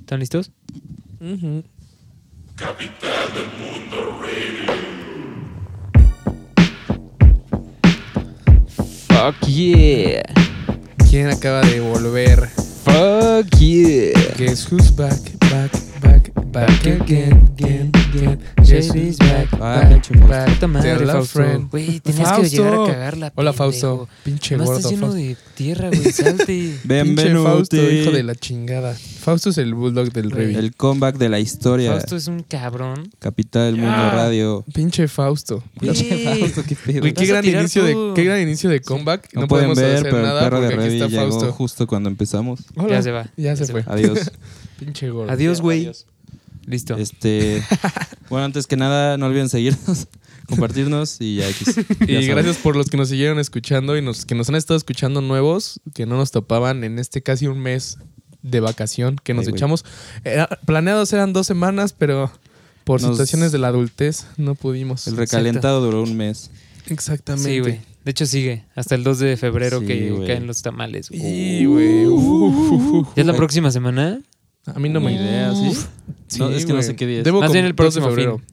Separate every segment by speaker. Speaker 1: ¿Están listos? Fuck yeah.
Speaker 2: ¿Quién acaba de volver?
Speaker 1: Fuck yeah.
Speaker 2: Guess who's back, back, back, back again, again, again. Guess who's back, back, back.
Speaker 1: Puta madre,
Speaker 2: Tell a
Speaker 1: Fausto.
Speaker 2: friend.
Speaker 3: Güey, tenías que llegar a cagarla. pendejo.
Speaker 2: Hola, Fausto. Pinche
Speaker 3: Además,
Speaker 2: gordo,
Speaker 3: estás lleno
Speaker 2: Fausto.
Speaker 3: de tierra, güey. Salte.
Speaker 2: Pinche Fausto, hijo de
Speaker 4: Benvenuti.
Speaker 2: la chingada. Fausto es el bulldog del
Speaker 3: Güey.
Speaker 2: rey.
Speaker 4: El comeback de la historia.
Speaker 3: Fausto es un cabrón.
Speaker 4: Capital del Mundo Radio.
Speaker 2: Pinche Fausto.
Speaker 4: Pinche Fausto, qué pedo.
Speaker 2: Güey, qué
Speaker 3: vas a
Speaker 2: gran,
Speaker 3: tirar
Speaker 2: inicio de,
Speaker 3: tú.
Speaker 2: qué gran inicio de comeback.
Speaker 4: No, pueden ver, pero el perro de
Speaker 2: porque aquí
Speaker 4: Revi
Speaker 2: está
Speaker 4: llegó
Speaker 2: Fausto.
Speaker 4: justo cuando empezamos.
Speaker 2: Hola.
Speaker 3: Ya se va.
Speaker 2: Ya se fue.
Speaker 4: Adiós.
Speaker 2: Pinche gordo.
Speaker 3: Adiós, güey. Listo.
Speaker 4: este, bueno, antes que nada, no olviden seguirnos, compartirnos y ya. X. Ya
Speaker 2: Y
Speaker 4: saben.
Speaker 2: gracias por los que nos siguieron escuchando y los que nos han estado escuchando nuevos, que no nos topaban en este casi un mes de vacación que nos
Speaker 4: Ay, güey.
Speaker 2: echamos. Era- planeados eran dos semanas, pero por
Speaker 4: Nos-
Speaker 2: situaciones de la adultez no pudimos.
Speaker 4: El recalentado duró un mes.
Speaker 2: Exactamente.
Speaker 3: Sí, güey. De hecho, sigue. Hasta el 2 de febrero
Speaker 4: Sí,
Speaker 3: que
Speaker 4: güey.
Speaker 3: caen los tamales. güey.
Speaker 2: Y, güey.
Speaker 3: Uh.
Speaker 2: Uh. uf, uf, uf.
Speaker 3: ¿Ya es la próxima semana?
Speaker 2: A mí no me
Speaker 4: Ni idea, ¿sí?
Speaker 2: Sí,
Speaker 4: Uh. No, es que no
Speaker 2: güey.
Speaker 4: sé qué día es.
Speaker 2: Debo
Speaker 3: Más
Speaker 2: con-
Speaker 3: bien el
Speaker 2: 2 de
Speaker 3: próximo
Speaker 2: febrero.
Speaker 3: fin.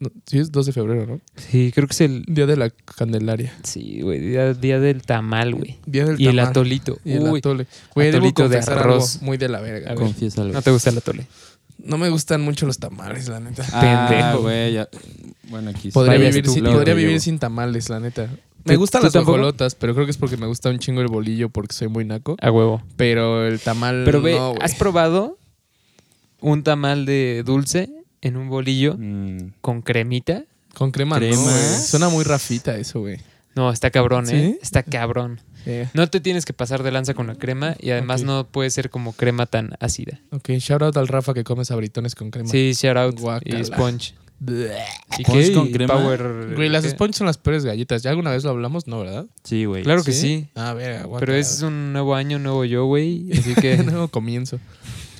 Speaker 2: No, sí, es 2 de febrero, ¿no?
Speaker 3: Sí, creo que es el.
Speaker 2: Día de la Candelaria.
Speaker 3: Sí, güey. Día, día del tamal, güey.
Speaker 2: Día del
Speaker 3: Y el
Speaker 2: tamal.
Speaker 3: atolito.
Speaker 2: Y el
Speaker 3: Uy,
Speaker 2: atole. Güey, debo
Speaker 3: Atolito de
Speaker 2: confesar algo
Speaker 3: arroz.
Speaker 2: muy de la verga. güey.
Speaker 4: Confiésalo.
Speaker 3: no te gusta el atole.
Speaker 2: No me gustan mucho los tamales, la neta.
Speaker 4: Ah,
Speaker 3: pendejo.
Speaker 4: güey, ya. Bueno, aquí sí.
Speaker 2: Podría
Speaker 3: Vayas
Speaker 2: vivir,
Speaker 4: tú,
Speaker 2: sin,
Speaker 4: claro,
Speaker 2: podría
Speaker 4: yo.
Speaker 2: vivir sin tamales, la neta. Me
Speaker 3: ¿Tú-
Speaker 2: gustan
Speaker 3: tú
Speaker 2: las
Speaker 3: tampoco?
Speaker 2: guajolotas, pero creo que es porque me gusta un chingo el bolillo porque soy muy naco.
Speaker 3: A huevo.
Speaker 2: Pero el tamal.
Speaker 3: Pero ve,
Speaker 2: Mm, no, güey.
Speaker 3: ¿has probado un tamal de dulce en un bolillo
Speaker 4: Mm.
Speaker 3: con cremita?
Speaker 2: Con crema, no,
Speaker 4: ¿Crema?
Speaker 2: güey. Suena muy rafita eso, güey.
Speaker 3: No, está cabrón, ¿eh?
Speaker 2: ¿Sí?
Speaker 3: Está cabrón.
Speaker 2: Eh,
Speaker 3: No te tienes que pasar de lanza con la crema y además
Speaker 2: Ok.
Speaker 3: no puede ser como crema tan ácida.
Speaker 2: ok, shout out al Rafa que come sabritones con crema.
Speaker 3: Sí, shout out
Speaker 2: Guácala.
Speaker 3: y sponge.
Speaker 2: Bleh.
Speaker 3: ¿Y
Speaker 4: ¿Sponge
Speaker 3: qué?
Speaker 4: con
Speaker 3: Y
Speaker 4: crema?
Speaker 3: Power-
Speaker 2: Güey, las
Speaker 3: ¿qué?
Speaker 2: sponge son las peores galletas. ¿Ya alguna vez lo hablamos? No, ¿verdad?
Speaker 4: Sí, güey.
Speaker 3: Claro que sí.
Speaker 2: Ah, verga, guácala.
Speaker 3: Pero es un nuevo año, nuevo yo, güey. Así que
Speaker 2: Nuevo comienzo.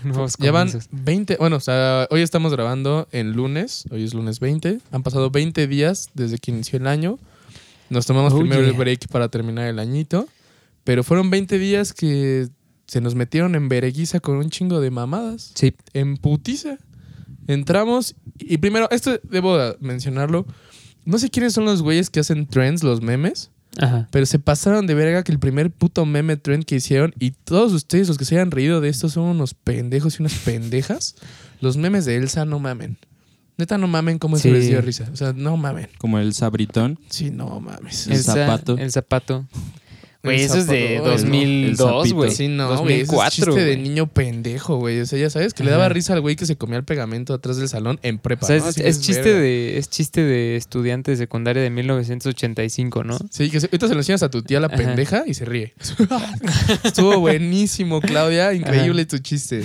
Speaker 3: nuevos
Speaker 2: Llevan
Speaker 3: comienzos.
Speaker 2: 20, bueno, o sea, hoy estamos grabando en lunes, hoy es lunes 20, han pasado 20 días desde que inició el año, nos tomamos
Speaker 3: Oh,
Speaker 2: primero el
Speaker 3: yeah.
Speaker 2: break para terminar el añito, pero fueron 20 días que se nos metieron en bereguiza con un chingo de mamadas,
Speaker 3: Sí.
Speaker 2: en putiza. Entramos y primero, esto debo mencionarlo, no sé quiénes son los güeyes que hacen trends, los memes,
Speaker 3: Ajá.
Speaker 2: pero se pasaron de verga que el primer puto meme trend que hicieron y todos ustedes los que se hayan reído de esto son unos pendejos y unas pendejas. Los memes de Elsa no mamen. Neta no mamen cómo se
Speaker 3: Sí.
Speaker 2: les dio risa. O sea, no mamen.
Speaker 4: Como el sabritón.
Speaker 2: Sí, no mames.
Speaker 4: El
Speaker 3: sa-
Speaker 4: zapato.
Speaker 3: El zapato. Güey,
Speaker 2: El
Speaker 3: eso es de
Speaker 2: zapato,
Speaker 3: 2002,
Speaker 4: zapito.
Speaker 3: güey.
Speaker 2: Sí, no, güey. ese
Speaker 3: 2004,
Speaker 2: Es chiste de
Speaker 3: güey.
Speaker 2: niño pendejo, güey. O sea, ya sabes que le daba
Speaker 3: Ajá.
Speaker 2: risa al güey que se comía el pegamento atrás del salón en
Speaker 3: O
Speaker 2: prepa.
Speaker 3: sea,
Speaker 2: ¿no?
Speaker 3: es,
Speaker 2: Así
Speaker 3: es
Speaker 2: que
Speaker 3: chiste
Speaker 2: verga.
Speaker 3: de, es chiste de estudiante de secundaria de 1985, ¿no?
Speaker 2: Sí, que se- ahorita se lo enseñas a tu tía la
Speaker 3: Ajá.
Speaker 2: pendeja y se ríe. Estuvo buenísimo, Claudia. Increíble tu chiste.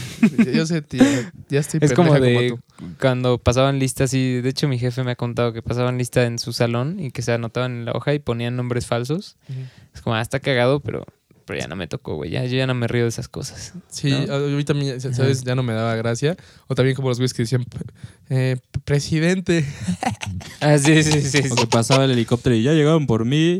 Speaker 2: Yo sé, tía, ya estoy
Speaker 3: es
Speaker 2: pendeja
Speaker 3: como
Speaker 2: como
Speaker 3: de
Speaker 2: tú.
Speaker 3: cuando pasaban listas y de hecho mi jefe me ha contado que pasaban lista en su salón y que se anotaban en la hoja y ponían nombres falsos.
Speaker 2: Ujú.
Speaker 3: Es como, ah, está cagado, pero, pero ya no me tocó, güey. Ya, yo ya no me río de esas cosas.
Speaker 2: Sí,
Speaker 3: ¿no?
Speaker 2: a- a mí también, ya- ¿sabes? Ya no me daba gracia. O también como los güeyes que decían, eh, presidente.
Speaker 3: Ah, sí, sí, sí. sí.
Speaker 4: O que pasaba el helicóptero y ya llegaron por mí.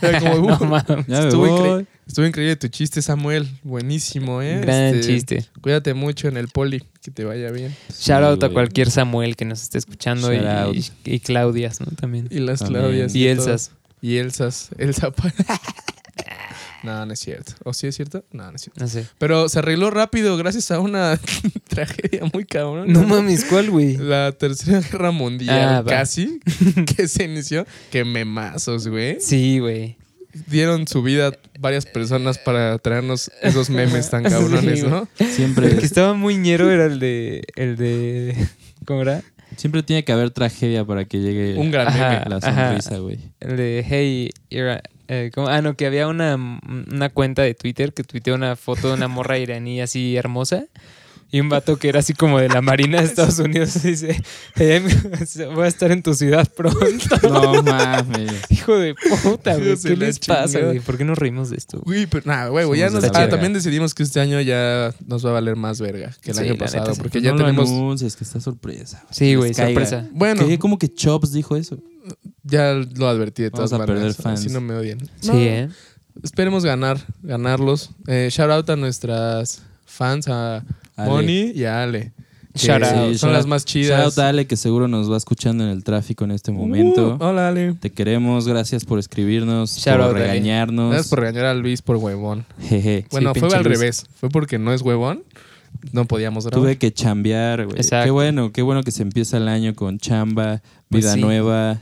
Speaker 2: Era como,
Speaker 3: No
Speaker 2: "Uh,
Speaker 3: mames.
Speaker 4: Ya me
Speaker 2: Estuvo
Speaker 4: voy.
Speaker 2: increíble. estuvo increíble tu chiste, Samuel. Buenísimo, ¿eh?
Speaker 3: Gran
Speaker 2: Este,
Speaker 3: chiste.
Speaker 2: Cuídate mucho en el poli, que te vaya bien.
Speaker 3: Shout out a
Speaker 4: güey.
Speaker 3: cualquier Samuel que nos esté escuchando y,
Speaker 4: Shout out.
Speaker 3: y Claudias, ¿no? También.
Speaker 2: Y las
Speaker 4: También.
Speaker 2: Claudias.
Speaker 3: Y
Speaker 2: todo.
Speaker 3: Elsas.
Speaker 2: Y Elsas. Elsa. Pa- no, no es cierto. ¿O sí es cierto? No, no es cierto.
Speaker 3: No sé.
Speaker 2: Pero se arregló rápido gracias a una tragedia muy cabrón.
Speaker 3: No mames, ¿cuál, güey?
Speaker 2: La tercera guerra mundial,
Speaker 3: Ah, va.
Speaker 2: casi, que se inició. Que memazos, güey.
Speaker 3: Sí, güey.
Speaker 2: dieron su vida varias personas para traernos esos memes tan cabrones,
Speaker 3: Sí,
Speaker 2: ¿no?
Speaker 3: El
Speaker 4: Siempre,
Speaker 3: que estaba muy ñero era el de. El de. ¿Cómo era?
Speaker 4: siempre tiene que haber tragedia para que llegue
Speaker 2: Un gran meme.
Speaker 3: Ajá.
Speaker 4: la sonrisa, güey.
Speaker 3: El de Hey, you're a- eh, ¿cómo? ah, no, que había una, una cuenta de Twitter que tuiteó una foto de una morra iraní así hermosa. Y un vato que era así como de la Marina de Estados Unidos dice, "Hey, voy a estar en tu ciudad pronto.
Speaker 4: No mames.
Speaker 3: Hijo de puta, güey.
Speaker 2: Hijos de
Speaker 3: ¿Qué
Speaker 2: la
Speaker 3: les pasa,
Speaker 2: chingada.
Speaker 3: güey? ¿Por qué nos reímos de esto? güey?
Speaker 2: Uy, pero nada, güey, güey, ya
Speaker 4: Somos
Speaker 2: nos...
Speaker 4: de la
Speaker 2: Ah,
Speaker 4: verga.
Speaker 2: también decidimos que este año ya nos va a valer más verga que el
Speaker 3: Sí,
Speaker 2: año
Speaker 3: la
Speaker 2: pasado,
Speaker 3: neta, sí.
Speaker 2: porque
Speaker 4: Que
Speaker 2: ya
Speaker 4: Pues no
Speaker 2: tenemos...
Speaker 4: lo anuncies, que está sorpresa.
Speaker 3: Sí, güey,
Speaker 4: Les caiga.
Speaker 3: sorpresa.
Speaker 2: Bueno,
Speaker 4: ¿Qué? ¿Cómo que Chops dijo eso?
Speaker 2: ya lo advertí de todas
Speaker 4: Vamos a perder
Speaker 2: maneras,
Speaker 4: fans.
Speaker 2: así no me odien. No,
Speaker 3: Sí, ¿eh?
Speaker 2: Esperemos ganar, ganarlos. Eh, shout out a nuestras fans, a
Speaker 4: Ale.
Speaker 2: Moni y a Ale. que
Speaker 3: Shout out.
Speaker 2: Son
Speaker 4: Sí, shout
Speaker 2: las
Speaker 4: out.
Speaker 2: más chidas.
Speaker 4: Shout out a Ale, que seguro nos va escuchando en el tráfico en este momento.
Speaker 2: Uh, hola, Ale.
Speaker 4: Te queremos, gracias por escribirnos,
Speaker 3: Shout out,
Speaker 4: por
Speaker 3: Ale.
Speaker 4: regañarnos.
Speaker 2: Gracias por regañar a Luis por huevón.
Speaker 4: Jeje.
Speaker 2: Bueno, fue
Speaker 3: pinche
Speaker 2: al
Speaker 3: Luis.
Speaker 2: revés. Fue porque no es huevón. No podíamos grabar.
Speaker 4: Tuve que chambear, güey.
Speaker 3: Exacto.
Speaker 4: Qué bueno, qué bueno que se empieza el año con chamba,
Speaker 3: Pues
Speaker 4: vida
Speaker 3: sí.
Speaker 4: nueva,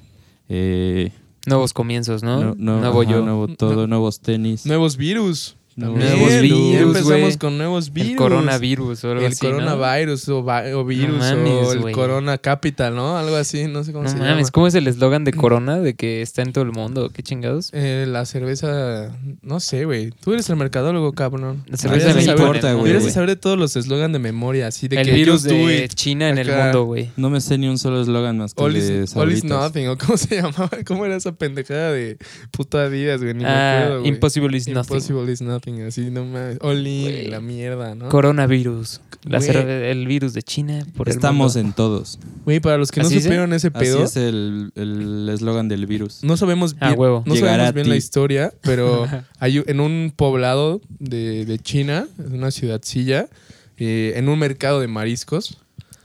Speaker 4: eh,
Speaker 3: Nuevos comienzos, ¿no?
Speaker 4: no- no-
Speaker 3: Nuevo
Speaker 4: ajá,
Speaker 3: yo.
Speaker 4: nuevo todo, nuevos tenis.
Speaker 2: Nuevos virus.
Speaker 4: Nuevos
Speaker 2: También.
Speaker 3: virus,
Speaker 2: Ya empezamos
Speaker 3: güey.
Speaker 2: con nuevos virus.
Speaker 3: El coronavirus o algo
Speaker 2: El
Speaker 3: así, ¿no?
Speaker 2: coronavirus o, va- o virus
Speaker 3: mames,
Speaker 2: o el
Speaker 3: güey.
Speaker 2: corona capital, ¿no? Algo así, no sé cómo
Speaker 3: No
Speaker 2: se
Speaker 3: mames,
Speaker 2: llama. Mm.
Speaker 3: ¿cómo es el eslogan de Corona de que está en todo el mundo? ¿Qué chingados?
Speaker 2: Eh, la cerveza, no sé, güey. Tú eres el mercadólogo, cabrón.
Speaker 3: La
Speaker 2: Deberías
Speaker 4: cerveza
Speaker 2: de
Speaker 4: me
Speaker 2: saber-
Speaker 4: importa, güey.
Speaker 2: Deberías de saber de todos los eslogan de memoria, así de que
Speaker 3: el virus
Speaker 2: just do
Speaker 3: de
Speaker 2: it,
Speaker 3: China en el
Speaker 2: acá.
Speaker 3: mundo, güey.
Speaker 4: No me sé ni un solo eslogan más que
Speaker 2: all
Speaker 4: el
Speaker 2: is,
Speaker 4: de
Speaker 2: all is
Speaker 4: Sabritas.
Speaker 2: nothing, o cómo se llamaba, cómo era esa pendejada de puta vidas, güey. Ni me
Speaker 3: Ah,
Speaker 2: acuerdo, güey.
Speaker 3: impossible is nothing.
Speaker 2: Impossible is nothing, así no mames. All in,
Speaker 3: Güey.
Speaker 2: la mierda, ¿no?
Speaker 3: Coronavirus. La
Speaker 2: Güey.
Speaker 3: cerve- el virus de China. Por
Speaker 4: Estamos
Speaker 3: el mundo.
Speaker 4: en todos.
Speaker 2: Güey, para los que no
Speaker 3: ¿Así dice?
Speaker 2: supieron ese
Speaker 4: Así
Speaker 2: pedo,
Speaker 4: es el el eslogan del virus.
Speaker 2: no sabemos
Speaker 3: Ah,
Speaker 2: bien,
Speaker 3: huevo.
Speaker 2: no
Speaker 4: Llegará
Speaker 2: sabemos
Speaker 4: a
Speaker 2: bien
Speaker 4: ti.
Speaker 2: la historia, pero hay u- en un poblado de, de China, en una ciudadcilla, eh, en un mercado de mariscos.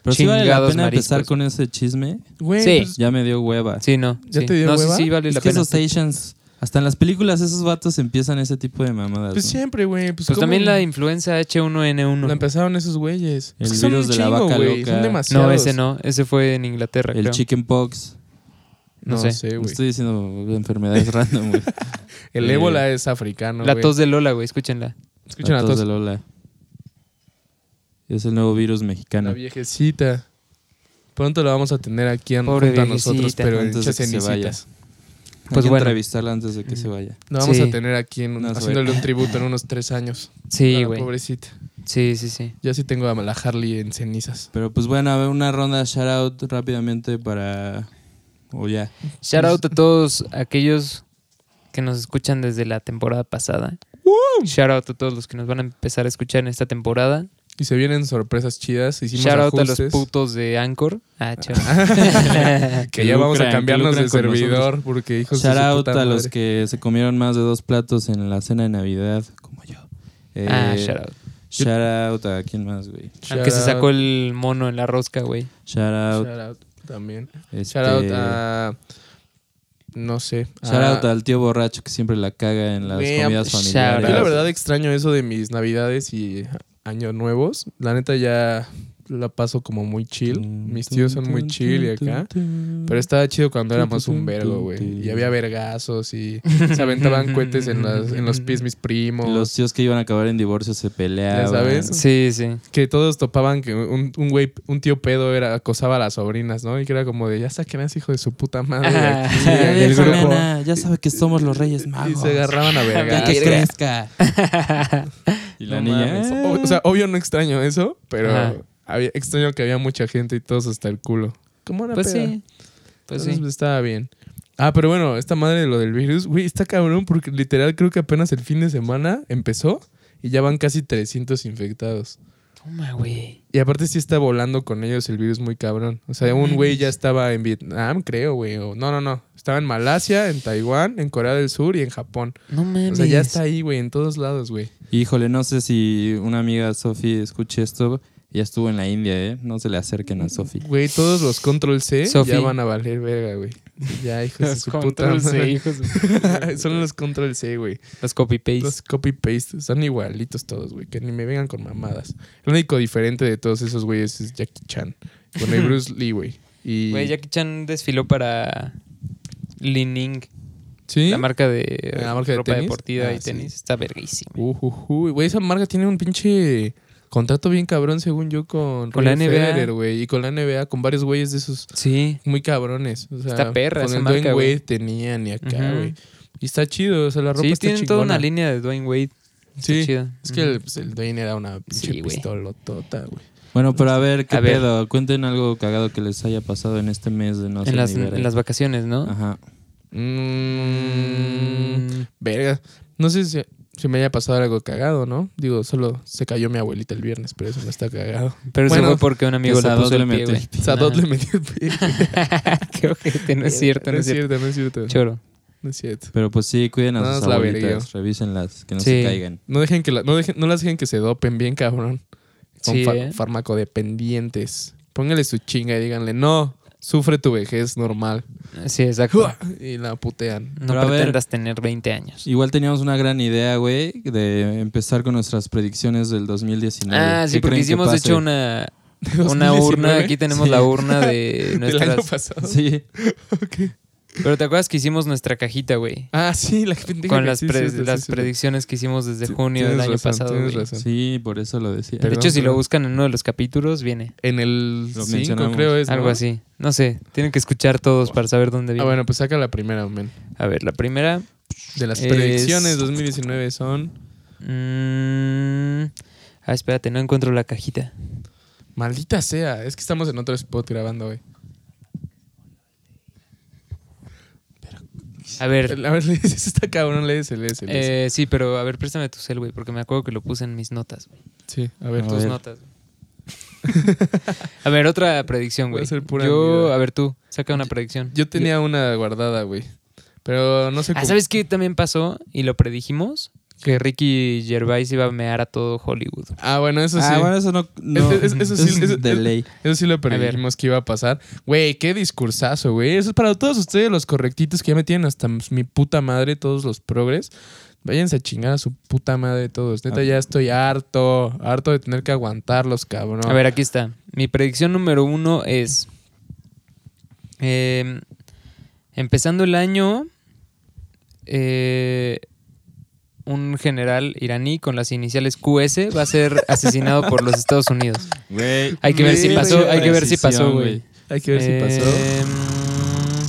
Speaker 4: Pero sí vale la
Speaker 3: Chingados
Speaker 4: pena empezar
Speaker 3: mariscos.
Speaker 4: con ese chisme.
Speaker 2: Güey,
Speaker 3: Sí.
Speaker 2: pues,
Speaker 4: Ya me dio hueva.
Speaker 3: Sí, no.
Speaker 2: ¿Ya
Speaker 3: sí.
Speaker 2: te dio
Speaker 3: No,
Speaker 2: hueva?
Speaker 3: sí, sí, vale
Speaker 4: es
Speaker 3: la
Speaker 4: que
Speaker 3: pena.
Speaker 4: esos Asians, hasta en las películas esos vatos empiezan ese tipo de mamadas.
Speaker 2: pues
Speaker 4: ¿no?
Speaker 2: siempre, güey. Pues,
Speaker 3: Pues
Speaker 2: ¿cómo
Speaker 3: también la influenza H1N1.
Speaker 2: la empezaron esos güeyes.
Speaker 4: El
Speaker 2: Es que son
Speaker 4: virus
Speaker 2: un
Speaker 4: de la
Speaker 2: chingo,
Speaker 4: vaca
Speaker 2: güey,
Speaker 4: loca.
Speaker 2: Son
Speaker 4: No,
Speaker 2: demasiados.
Speaker 3: no, ese no. Ese fue en Inglaterra,
Speaker 4: El
Speaker 3: creo.
Speaker 4: chickenpox.
Speaker 3: no
Speaker 2: No
Speaker 3: sé.
Speaker 2: sé, güey.
Speaker 4: Estoy diciendo enfermedades random, güey.
Speaker 2: El
Speaker 4: Este, Eh,
Speaker 2: ébola es africano,
Speaker 3: la
Speaker 2: güey.
Speaker 3: tos de Lola, güey. Escúchenla.
Speaker 2: Escuchen
Speaker 4: La
Speaker 2: la
Speaker 4: tos
Speaker 2: tos.
Speaker 4: de Lola. Es el nuevo virus
Speaker 2: La
Speaker 4: mexicano.
Speaker 2: viejecita. Pronto la vamos a tener aquí a,
Speaker 3: Pobre
Speaker 2: junto a nosotros,
Speaker 3: viejecita.
Speaker 2: pero en
Speaker 4: Antes de
Speaker 2: muchas
Speaker 4: que se vaya.
Speaker 2: cenicitas.
Speaker 4: Hay
Speaker 3: Pues
Speaker 4: que
Speaker 3: bueno.
Speaker 4: entrevistarla antes de que se vaya.
Speaker 2: La vamos
Speaker 3: Sí.
Speaker 2: a tener aquí en-
Speaker 4: Unas
Speaker 2: haciéndole un tributo en unos tres años. A
Speaker 3: Sí,
Speaker 2: la
Speaker 3: güey.
Speaker 2: Pobrecita.
Speaker 3: Sí, sí, sí.
Speaker 2: Ya sí tengo a la Harley en cenizas.
Speaker 4: Pero pues bueno, a ver, una ronda shout out rápidamente para. O ya.
Speaker 3: Shout out a todos aquellos que nos escuchan desde la temporada pasada. Shout out a todos los que nos van a empezar a escuchar en esta temporada.
Speaker 2: Y se vienen sorpresas chidas. Hicimos
Speaker 3: Shout out a los
Speaker 2: ajustes.
Speaker 3: putos de Anchor. Ah, chao. Ah,
Speaker 2: que ya vamos
Speaker 4: lucran,
Speaker 2: a
Speaker 4: que
Speaker 2: cambiarnos
Speaker 4: lucran
Speaker 2: de
Speaker 4: con
Speaker 2: servidor porque hijos de
Speaker 4: Shout
Speaker 2: su
Speaker 4: out
Speaker 2: puta
Speaker 4: a los
Speaker 2: madre.
Speaker 4: que se comieron más de dos platos en la cena de Navidad, como yo. Eh,
Speaker 3: ah, shout out.
Speaker 4: shout out a quién más, güey.
Speaker 2: Shout
Speaker 3: Al que se
Speaker 2: out.
Speaker 3: sacó el mono en la rosca, güey.
Speaker 4: Shout out.
Speaker 2: Shout out también.
Speaker 4: este,
Speaker 2: Shout out a. No sé.
Speaker 4: shout
Speaker 2: a-
Speaker 4: out al tío borracho que siempre la caga en las
Speaker 2: Güey,
Speaker 4: comidas
Speaker 3: shout
Speaker 4: familiares.
Speaker 2: Yo la
Speaker 3: out.
Speaker 2: verdad extraño eso de mis navidades y años nuevos. La neta ya la paso como muy chill. Mis tíos son muy chill y acá. Pero estaba chido cuando éramos un vergo, güey. Y había vergazos y se aventaban cohetes en, las- en los pies mis primos.
Speaker 4: Los tíos que iban a acabar en divorcio se peleaban.
Speaker 2: Ya sabes.
Speaker 3: Sí, sí.
Speaker 2: Que todos topaban que un, un güey, un tío pedo era, acosaba a las sobrinas, ¿no? Y que era como de, ya saquenás hijo de su puta madre de
Speaker 3: Ah,
Speaker 2: aquí,
Speaker 3: ya
Speaker 2: de aquí,
Speaker 4: El
Speaker 2: del grupo".
Speaker 4: ya sabe que somos los reyes
Speaker 3: Ah,
Speaker 2: Y
Speaker 4: magos.
Speaker 2: se agarraban a
Speaker 4: Ya
Speaker 2: vergas.
Speaker 4: que
Speaker 1: Verga.
Speaker 4: crezca. y la
Speaker 2: No
Speaker 4: niña.
Speaker 2: mames.
Speaker 4: "Ah".
Speaker 2: O, o sea, obvio no extraño eso, pero
Speaker 3: Ajá.
Speaker 2: había, extraño que había mucha gente y todos hasta el culo. ¿Cómo era
Speaker 3: Pues sí. Pues sí.
Speaker 2: Estaba bien. Ah, pero bueno, esta madre de lo del virus, güey, está cabrón porque literal creo que apenas el fin de semana empezó y ya van casi 300 infectados.
Speaker 3: Toma, güey.
Speaker 2: Y aparte sí está volando con ellos el virus muy cabrón. O sea,
Speaker 3: Mm.
Speaker 2: un güey ya estaba en Vietnam, creo, güey. o- no, no, no. Estaba en Malasia, en Taiwán, en Corea del Sur y en Japón.
Speaker 3: No mames.
Speaker 2: O sea, ya está ahí, güey, en todos lados, güey.
Speaker 4: Híjole, no sé si una amiga Sofi escuche esto. Ya estuvo en la India, ¿eh? No se le acerquen a Sofi.
Speaker 2: Güey, todos los control C
Speaker 3: Sofi.
Speaker 2: ya van a valer verga, güey. Ya, hijos de
Speaker 3: Los
Speaker 2: su puta
Speaker 3: control C,
Speaker 2: madre.
Speaker 3: hijos de-
Speaker 2: Son los control C, güey.
Speaker 3: Los copy paste.
Speaker 2: Los copy paste son igualitos todos, güey. Que ni me vengan con mamadas. El único diferente de todos esos güeyes es Jackie Chan. Con el Bruce Lee, güey. Y...
Speaker 3: Güey, Jackie Chan desfiló para Li Ning,
Speaker 2: ¿Sí?
Speaker 3: la marca de
Speaker 2: La marca de
Speaker 3: ropa
Speaker 2: tenis.
Speaker 3: deportiva
Speaker 2: Ah,
Speaker 3: y
Speaker 2: sí.
Speaker 3: tenis. Está verguísima.
Speaker 2: Ujujuy. Güey, esa marca tiene un pinche contrato bien cabrón, según yo, con,
Speaker 3: Con la
Speaker 2: Roger
Speaker 3: NBA.
Speaker 2: Federer, güey. Y con la NBA, con varios güeyes de esos
Speaker 3: Sí.
Speaker 2: muy cabrones. O sea,
Speaker 3: Está perra
Speaker 2: con
Speaker 3: esa
Speaker 2: el
Speaker 3: marca,
Speaker 2: Dwayne
Speaker 3: güey.
Speaker 2: Wade tenían y acá,
Speaker 3: Ujú.
Speaker 2: güey. Y está chido, o sea, la ropa
Speaker 3: Sí,
Speaker 2: está
Speaker 3: tienen toda una
Speaker 2: chingona.
Speaker 3: línea de Dwayne Wade. Está
Speaker 2: Sí.
Speaker 3: chida.
Speaker 2: Es que el, pues, el Dwayne era una pinche
Speaker 3: Sí, güey.
Speaker 2: pistolotota, güey.
Speaker 4: Bueno, pero a ver, ¿qué
Speaker 3: A ver.
Speaker 4: pedo? Cuenten algo cagado que les haya pasado en este mes de no
Speaker 3: en,
Speaker 4: ser
Speaker 3: las,
Speaker 4: ni verga.
Speaker 3: en las vacaciones, ¿no?
Speaker 4: Ajá.
Speaker 2: Mm,
Speaker 3: Mm.
Speaker 2: verga. No sé si, si me haya pasado algo cagado, ¿no? Digo, solo se cayó mi abuelita el viernes, pero eso no está cagado.
Speaker 3: Pero eso
Speaker 2: Bueno,
Speaker 3: fue porque un amigo
Speaker 4: que
Speaker 3: le
Speaker 4: Sadot
Speaker 3: puso
Speaker 4: le
Speaker 3: el pie,
Speaker 4: metió
Speaker 3: güey. Ah.
Speaker 4: el pie.
Speaker 2: Sadot le metió el pie.
Speaker 3: Qué ojete, no es cierto, no es cierto.
Speaker 2: no es cierto.
Speaker 3: Choro.
Speaker 2: No es cierto.
Speaker 4: Pero pues sí, cuiden a
Speaker 2: No,
Speaker 4: sus
Speaker 2: es la
Speaker 4: abuelitas.
Speaker 2: verguió.
Speaker 4: Revísenlas, que no
Speaker 3: Sí.
Speaker 4: se caigan.
Speaker 2: No dejen que la- no, dejen, no las dejen que se dopen bien, cabrón. Son
Speaker 3: Sí,
Speaker 2: fa-
Speaker 3: ¿eh?
Speaker 2: farmacodependientes. Póngale su chinga y díganle, no, sufre tu vejez normal.
Speaker 3: Sí, exacto.
Speaker 2: Y la putean.
Speaker 3: No
Speaker 4: Pero a ver.
Speaker 3: pretendas tener 20 años.
Speaker 4: Pues, Igual teníamos una gran idea, güey, de empezar con nuestras predicciones del 2019.
Speaker 3: ah, sí,
Speaker 4: ¿Qué
Speaker 3: porque
Speaker 4: creen que
Speaker 3: hicimos de
Speaker 4: pase?
Speaker 3: hecho una, una urna. Aquí tenemos
Speaker 4: Sí.
Speaker 3: la urna de
Speaker 2: Del año
Speaker 3: nuestras.
Speaker 2: pasado.
Speaker 4: Sí,
Speaker 3: Pero te acuerdas que hicimos nuestra cajita, güey.
Speaker 2: Ah, sí, la pendeja
Speaker 3: Con
Speaker 2: que
Speaker 3: las,
Speaker 2: sí,
Speaker 3: pre-
Speaker 2: sí, sí,
Speaker 3: las
Speaker 2: sí, sí.
Speaker 3: predicciones que hicimos desde junio del
Speaker 2: Tienes
Speaker 3: año
Speaker 2: razón,
Speaker 3: pasado.
Speaker 2: tienes
Speaker 3: güey.
Speaker 2: razón.
Speaker 4: sí, por eso lo decía.
Speaker 3: De
Speaker 2: Perdón,
Speaker 3: hecho, si lo
Speaker 2: perdón.
Speaker 3: buscan en uno de los capítulos, viene.
Speaker 2: En el
Speaker 4: Lo
Speaker 2: 5
Speaker 4: mencionamos.
Speaker 2: creo es. Pues ¿no?
Speaker 3: Algo así. No sé, tienen que escuchar todos para saber dónde viene.
Speaker 2: Ah, bueno, pues saca la primera, men.
Speaker 3: A ver, la primera.
Speaker 2: De las
Speaker 3: Es-
Speaker 2: predicciones 2019 son.
Speaker 3: mm, Ah, espérate, no encuentro la cajita.
Speaker 2: Maldita sea, es que estamos en otro spot grabando hoy.
Speaker 3: A ver,
Speaker 2: A ver, le dices esta cabrón, le dices, le dices.
Speaker 3: eh, sí, pero a ver, préstame tu cel, güey, porque me acuerdo que lo puse en mis notas, güey.
Speaker 2: Sí, a ver. pues
Speaker 4: A
Speaker 3: Tus
Speaker 4: ver.
Speaker 3: notas. güey. a ver, otra predicción,
Speaker 2: Voy a
Speaker 3: güey.
Speaker 2: hacer pura
Speaker 3: Yo,
Speaker 2: mierda.
Speaker 3: a ver tú, saca una predicción.
Speaker 2: Yo tenía una guardada, güey. Pero no sé
Speaker 3: Ah,
Speaker 2: cómo-
Speaker 3: ¿sabes qué también pasó? Y lo predijimos. Que Ricky Gervais iba a mear a todo Hollywood.
Speaker 2: Ah, bueno, eso sí.
Speaker 4: Ah, bueno, eso no. no-
Speaker 2: Es- es- eso sí,
Speaker 4: es
Speaker 2: es-
Speaker 4: de
Speaker 2: es-
Speaker 4: ley.
Speaker 2: Eso sí lo predijimos que iba a pasar. Güey, qué discursazo, güey. Eso es para todos ustedes, los correctitos que ya me tienen hasta mi puta madre, todos los progres. Váyanse a chingar a su puta madre todos. Neta,
Speaker 4: Ah.
Speaker 2: ya estoy harto. Harto de tener que aguantarlos, cabrón.
Speaker 3: A ver, aquí está. Mi predicción número uno es. eh, empezando el año. eh, un general iraní con las iniciales QS va a ser asesinado por los Estados Unidos.
Speaker 4: Güey.
Speaker 3: Hay que ver si
Speaker 2: Mira,
Speaker 3: pasó,
Speaker 2: qué
Speaker 3: hay que ver si pasó,
Speaker 4: precisión,
Speaker 3: güey.
Speaker 2: Hay que ver si pasó.
Speaker 3: Eh,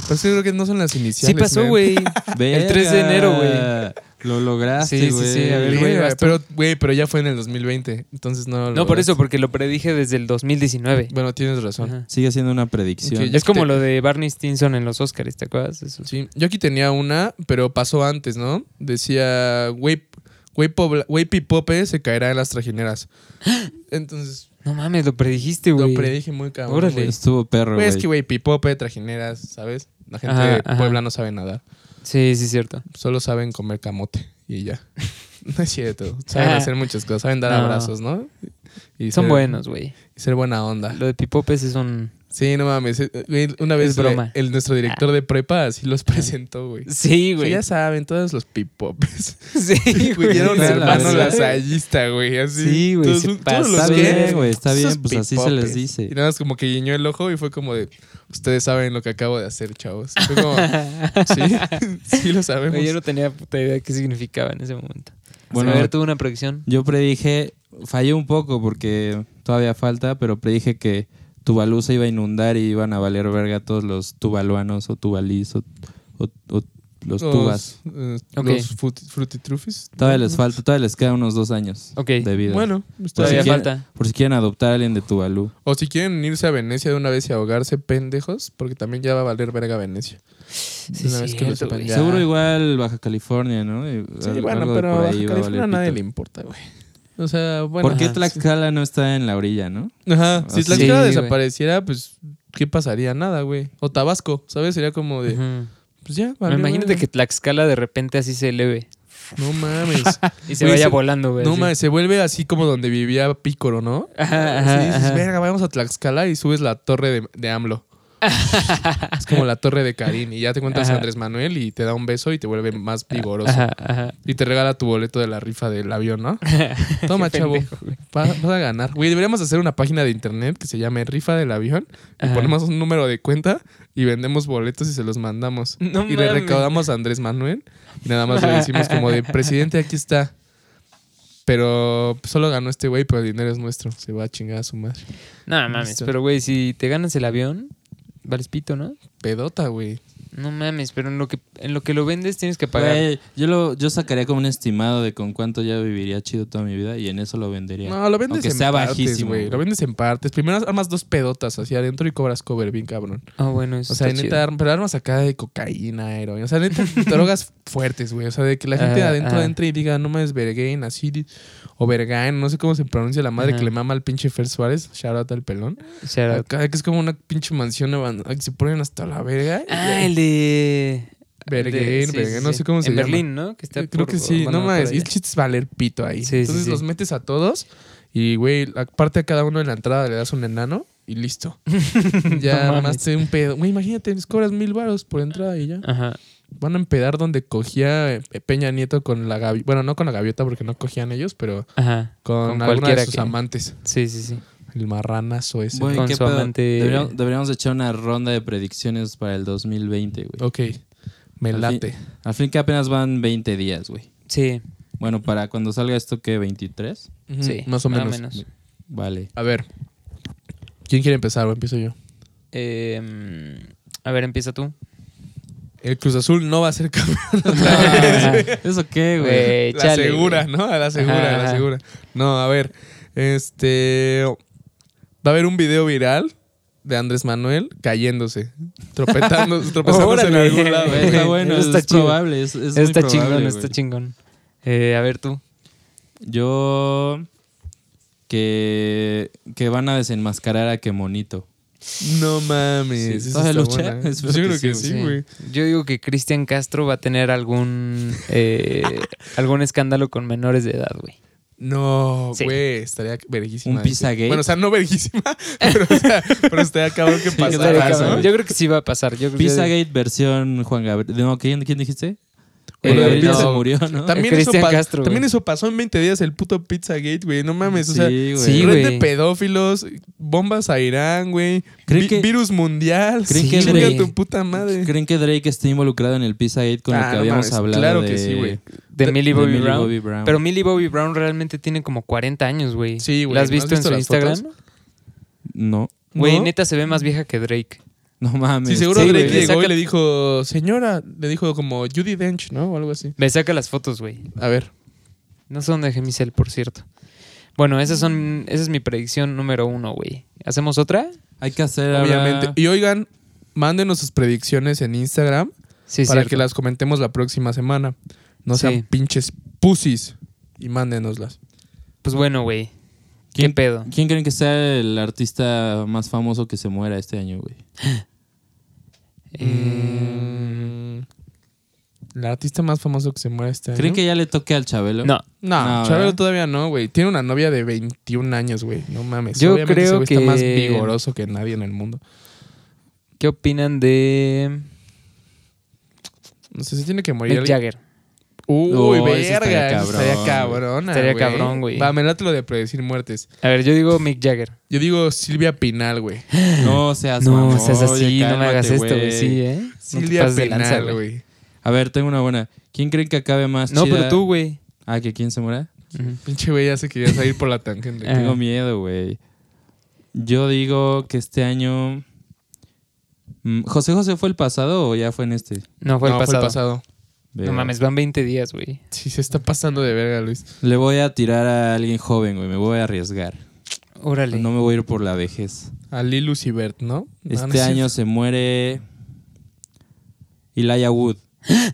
Speaker 2: Pero sí creo que no son las
Speaker 3: Sí
Speaker 2: iniciales.
Speaker 3: pasó,
Speaker 2: man.
Speaker 3: güey. El 3 de enero, güey.
Speaker 4: Verga. Lo lograste,
Speaker 3: Sí, sí,
Speaker 4: güey.
Speaker 3: sí, a ver, güey.
Speaker 2: Verga,
Speaker 3: bastó.
Speaker 2: pero, güey, pero ya fue en el 2020. Entonces no.
Speaker 3: No, por eso, porque lo predije desde el 2019.
Speaker 2: Bueno, tienes razón.
Speaker 3: Ajá.
Speaker 4: Sigue siendo una predicción.
Speaker 2: Ok, ya-
Speaker 3: Es como
Speaker 2: te-
Speaker 3: lo de Barney Stinson en los Oscars, ¿te acuerdas? Eso.
Speaker 2: Sí, yo aquí tenía una, pero pasó antes, ¿no? Decía, güey, güey, pobla- güey Pipope se caerá en las trajineras. Entonces,
Speaker 3: No mames, lo predijiste,
Speaker 2: lo
Speaker 3: güey.
Speaker 2: predije muy cabrón.
Speaker 3: Órale.
Speaker 2: güey.
Speaker 4: Estuvo perro,
Speaker 2: Güey,
Speaker 4: güey.
Speaker 2: es que, güey, Pipope, trajineras, ¿sabes? La gente
Speaker 3: Ajá,
Speaker 2: de
Speaker 3: ajá.
Speaker 2: Puebla no sabe nadar.
Speaker 3: Sí, sí, cierto.
Speaker 2: Solo saben comer camote y ya. No es cierto. Saben
Speaker 3: Ah.
Speaker 2: hacer muchas cosas. Saben dar
Speaker 3: No.
Speaker 2: abrazos, ¿no? Y
Speaker 3: Son
Speaker 2: ser-
Speaker 3: buenos, güey.
Speaker 2: y ser buena onda.
Speaker 3: Lo de Pipopes es un.
Speaker 2: Sí, no mames. eh, güey, Una vez
Speaker 3: Es broma. Ah.
Speaker 2: El, nuestro director de prepa así los presentó, güey.
Speaker 3: Sí,
Speaker 2: Sí,
Speaker 3: güey.
Speaker 2: ya saben, todos los pipopes.
Speaker 3: Sí,
Speaker 2: güey. Era un
Speaker 4: Claro,
Speaker 2: hermano
Speaker 4: güey.
Speaker 2: lasallista, güey. Así.
Speaker 3: Sí, güey,
Speaker 2: Todos-
Speaker 3: se
Speaker 2: todos
Speaker 3: pasa,
Speaker 2: los
Speaker 4: Está
Speaker 2: que-
Speaker 4: bien, güey, está
Speaker 2: Esos
Speaker 4: bien, pues así se les
Speaker 2: pipopes. Y
Speaker 4: dice.
Speaker 2: nada más como que guiñó el ojo y fue como de, ustedes saben lo que acabo de hacer, chavos. Y fue como, sí, sí lo sabemos.
Speaker 3: Güey, Yo no tenía puta idea de qué significaba en ese momento.
Speaker 4: Bueno,
Speaker 3: a ver, tuve una predicción.
Speaker 4: Yo predije, fallé un poco porque todavía falta, pero predije que Tuvalu se iba a inundar y iban a valer verga todos los tuvaluanos o tubalís o, o- o los tubas.
Speaker 2: eh,
Speaker 3: Ok.
Speaker 2: Los fruti- frutitrufis.
Speaker 4: Todavía les falta, todavía les queda unos dos años
Speaker 3: Ok.
Speaker 4: de vida.
Speaker 2: Bueno, está
Speaker 4: Pues
Speaker 3: Todavía
Speaker 2: bien.
Speaker 4: quieren-
Speaker 3: falta.
Speaker 4: Por si quieren adoptar a alguien de Tuvalu.
Speaker 2: O si quieren irse a Venecia de una vez y ahogarse, pendejos, porque también ya va a valer verga Venecia.
Speaker 3: Sí,
Speaker 2: una vez que lo
Speaker 3: cierto,
Speaker 2: sepan
Speaker 3: güey.
Speaker 2: ya.
Speaker 4: Seguro igual Baja California, ¿no? Y
Speaker 2: Sí,
Speaker 4: al-
Speaker 2: bueno,
Speaker 4: algo de
Speaker 2: pero
Speaker 4: por
Speaker 2: a
Speaker 4: ahí va a
Speaker 2: California a
Speaker 4: valer
Speaker 2: nadie le
Speaker 4: pito.
Speaker 2: importa, güey. O sea, bueno.
Speaker 4: ¿Por qué
Speaker 3: Ajá,
Speaker 4: Tlaxcala no está en la orilla, no?
Speaker 2: Ajá,
Speaker 4: O
Speaker 2: si
Speaker 4: sea,
Speaker 2: Tlaxcala
Speaker 3: sí, güey.
Speaker 2: desapareciera, pues, ¿qué pasaría? Nada, güey. O Tabasco, ¿sabes? Sería como de,
Speaker 3: Ujú.
Speaker 2: pues ya,
Speaker 3: Bueno,
Speaker 2: valió,
Speaker 3: imagínate
Speaker 2: güey.
Speaker 3: que Tlaxcala de repente así se eleve
Speaker 2: No mames,
Speaker 3: y se
Speaker 2: Güey,
Speaker 3: vaya
Speaker 2: se-
Speaker 3: volando, güey.
Speaker 2: no
Speaker 3: así.
Speaker 2: mames, se vuelve así como donde vivía Pícoro, ¿no?
Speaker 3: Ajá,
Speaker 2: Así
Speaker 3: Ah, ajá,
Speaker 2: dices,
Speaker 3: ajá.
Speaker 2: verga, vamos a Tlaxcala y subes la torre de, de AMLO. es como la torre de Karim y ya te encuentras a
Speaker 3: Ajá.
Speaker 2: Andrés Manuel y te da un beso y te vuelve más vigoroso.
Speaker 3: Ajá, ajá.
Speaker 2: Y te regala tu boleto de la rifa del avión, ¿no? Toma,
Speaker 3: Qué
Speaker 2: chavo.
Speaker 3: pendejo, güey.
Speaker 2: Vas, vas a ganar. Güey, deberíamos hacer una página de internet que se llame Rifa del Avión. Y
Speaker 3: Ajá.
Speaker 2: ponemos un número de cuenta y vendemos boletos y se los mandamos.
Speaker 3: No
Speaker 2: y le
Speaker 3: mames.
Speaker 2: recaudamos a Andrés Manuel. Y nada más le decimos como de, presidente, aquí está. Pero solo ganó este güey, pero el dinero es nuestro. Se va a chingar a su madre.
Speaker 3: No mames,
Speaker 2: Listo.
Speaker 3: pero güey, si te ganas el avión, vales pito, ¿no?
Speaker 2: Pedota, güey.
Speaker 3: No mames, pero en lo que en lo que lo vendes tienes que pagar.
Speaker 4: Güey, yo, lo, yo sacaría como un estimado de con cuánto ya viviría chido toda mi vida y en eso lo vendería.
Speaker 2: No, lo vendes
Speaker 4: Aunque
Speaker 2: en
Speaker 4: sea
Speaker 2: partes,
Speaker 4: bajísimo,
Speaker 2: güey.
Speaker 4: güey.
Speaker 2: Lo vendes en partes. Primero armas dos pedotas hacia adentro y cobras cover, bien cabrón.
Speaker 3: Ah, bueno, eso
Speaker 2: O sea,
Speaker 3: está
Speaker 2: neta,
Speaker 3: chido.
Speaker 2: ar- pero armas acá de cocaína, heroína. O sea, neta, drogas fuertes, güey. O sea, de que la gente de
Speaker 3: Ah,
Speaker 2: adentro
Speaker 3: ah.
Speaker 2: entre y diga, no mames, Bergain, así, di- o Bergain, no sé cómo se pronuncia la madre
Speaker 3: Ajá.
Speaker 2: que le mama al pinche Fer Suárez. Shout out al pelón.
Speaker 3: Shout out.
Speaker 2: Acá que es como una pinche mansión abandonada que se ponen hasta la verga.
Speaker 3: Ah, el de.
Speaker 2: Bergen,
Speaker 3: de- sí, sí,
Speaker 2: Bergen, no
Speaker 3: sí.
Speaker 2: sé cómo se
Speaker 3: En
Speaker 2: llama. Eh,
Speaker 3: Berlín, ¿no? Que está
Speaker 2: Creo
Speaker 3: por-
Speaker 2: que sí,
Speaker 3: bueno,
Speaker 2: no
Speaker 3: por
Speaker 2: mames. Y
Speaker 3: allá.
Speaker 2: el chiste es valer pito ahí.
Speaker 3: Sí, sí,
Speaker 2: Entonces
Speaker 3: sí.
Speaker 2: los metes a todos. Y, güey, aparte a cada uno en la entrada le das un enano y listo. ya
Speaker 3: No mames.
Speaker 2: más un pedo. Güey, imagínate, les cobras mil varos por entrada y ya.
Speaker 3: Ajá.
Speaker 2: Van a empedar donde cogía eh, Peña Nieto con la gaviota. Bueno, no con la gaviota porque no cogían ellos, pero
Speaker 3: Ajá.
Speaker 2: con,
Speaker 3: Con
Speaker 2: alguna de
Speaker 3: cualquiera
Speaker 2: sus
Speaker 3: que-
Speaker 2: amantes.
Speaker 3: Sí, sí, sí.
Speaker 2: El marranazo ese.
Speaker 4: Güey,
Speaker 3: Con
Speaker 4: ¿qué
Speaker 3: su
Speaker 4: pedo?
Speaker 3: amante-
Speaker 4: Deberíamos, deberíamos echar una ronda de predicciones para el 2020, güey.
Speaker 2: Ok, me
Speaker 4: Al
Speaker 2: late.
Speaker 4: Al fin que apenas van 20 días, güey.
Speaker 3: Sí,
Speaker 4: Bueno, para cuando salga esto, ¿qué? ¿23?
Speaker 2: Ujú,
Speaker 3: sí.
Speaker 2: Más o menos.
Speaker 4: Vale.
Speaker 2: A ver, ¿quién quiere empezar o empiezo yo?
Speaker 3: Eh, mm, a ver, empieza tú.
Speaker 2: El Cruz Azul no va a ser campeón.
Speaker 4: ¿Eso qué, güey?
Speaker 3: Güey,
Speaker 2: la
Speaker 3: Eh, chale,
Speaker 2: segura,
Speaker 3: güey.
Speaker 2: ¿no? A la segura, a la
Speaker 3: Ajá.
Speaker 2: segura. No, a ver. Este. Va a haber un video viral de Andrés Manuel cayéndose, tropetando, tropezándose en
Speaker 3: Órale.
Speaker 2: algún lado.
Speaker 4: Güey, Está bueno,
Speaker 3: Eso
Speaker 4: está
Speaker 3: está chido.
Speaker 4: probable. Es, es muy
Speaker 3: está
Speaker 4: probable,
Speaker 3: chingón,
Speaker 4: güey.
Speaker 3: está chingón. Eh, a ver tú.
Speaker 4: Yo... Que, que van a desenmascarar a Kemonito.
Speaker 2: No mames.
Speaker 4: Sí,
Speaker 2: eso
Speaker 4: ¿todavía
Speaker 2: está
Speaker 4: lucha?
Speaker 2: buena. ¿eh? Yo
Speaker 4: Espero
Speaker 2: creo
Speaker 4: que
Speaker 2: que
Speaker 4: sí,
Speaker 2: sí, güey.
Speaker 3: Yo digo que Cristian Castro va a tener algún eh, algún escándalo con menores de edad, güey.
Speaker 2: No,
Speaker 3: Sí.
Speaker 2: güey, estaría verguísima.
Speaker 4: Un Pizzagate.
Speaker 2: Bueno, o sea, no verguísima, pero, o sea, pero estaría cabrón que
Speaker 3: Estaría
Speaker 2: pasara,
Speaker 3: cabrón.
Speaker 2: ¿no?
Speaker 3: Yo creo que sí va a pasar. Yo
Speaker 4: Pues
Speaker 3: creo que-
Speaker 4: Pizzagate versión Juan Gabriel. No, ¿quién, quién dijiste?
Speaker 3: Eh,
Speaker 4: Juan Gabriel ya
Speaker 3: no.
Speaker 4: se murió, ¿no?
Speaker 2: También,
Speaker 3: El
Speaker 2: eso,
Speaker 3: Cristian
Speaker 2: pa-
Speaker 3: Castro,
Speaker 2: también
Speaker 3: güey.
Speaker 2: eso pasó en 20 días el puto Pizzagate, güey. No mames, o sea,
Speaker 4: Sí, güey.
Speaker 3: sí,
Speaker 2: Eh, red de
Speaker 3: güey.
Speaker 2: pedófilos, bombas a Irán, güey.
Speaker 4: ¿Creen
Speaker 2: vi-
Speaker 4: que-
Speaker 2: virus mundial.
Speaker 4: ¿Creen
Speaker 2: Sí,
Speaker 4: que
Speaker 2: chinga
Speaker 4: Drake-
Speaker 2: tu puta madre.
Speaker 4: ¿Creen que Drake esté involucrado en el Pizzagate con
Speaker 2: Ah,
Speaker 4: lo que
Speaker 2: no
Speaker 4: habíamos
Speaker 2: mames,
Speaker 4: hablado?
Speaker 2: claro que
Speaker 4: de-
Speaker 2: sí, güey.
Speaker 3: de Millie
Speaker 4: de
Speaker 3: Bobby
Speaker 4: Millie
Speaker 3: Brown.
Speaker 4: Bobby Brown.
Speaker 3: Pero Millie Bobby Brown realmente tiene como 40 años, güey.
Speaker 2: Sí, güey,
Speaker 3: ¿La has
Speaker 2: ¿no has
Speaker 3: visto en
Speaker 2: visto
Speaker 3: su
Speaker 2: las
Speaker 3: Instagram?
Speaker 4: No.
Speaker 3: Güey,
Speaker 2: ¿No?
Speaker 3: neta se ve más vieja que Drake.
Speaker 4: No mames.
Speaker 2: Sí, seguro
Speaker 3: Sí,
Speaker 2: Drake
Speaker 3: güey, le
Speaker 2: llegó y
Speaker 3: saca-
Speaker 2: le dijo, señora, le dijo como Judy Dench, ¿no? O algo así.
Speaker 3: Me saca las fotos, güey.
Speaker 2: A ver.
Speaker 3: No sé dónde dejé mi cel, por cierto. Bueno, esas son, esa es mi predicción número uno, güey. ¿Hacemos otra?
Speaker 4: Hay que hacer ahora-
Speaker 2: Obviamente. Y oigan, mándenos sus predicciones en Instagram
Speaker 3: Sí,
Speaker 2: para
Speaker 3: cierto.
Speaker 2: que las comentemos la próxima semana. No
Speaker 3: Sí.
Speaker 2: sean pinches pusis y mándenoslas.
Speaker 3: Pues bueno, güey. ¿Qué
Speaker 4: ¿Quién-
Speaker 3: pedo?
Speaker 4: ¿Quién creen que sea el artista más famoso que se muera este año, güey? Mm.
Speaker 3: Eh,
Speaker 2: Mm. El artista más famoso que se muere este año.
Speaker 4: ¿Creen que ya le toque al Chabelo?
Speaker 3: no,
Speaker 2: No,
Speaker 4: No,
Speaker 2: Chabelo
Speaker 4: ¿verdad?
Speaker 2: todavía no, güey. Tiene una novia de 21 años, güey. No mames.
Speaker 3: Yo
Speaker 2: Obviamente
Speaker 3: creo
Speaker 2: ese güey está
Speaker 3: que-
Speaker 2: más vigoroso que nadie en el mundo.
Speaker 3: ¿qué opinan de
Speaker 2: No sé, se tiene que morir.
Speaker 3: Mick
Speaker 2: alguien.
Speaker 3: Jagger?
Speaker 2: Uy,
Speaker 4: Oh, ese estaría
Speaker 2: verga. eso
Speaker 4: cabrón.
Speaker 2: Estaría cabrona,
Speaker 3: Estaría cabrón, güey.
Speaker 2: Va, me late lo de predecir muertes.
Speaker 3: A ver, yo digo Mick Jagger.
Speaker 2: Yo digo Silvia Pinal, güey.
Speaker 4: No seas
Speaker 3: No,
Speaker 4: mamón,
Speaker 3: seas así,
Speaker 4: ya
Speaker 3: no me hagas
Speaker 4: cálmate,
Speaker 3: esto, güey. Sí, ¿eh? No te
Speaker 2: Silvia
Speaker 3: pases de lanza,
Speaker 2: Pinal, güey.
Speaker 4: A ver, tengo una buena. ¿Quién creen que acabe más
Speaker 3: No,
Speaker 4: chida?
Speaker 3: pero tú, güey.
Speaker 4: Ah, ¿que quién se muera?
Speaker 3: Ujú.
Speaker 2: Pinche güey ya se quería salir por la tangente.
Speaker 3: Ah.
Speaker 4: Tengo miedo, güey. Yo digo que este año... Mm, ¿José José fue el pasado o ya fue en este?
Speaker 3: No, fue el
Speaker 2: No,
Speaker 3: pasado.
Speaker 2: pasado.
Speaker 3: No mames, van 20 días, güey.
Speaker 2: Sí, se está pasando de verga, Luis.
Speaker 4: Le voy a tirar a alguien joven, güey. Me voy a arriesgar.
Speaker 3: Órale.
Speaker 4: No me voy a ir por la vejez.
Speaker 2: A Lil Uzi Vert, ¿no? No, no
Speaker 4: Este
Speaker 2: es
Speaker 4: año se muere... Elijah Wood.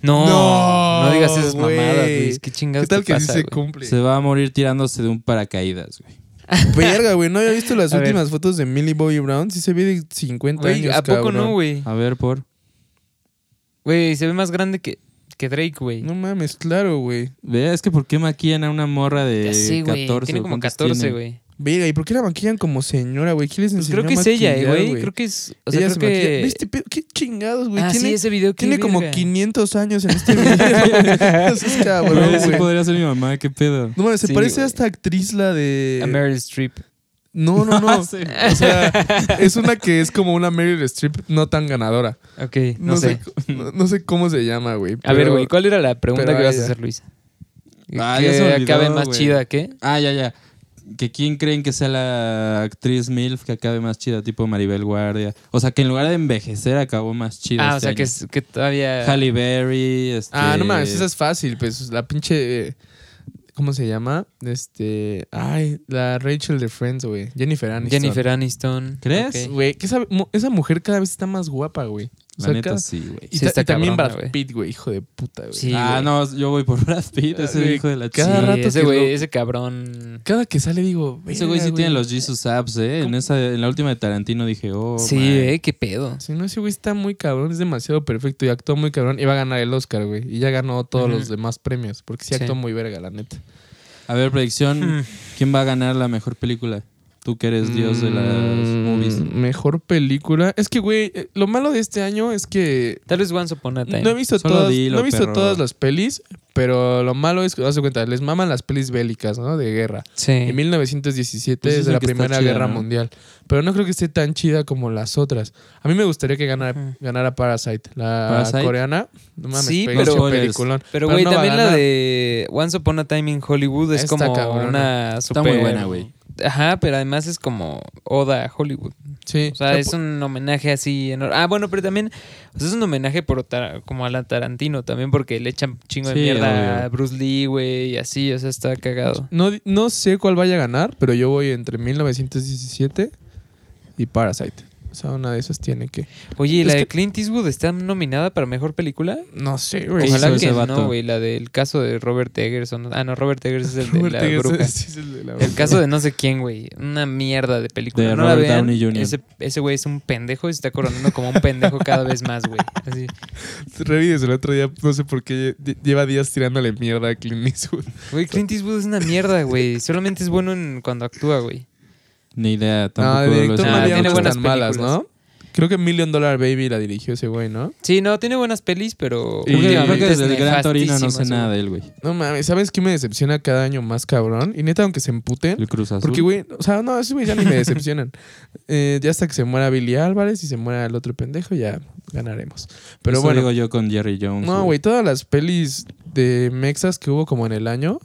Speaker 3: No,
Speaker 2: No,
Speaker 3: no, digas esas
Speaker 2: güey.
Speaker 3: mamadas, Luis. ¿Qué chingados
Speaker 2: ¿Qué tal
Speaker 3: te
Speaker 2: que sí
Speaker 3: pasa,
Speaker 2: se
Speaker 3: güey?
Speaker 2: cumple?
Speaker 4: Se va a morir tirándose de un paracaídas, güey.
Speaker 2: Verga, güey. No había visto las
Speaker 3: A ver.
Speaker 2: últimas fotos de Millie Bobby Brown. Sí se ve de 50
Speaker 3: Güey,
Speaker 2: años.
Speaker 3: ¿a poco
Speaker 2: cabrón.
Speaker 3: no, güey?
Speaker 4: A ver, por.
Speaker 3: Güey, se ve más grande que, que Drake, güey.
Speaker 2: No mames, claro, güey.
Speaker 4: Vea, es que ¿por qué maquillan a una morra de
Speaker 3: Ya sé, güey.
Speaker 4: 14?
Speaker 3: Tiene
Speaker 4: Eh, o
Speaker 3: como
Speaker 4: cuántos
Speaker 3: 14,
Speaker 4: tiene?
Speaker 3: güey.
Speaker 2: Verga, ¿y por qué la maquillan como señora, güey? ¿Quién les
Speaker 3: Pues
Speaker 2: enseñó
Speaker 3: creo que
Speaker 2: a
Speaker 3: es ella, eh,
Speaker 2: maquillar,
Speaker 3: güey. Creo que es. O sea, creo
Speaker 2: ella se maquilla.
Speaker 3: que.
Speaker 2: ¿Viste? Pero qué chingados, güey.
Speaker 3: ah,
Speaker 2: tiene
Speaker 3: sí, ese video que.
Speaker 2: tiene como 500 años en este video. Eso es cabrón,
Speaker 4: Güey, sí
Speaker 2: güey.
Speaker 4: podría ser mi mamá, qué pedo.
Speaker 2: No mames, se
Speaker 3: Sí,
Speaker 2: parece
Speaker 3: güey.
Speaker 2: a esta actriz la
Speaker 3: A
Speaker 2: de...
Speaker 3: Meryl Streep.
Speaker 2: No, no,
Speaker 3: Ah,
Speaker 2: no.
Speaker 4: Sí.
Speaker 2: O sea, es una que es como una Meryl Streep no tan ganadora.
Speaker 3: Ok,
Speaker 2: No,
Speaker 3: no, sé.
Speaker 2: sé. No, no sé cómo se llama, güey.
Speaker 3: A ver,
Speaker 2: pero-
Speaker 3: güey, ¿cuál era la pregunta
Speaker 2: pero
Speaker 3: que vas
Speaker 2: ella.
Speaker 3: a hacer, Luisa?
Speaker 4: Ah, ya se
Speaker 3: que
Speaker 4: me olvidó,
Speaker 3: acabe más
Speaker 4: güey.
Speaker 3: chida, ¿qué?
Speaker 4: Ah, ya, ya. ¿Que quién creen que sea la actriz MILF que acabe más chida, tipo Maribel Guardia? O sea, que en lugar de envejecer acabó más chida.
Speaker 3: Ah, o
Speaker 4: este
Speaker 3: sea, que,
Speaker 4: año.
Speaker 3: es- que todavía.
Speaker 4: Halle Berry, este...
Speaker 2: Eh, Ah, no mames, esa es fácil, pues la pinche... eh, ¿Cómo se llama? Este... Ay, la Rachel de Friends, güey. Jennifer Aniston.
Speaker 3: Jennifer Aniston.
Speaker 4: ¿Crees?
Speaker 3: Ok.
Speaker 2: Güey, que esa, mu- esa mujer cada vez está más guapa, güey. O
Speaker 4: La
Speaker 2: sea,
Speaker 4: neta
Speaker 2: cada-
Speaker 4: sí, güey.
Speaker 2: Y,
Speaker 3: Sí
Speaker 2: ta-
Speaker 3: está
Speaker 2: y también
Speaker 3: cabrona,
Speaker 2: Brad
Speaker 3: güey.
Speaker 2: Pitt, güey, hijo de puta, güey.
Speaker 3: Sí,
Speaker 4: ah,
Speaker 3: güey.
Speaker 4: no, yo voy por Brad Pitt,
Speaker 2: Ah,
Speaker 4: ese
Speaker 2: güey,
Speaker 4: hijo de la
Speaker 3: Sí,
Speaker 2: cada
Speaker 4: chingada.
Speaker 2: rato
Speaker 3: ese
Speaker 2: que
Speaker 3: güey,
Speaker 2: lo-
Speaker 3: ese cabrón.
Speaker 2: Cada que sale digo,
Speaker 4: Ese güey sí
Speaker 2: "Verga,
Speaker 4: tiene los Jesus Apps, ¿eh? En, esa, en la última de Tarantino dije, oh,
Speaker 3: sí,
Speaker 4: man.
Speaker 3: eh, qué pedo.
Speaker 2: Si no, ese güey está muy cabrón, es demasiado perfecto y actuó muy cabrón. Iba a ganar el Oscar, güey. Y ya ganó todos
Speaker 3: Ujú.
Speaker 2: los demás premios, porque sí
Speaker 3: Sí.
Speaker 2: actuó muy verga, la neta.
Speaker 4: A ver, predicción.
Speaker 3: Hmm.
Speaker 4: ¿Quién va a ganar la mejor película? Tú que eres dios de las
Speaker 2: Mm,
Speaker 4: movies.
Speaker 2: Mejor película. Es que, güey, eh, lo malo de este año es que
Speaker 3: Tal vez Once Upon a Time.
Speaker 2: No he visto,
Speaker 4: Solo
Speaker 2: todas,
Speaker 4: dilo,
Speaker 2: no he visto
Speaker 4: perro.
Speaker 2: todas las pelis, pero lo malo es que, haz de cuenta, les maman las pelis bélicas, ¿no? De guerra.
Speaker 3: Sí.
Speaker 2: En 1917
Speaker 4: Pues
Speaker 2: es
Speaker 4: dicen
Speaker 2: la
Speaker 4: que está
Speaker 2: Primera
Speaker 4: chida,
Speaker 2: Guerra
Speaker 4: ¿no?
Speaker 2: Mundial. Pero no creo que esté tan chida como las otras. A mí me gustaría que ganara,
Speaker 3: Ajá.
Speaker 2: ganara Parasite, la
Speaker 4: ¿Parasite?
Speaker 2: coreana. No mames,
Speaker 3: Sí,
Speaker 2: pegó
Speaker 3: pero-
Speaker 2: ese peliculón.
Speaker 3: Pero, güey,
Speaker 2: no va a
Speaker 3: también la
Speaker 2: ganar.
Speaker 3: de Once Upon a Time in Hollywood es
Speaker 2: Está
Speaker 3: como
Speaker 2: cabrona.
Speaker 3: una super...
Speaker 4: Está muy buena, güey.
Speaker 3: Ajá, pero además es como oda a Hollywood.
Speaker 2: Sí.
Speaker 3: O sea, es un homenaje así enorme. Ah, bueno, pero también o sea, es un homenaje por ta- como a la Tarantino también porque le echan chingo de
Speaker 4: Sí,
Speaker 3: mierda
Speaker 4: obvio.
Speaker 3: a Bruce Lee, güey, y así, o sea, está cagado.
Speaker 2: No, no sé cuál vaya a ganar, pero yo voy entre 1917 y Parasite. O sea, una de esas tiene que...
Speaker 3: Oye, ¿y
Speaker 2: Es
Speaker 3: la de
Speaker 2: que-
Speaker 3: Clint Eastwood está nominada para mejor película?
Speaker 2: No sé, güey.
Speaker 4: hizo
Speaker 3: Ojalá
Speaker 4: ese
Speaker 3: que
Speaker 4: vato?
Speaker 3: no, güey, la del caso de Robert Eggerson. Ah, no, Robert Eggers es el
Speaker 2: Robert
Speaker 3: de la
Speaker 2: Eggers
Speaker 3: bruja.
Speaker 2: es el de la
Speaker 3: El
Speaker 2: bruja.
Speaker 3: caso de no sé quién, güey. Una mierda de película.
Speaker 4: De
Speaker 3: no la
Speaker 4: Robert
Speaker 3: vean.
Speaker 4: Downey Jr..
Speaker 3: Ese, ese güey es un pendejo y se está coronando como un pendejo cada vez más, güey. Así.
Speaker 2: Revi desde el otro día, no sé por qué lle- lleva días tirándole mierda a Clint Eastwood.
Speaker 3: Güey, Clint Eastwood es una mierda, güey. Solamente es bueno en cuando actúa, güey.
Speaker 4: Ni idea,
Speaker 2: No, de
Speaker 4: tampoco lo
Speaker 2: director
Speaker 4: sé.
Speaker 2: no
Speaker 3: Ah,
Speaker 2: había
Speaker 3: tiene
Speaker 2: muchas
Speaker 3: buenas
Speaker 2: tan malas,
Speaker 3: películas.
Speaker 2: ¿no? Creo que Million Dollar Baby la dirigió ese güey, ¿no?
Speaker 3: Sí, no, tiene buenas pelis, pero.
Speaker 2: Y-
Speaker 4: Creo que- creo
Speaker 3: últimamente
Speaker 4: que
Speaker 3: es
Speaker 4: desde el Gran Torino no sé
Speaker 3: nefastísimas,
Speaker 4: nada
Speaker 3: güey.
Speaker 4: de él, güey.
Speaker 2: No mames, ¿sabes qué me decepciona cada año más cabrón? Y neta, aunque se emputen.
Speaker 4: El Cruz Azul.
Speaker 2: Porque, güey, o sea, no, esos güey ya ni me decepcionan. Eh, ya hasta que se muera Billy Álvarez y se muera el otro pendejo, ya ganaremos. Pero
Speaker 4: Eso
Speaker 2: bueno,
Speaker 4: digo yo con Jerry Jones.
Speaker 2: No, güey, todas las pelis de Mexas que hubo como en el año.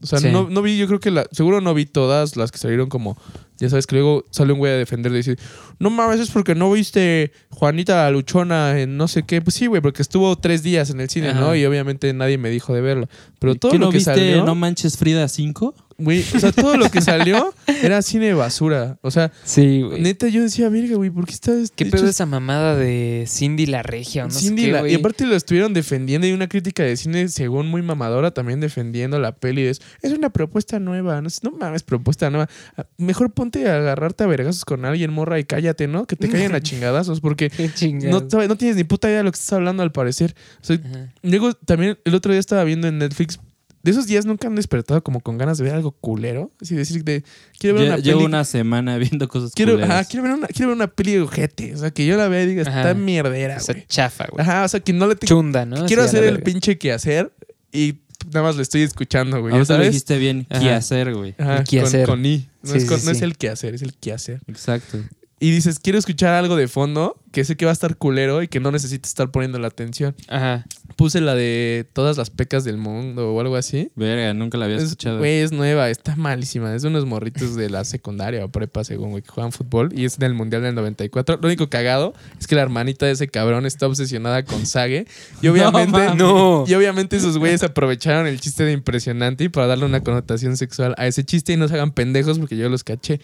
Speaker 2: O sea,
Speaker 3: Sí.
Speaker 2: no, no vi, yo creo que la, seguro no vi todas las que salieron como. Ya sabes que luego sale un güey a defender y decir, no mames, es porque no viste Juanita Luchona en no sé qué. Pues sí, güey, porque estuvo tres días en el cine,
Speaker 3: Ajá.
Speaker 2: ¿no? Y obviamente nadie me dijo de verla. Pero todo
Speaker 4: ¿Qué
Speaker 2: lo
Speaker 4: no
Speaker 2: que
Speaker 4: viste
Speaker 2: salió.
Speaker 4: No Manches Frida 5?
Speaker 2: güey, o sea, todo lo que salió era cine de basura. O sea,
Speaker 3: Sí, güey.
Speaker 2: neta, yo decía, verga, güey, ¿por qué está
Speaker 3: ¿Qué
Speaker 2: hecho
Speaker 3: pedo esa mamada de Cindy la Regia o no
Speaker 2: Cindy
Speaker 3: sé qué,
Speaker 2: la-
Speaker 3: güey?
Speaker 2: y aparte lo estuvieron defendiendo y una crítica de cine según muy mamadora también defendiendo la peli de, es una propuesta nueva no, sé, no mames propuesta nueva Ah, mejor ponte a agarrarte a vergazos con alguien morra y cállate no que te callen a chingadazos porque
Speaker 3: Qué
Speaker 2: no,
Speaker 3: chingados.
Speaker 2: sabes- no tienes ni puta idea de lo que estás hablando al parecer O sea,
Speaker 3: Ajá.
Speaker 2: luego también el otro día estaba viendo en Netflix de esos días nunca han despertado como con ganas de ver algo culero así decir de quiero ver
Speaker 4: Lle-
Speaker 2: una
Speaker 4: Llevo
Speaker 2: peli
Speaker 4: una semana viendo cosas
Speaker 2: Quiero, ah,
Speaker 4: culeras.
Speaker 2: ajá, quiero ver una, quiero ver una peli de ojete. O sea, que yo la vea y diga,
Speaker 3: Ajá.
Speaker 2: está mierdera,
Speaker 3: O
Speaker 2: Ah, güey.
Speaker 3: sea, chafa, güey.
Speaker 2: Ajá, o sea, que no le te
Speaker 3: Chunda, ¿no?
Speaker 2: quiero
Speaker 3: Así a
Speaker 2: hacer
Speaker 3: la
Speaker 2: el
Speaker 3: verga.
Speaker 2: pinche quehacer y nada más le estoy escuchando, güey.
Speaker 4: Ahorita
Speaker 2: ¿ya
Speaker 4: lo
Speaker 2: ¿Sabes?
Speaker 4: dijiste bien,
Speaker 3: Ajá.
Speaker 4: qué hacer, güey.
Speaker 2: Ajá,
Speaker 3: El quehacer.
Speaker 2: Con, con I. No,
Speaker 3: Sí,
Speaker 2: es, con-
Speaker 3: sí,
Speaker 2: no
Speaker 3: sí.
Speaker 2: es el quehacer, es el quehacer.
Speaker 4: Exacto.
Speaker 2: Y dices, quiero escuchar algo de fondo que sé que va a estar culero y que no necesito estar poniendo la atención.
Speaker 3: Ajá.
Speaker 2: Puse la de todas las pecas del mundo o algo así.
Speaker 4: Verga, nunca la había
Speaker 2: Es,
Speaker 4: escuchado.
Speaker 2: güey, es nueva, está malísima. Es de unos morritos de la secundaria o prepa, según, güey, que juegan fútbol. Y es del Mundial del 94. Lo único cagado es que la hermanita de ese cabrón está obsesionada con Sage. Y obviamente,
Speaker 4: mames.
Speaker 3: No.
Speaker 2: y obviamente esos güeyes aprovecharon el chiste de impresionante y para darle una connotación sexual a ese chiste y no se hagan pendejos porque yo los caché.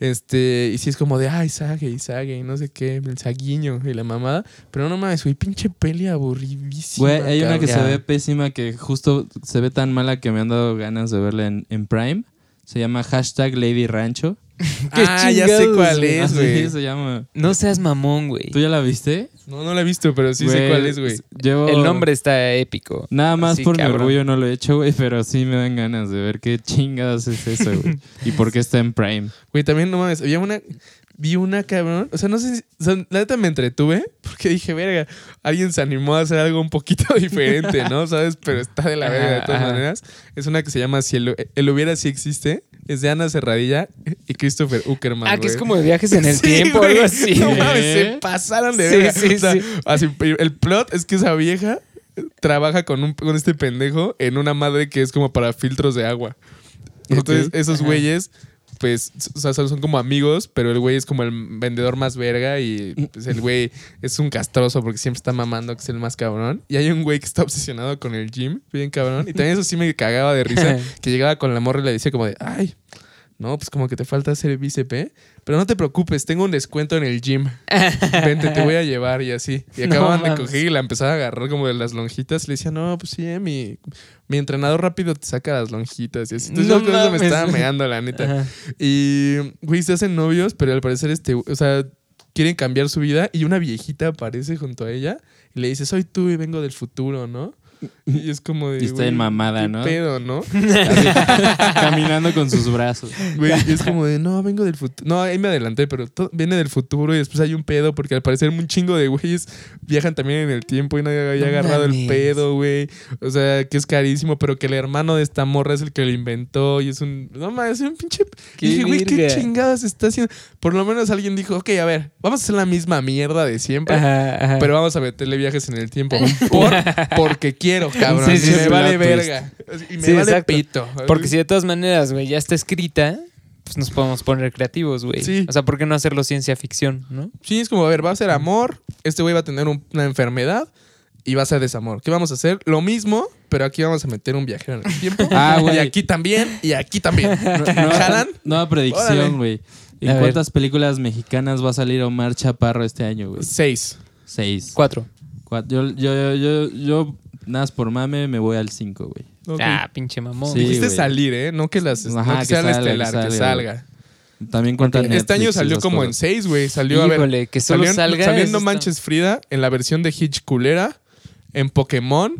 Speaker 2: Este, y sí es como de, ay, Sage, y Sage, y no sé qué, el saguiño y la mamada. Pero no mames, güey, pinche peli aburridísima.
Speaker 4: Güey, hay una que se
Speaker 2: cabrón.
Speaker 4: ve pésima que justo se ve tan mala que me han dado ganas de verla en, en Prime. Se llama hashtag Lady Rancho.
Speaker 3: Qué
Speaker 2: Ah, ya sé
Speaker 3: chingados,
Speaker 2: cuál
Speaker 3: güey.
Speaker 2: es,
Speaker 4: Así
Speaker 2: güey.
Speaker 4: se llama.
Speaker 3: No seas mamón, güey.
Speaker 4: ¿Tú ya la viste?
Speaker 2: No, no la he visto, pero sí sé
Speaker 4: Güey,
Speaker 2: cuál es, güey.
Speaker 4: llevo-
Speaker 3: El nombre está épico.
Speaker 4: Nada más
Speaker 3: Sí,
Speaker 4: por mi
Speaker 3: cabrón.
Speaker 4: orgullo no lo he hecho, güey, pero sí me dan ganas de ver qué chingadas es eso, güey. y por qué está en Prime.
Speaker 2: Güey, también no mames. Había una. Vi una cabrón. O sea, no sé si. o sea, la neta me entretuve porque dije, verga, alguien se animó a hacer algo un poquito diferente, ¿no? ¿Sabes? Pero está de la verga de
Speaker 3: Ajá,
Speaker 2: todas
Speaker 3: ajá.
Speaker 2: maneras. Es una que se llama Si el, el hubiera si existe. Es de Ana Cerradilla y Christopher Uckerman.
Speaker 3: ah, que es
Speaker 2: güey.
Speaker 3: como de viajes en el
Speaker 2: Sí,
Speaker 3: tiempo o
Speaker 2: güey.
Speaker 3: algo así.
Speaker 2: No
Speaker 3: güey.
Speaker 2: mames, se pasaron de
Speaker 3: Sí,
Speaker 2: verga.
Speaker 3: sí,
Speaker 2: O sea,
Speaker 3: sí.
Speaker 2: así, el plot es que esa vieja trabaja con, un, con este pendejo en una madre que es como para filtros de agua. Entonces,
Speaker 4: Ok.
Speaker 2: esos
Speaker 3: Ajá.
Speaker 2: güeyes, pues, o sea, son son como amigos, pero el güey es como el vendedor más verga y
Speaker 3: Mm.
Speaker 2: pues, el güey es un castroso porque siempre está mamando que es el más cabrón. Y hay un güey que está obsesionado con el gym, bien cabrón. Y también eso sí me cagaba de risa, que llegaba con la morra y le decía como de, ay, no, pues como que te falta hacer bíceps, ¿eh? pero no te preocupes, tengo un descuento en el gym. Vente, te voy a llevar y así. Y
Speaker 3: No
Speaker 2: acababan de
Speaker 3: mames.
Speaker 2: coger y la empezaba a agarrar como de las lonjitas. Y le decía, no, pues sí, eh, mi, mi entrenador rápido te saca las lonjitas y así. Entonces
Speaker 3: No
Speaker 2: yo con eso me
Speaker 3: mames.
Speaker 2: estaba meando, la neta.
Speaker 3: Ajá.
Speaker 2: Y, güey, se hacen novios, pero al parecer, este, o sea, quieren cambiar su vida y una viejita aparece junto a ella y le dice, soy tú y vengo del futuro, ¿no? Y es como de.
Speaker 4: Y está
Speaker 2: güey,
Speaker 4: en mamada,
Speaker 2: qué
Speaker 4: ¿no?
Speaker 2: pedo, ¿no?
Speaker 4: Así, caminando con sus brazos.
Speaker 2: Güey, y es como de, no, vengo del futuro. No, ahí me adelanté, pero to- viene del futuro y después hay un pedo porque al parecer un chingo de güeyes viajan también en el tiempo y nadie había
Speaker 3: No
Speaker 2: agarrado el
Speaker 3: mames.
Speaker 2: pedo, güey. O sea, que es carísimo, pero que el hermano de esta morra es el que lo inventó y es un... No, mames, es un pinche...
Speaker 3: ¡Qué
Speaker 2: dije, güey, qué
Speaker 3: virga!
Speaker 2: chingadas está haciendo. Por lo menos alguien dijo, ok, a ver, vamos a hacer la misma mierda de siempre.
Speaker 3: Ajá, ajá.
Speaker 2: Pero vamos a meterle viajes en el tiempo. Por, porque quiero, cabrón.
Speaker 3: Sí, sí,
Speaker 2: me
Speaker 3: sí.
Speaker 2: vale
Speaker 4: Plot twist.
Speaker 2: verga. Y me
Speaker 3: Sí,
Speaker 2: vale
Speaker 3: exacto.
Speaker 2: pito.
Speaker 3: Porque si de todas maneras, güey, ya está escrita, pues nos podemos poner creativos, güey.
Speaker 2: Sí.
Speaker 3: O sea, ¿por qué no hacerlo ciencia ficción, no?
Speaker 2: Sí, es como, a ver, va a ser amor, este güey va a tener un- una enfermedad y va a ser desamor. ¿Qué vamos a hacer? Lo mismo, pero aquí vamos a meter un viajero en el tiempo.
Speaker 4: Ah, güey.
Speaker 2: Y aquí también, y aquí también.
Speaker 4: No,
Speaker 2: ¿Jalan?
Speaker 4: Nueva
Speaker 2: Órale.
Speaker 4: predicción, güey. ¿En
Speaker 3: A ver.
Speaker 4: cuántas películas mexicanas va a salir Omar Chaparro este año, güey?
Speaker 2: Seis.
Speaker 4: Seis.
Speaker 3: Cuatro.
Speaker 4: Cuat- Yo, yo, yo, yo, yo, nada más por mame, me voy al cinco, güey.
Speaker 3: Ah, pinche mamón.
Speaker 4: Sí,
Speaker 2: Dijiste
Speaker 4: güey.
Speaker 2: salir, ¿eh? No que, las, no
Speaker 4: Ajá,
Speaker 2: que
Speaker 4: que
Speaker 2: sea la
Speaker 4: salga,
Speaker 2: estelar,
Speaker 4: que
Speaker 2: que
Speaker 4: salga,
Speaker 2: salga.
Speaker 4: También cuenta
Speaker 2: este año
Speaker 4: Netflix y
Speaker 2: salió
Speaker 4: esas
Speaker 2: como en
Speaker 4: cosas.
Speaker 2: seis, güey. Salió, a ver,
Speaker 3: Híjole, que solo
Speaker 2: salió en-
Speaker 3: salga.
Speaker 2: salió en
Speaker 3: eso
Speaker 2: No
Speaker 3: está-
Speaker 2: Manches Frida, en la versión de Hitch Culera, en Pokémon.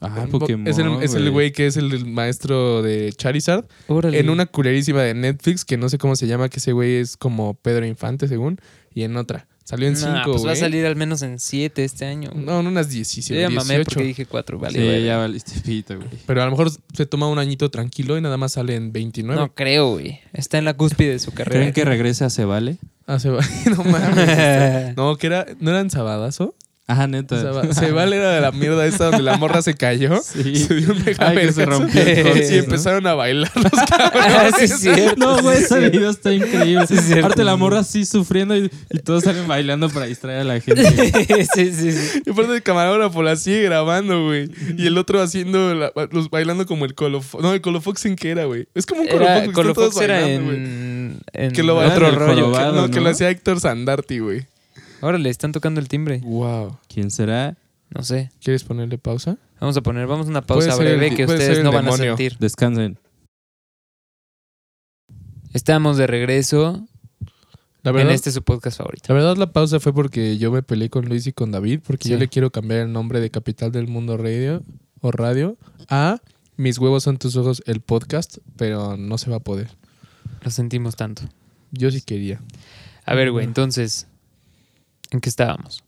Speaker 4: Ajá,
Speaker 2: en po-
Speaker 4: Ah, Pokémon.
Speaker 2: es el- es el güey que es el maestro de Charizard.
Speaker 3: Órale.
Speaker 2: En una culerísima de Netflix, que no sé cómo se llama, que ese güey es como Pedro Infante, según. Y en otra. Salió en
Speaker 3: Nah,
Speaker 2: 5,
Speaker 3: pues
Speaker 2: güey.
Speaker 3: va a salir al menos en siete este año. güey.
Speaker 2: No, en unas
Speaker 3: Yo
Speaker 2: 17,
Speaker 3: ya mamé
Speaker 2: 18.
Speaker 3: porque dije cuatro, vale.
Speaker 4: Sí,
Speaker 3: vale.
Speaker 4: ya valiste pito, güey.
Speaker 2: Pero a lo mejor se toma un añito tranquilo y nada más sale en 29.
Speaker 3: No creo, güey. Está en la cúspide de su carrera.
Speaker 4: ¿Creen que regrese a Cebale?
Speaker 2: Ah, se va. no mames. No, que era, ¿no eran Sabadazo?
Speaker 4: Ajá,
Speaker 2: Se
Speaker 4: neta.
Speaker 2: Sebal era de la mierda esta donde la morra se cayó.
Speaker 4: Sí.
Speaker 2: Se dio un mega
Speaker 4: Ay, que se
Speaker 2: vergazo.
Speaker 4: rompió el coche,
Speaker 2: Y
Speaker 4: ¿no?
Speaker 2: empezaron a bailar los
Speaker 3: Ah,
Speaker 2: cabrones.
Speaker 3: sí, es cierto,
Speaker 4: No, güey,
Speaker 3: sí, es
Speaker 4: ese
Speaker 3: cierto.
Speaker 4: video está increíble.
Speaker 3: Sí, es cierto.
Speaker 4: Aparte la morra así sufriendo y, y todos salen bailando para distraer a la gente.
Speaker 3: sí, sí, sí.
Speaker 2: Y aparte el camarógrafo la sigue grabando, güey. Y el otro haciendo, la- los bailando como el colofox. No, el colofox en qué era, güey. Es como un
Speaker 3: Era,
Speaker 2: colofox.
Speaker 3: con lo Fox era
Speaker 2: güey.
Speaker 3: en, en
Speaker 2: Que lo
Speaker 4: era
Speaker 2: otro
Speaker 4: del
Speaker 2: rollo.
Speaker 4: jorobado,
Speaker 2: que- no, que
Speaker 4: ¿no?
Speaker 2: lo hacía Héctor Sandarti, güey.
Speaker 3: Órale, están tocando el timbre.
Speaker 2: Wow.
Speaker 4: ¿Quién será?
Speaker 3: No sé.
Speaker 2: ¿Quieres ponerle pausa?
Speaker 3: Vamos a poner, vamos a una
Speaker 2: Puede
Speaker 3: pausa
Speaker 2: ser el
Speaker 3: breve
Speaker 2: di-
Speaker 3: que
Speaker 2: puede ser
Speaker 3: ustedes
Speaker 2: el
Speaker 3: no van
Speaker 2: demonio.
Speaker 3: a sentir.
Speaker 4: Descansen.
Speaker 3: Estamos de regreso
Speaker 2: La
Speaker 3: en
Speaker 2: verdad,
Speaker 3: este su podcast favorito.
Speaker 2: la verdad, la pausa fue porque yo me peleé con Luis y con David. Porque
Speaker 3: Sí.
Speaker 2: yo le quiero cambiar el nombre de Capital del Mundo Radio o Radio a Mis huevos son tus ojos, el podcast. Pero no se va a poder.
Speaker 3: Lo sentimos tanto.
Speaker 2: Yo sí quería.
Speaker 3: A ver,
Speaker 2: Mm.
Speaker 3: güey, entonces, ¿en qué estábamos?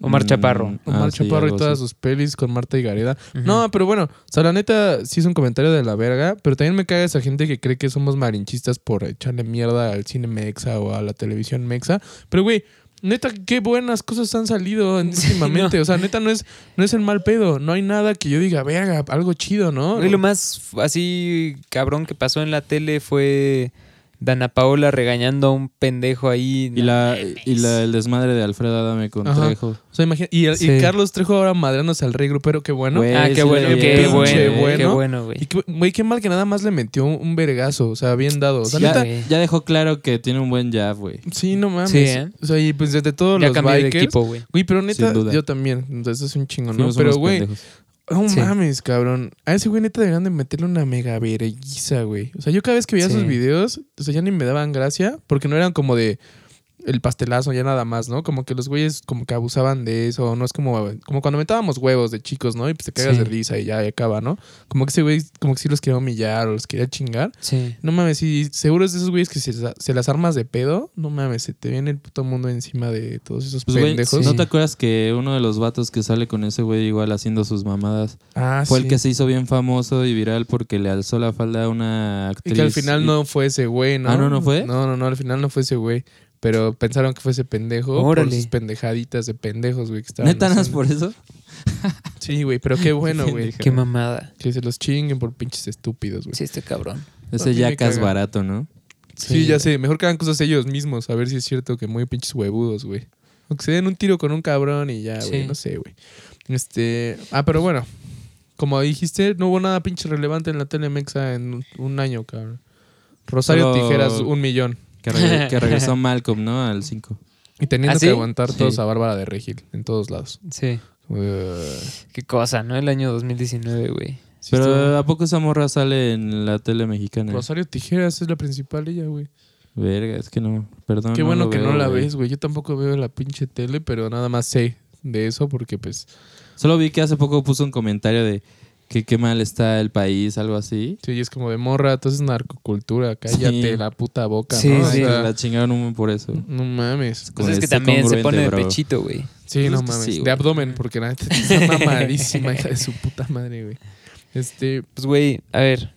Speaker 3: Omar
Speaker 4: Mm,
Speaker 3: Chaparro.
Speaker 4: ah,
Speaker 2: Omar
Speaker 4: sí,
Speaker 2: Chaparro y
Speaker 4: algo
Speaker 2: todas
Speaker 4: así.
Speaker 2: sus pelis con Marta y Gareda.
Speaker 3: Ujú.
Speaker 2: No, pero bueno, o sea, la neta sí es un comentario de la verga, pero también me caga esa gente que cree que somos marinchistas por echarle mierda al cine mexa o a la televisión mexa. Pero güey, neta, qué buenas cosas han salido últimamente. O sea, neta no es, no es el mal pedo. No hay nada que yo diga, verga, algo chido, ¿no?
Speaker 3: Güey, lo más f- así cabrón que pasó en la tele fue Dana Paola regañando a un pendejo ahí.
Speaker 4: Y, la, y la- el desmadre de Alfredo Adame con
Speaker 2: Ajá.
Speaker 4: Trejo.
Speaker 2: O sea, imagina- y, y
Speaker 3: Sí.
Speaker 2: Carlos Trejo ahora madrándose al rey grupero, qué bueno.
Speaker 4: Güey,
Speaker 3: Ah,
Speaker 4: sí
Speaker 3: qué
Speaker 4: lo
Speaker 3: bueno,
Speaker 4: vi,
Speaker 3: qué
Speaker 2: pinche
Speaker 3: bueno,
Speaker 2: bueno.
Speaker 3: qué bueno,
Speaker 2: Y
Speaker 3: güey.
Speaker 2: qué- güey, qué mal que nada más le metió un, un vergazo. O sea, bien dado. O sea,
Speaker 3: Sí,
Speaker 2: neta,
Speaker 4: Ya,
Speaker 3: güey.
Speaker 4: ya dejó claro que tiene un buen jab, güey.
Speaker 2: Sí, no mames.
Speaker 3: Sí, ¿eh?
Speaker 2: O sea, y pues desde todos
Speaker 3: Ya
Speaker 2: los
Speaker 3: cambié de
Speaker 2: bikers.
Speaker 3: equipo, güey.
Speaker 2: Güey, pero neta,
Speaker 4: Sin duda.
Speaker 2: yo también. Entonces es un chingo, ¿no?
Speaker 4: Fuimos
Speaker 2: Pero,
Speaker 4: unos
Speaker 2: güey,
Speaker 4: pendejos.
Speaker 2: no
Speaker 3: Sí.
Speaker 2: mames, cabrón. A ese güey neta deberían de meterle una mega verguiza, güey. O sea, yo cada vez que veía
Speaker 3: Sí.
Speaker 2: sus videos, o sea, ya ni me daban gracia porque no eran como de el pastelazo, ya nada más, ¿no? Como que los güeyes como que abusaban de eso, no es como, como cuando metábamos huevos de chicos, ¿no? Y pues te cagas
Speaker 3: Sí.
Speaker 2: de risa y ya y acaba, ¿no? Como que ese güey, como que sí los quería humillar o los quería chingar.
Speaker 3: Sí.
Speaker 2: No mames, y seguro es de esos güeyes que se, se las armas de pedo. No mames, se te viene el puto mundo encima de todos esos
Speaker 4: Pues, güey,
Speaker 2: pendejos.
Speaker 4: ¿no
Speaker 3: sí.
Speaker 4: te acuerdas que uno de los vatos que sale con ese güey igual haciendo sus mamadas
Speaker 2: Ah,
Speaker 4: fue
Speaker 2: sí.
Speaker 4: el que se hizo bien famoso y viral porque le alzó la falda a una
Speaker 2: Y
Speaker 4: actriz?
Speaker 2: que al final
Speaker 4: Y-
Speaker 2: no fue ese güey, ¿no?
Speaker 4: Ah, ¿no, no fue?
Speaker 2: No, no, no, al final no fue ese güey. Pero pensaron que fue ese pendejo
Speaker 3: Órale.
Speaker 2: por sus pendejaditas de pendejos, güey, que estaban
Speaker 4: ¿Neta nada más
Speaker 2: haciendo.
Speaker 4: por eso?
Speaker 2: Sí, güey, pero qué bueno, güey.
Speaker 4: Pendejo.
Speaker 3: Qué mamada.
Speaker 2: Que se los chinguen por pinches estúpidos, güey.
Speaker 3: Sí, este cabrón.
Speaker 4: Ese
Speaker 2: A mí me
Speaker 4: yacas
Speaker 2: caga.
Speaker 4: barato, ¿no?
Speaker 2: Sí, ya sé. Mejor que hagan cosas ellos mismos. A ver si es cierto que muy pinches huevudos, güey. O que se den un tiro con un cabrón y ya, güey.
Speaker 3: Sí.
Speaker 2: No sé, güey. Este. Ah, pero bueno. Como dijiste, no hubo nada pinche relevante en la tele mexa en un- un año, cabrón. Rosario
Speaker 4: Solo-
Speaker 2: Tijeras, un millón.
Speaker 4: Que, regre- que regresó Malcolm, ¿no? Al 5.
Speaker 2: Y teniendo
Speaker 3: ¿Ah, sí?
Speaker 2: que aguantar
Speaker 4: Sí.
Speaker 2: todos a Bárbara de Regil en todos lados.
Speaker 3: Sí.
Speaker 2: Uh,
Speaker 3: Qué cosa, ¿no? El año 2019, güey.
Speaker 2: sí
Speaker 4: Pero eh,
Speaker 2: estuvo-
Speaker 4: ¿a poco esa morra sale en la tele mexicana?
Speaker 2: Rosario Tijeras es la principal ella, güey.
Speaker 4: Verga, es que no. Perdón.
Speaker 2: Qué bueno
Speaker 4: lo
Speaker 2: que no
Speaker 4: veo,
Speaker 2: la
Speaker 4: güey.
Speaker 2: ves, güey. Yo tampoco veo la pinche tele, pero nada más sé de eso porque pues
Speaker 4: Solo vi que hace poco puso un comentario de que qué mal está el país, algo así.
Speaker 2: sí, es como de morra, entonces narcocultura, cállate
Speaker 4: Sí.
Speaker 2: la puta boca,
Speaker 3: Sí,
Speaker 2: ¿no? O
Speaker 4: Ay,
Speaker 3: sí.
Speaker 2: sea,
Speaker 4: La chingaron un buen por eso.
Speaker 2: no mames.
Speaker 4: Como
Speaker 3: Pues es que
Speaker 4: esté
Speaker 3: también se
Speaker 4: congruente,
Speaker 3: pone de
Speaker 4: bro.
Speaker 3: pechito, güey.
Speaker 2: Sí,
Speaker 4: Pues
Speaker 2: no
Speaker 4: es que
Speaker 2: mames.
Speaker 4: sí,
Speaker 2: de
Speaker 4: güey.
Speaker 2: abdomen, porque la neta está mamadísima, hija de su puta madre, güey. Este,
Speaker 3: Pues, güey, a ver.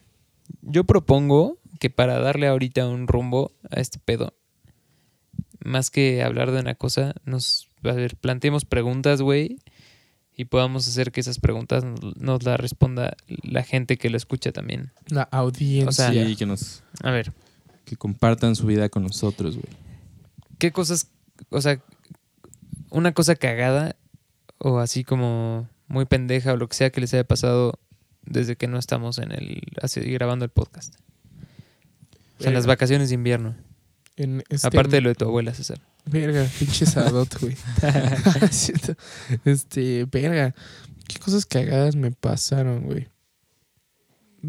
Speaker 3: Yo propongo que para darle ahorita un rumbo a este pedo, más que hablar de una cosa, nos. A ver, planteemos preguntas, güey. Y podamos hacer que esas preguntas nos, nos las responda la gente que lo escucha también.
Speaker 2: la audiencia.
Speaker 3: O sea,
Speaker 4: Sí, que nos
Speaker 3: A ver,
Speaker 4: que compartan su vida con nosotros, güey.
Speaker 3: ¿qué cosas. O sea, una cosa cagada o así como muy pendeja o lo que sea que les haya pasado desde que no estamos en el. Así, grabando el podcast. O sea, en las vacaciones de invierno.
Speaker 2: en este-
Speaker 3: Aparte de lo de tu abuela, César.
Speaker 2: Verga, pinche sadot, güey. Es cierto. este, verga. ¿Qué cosas cagadas me pasaron, güey?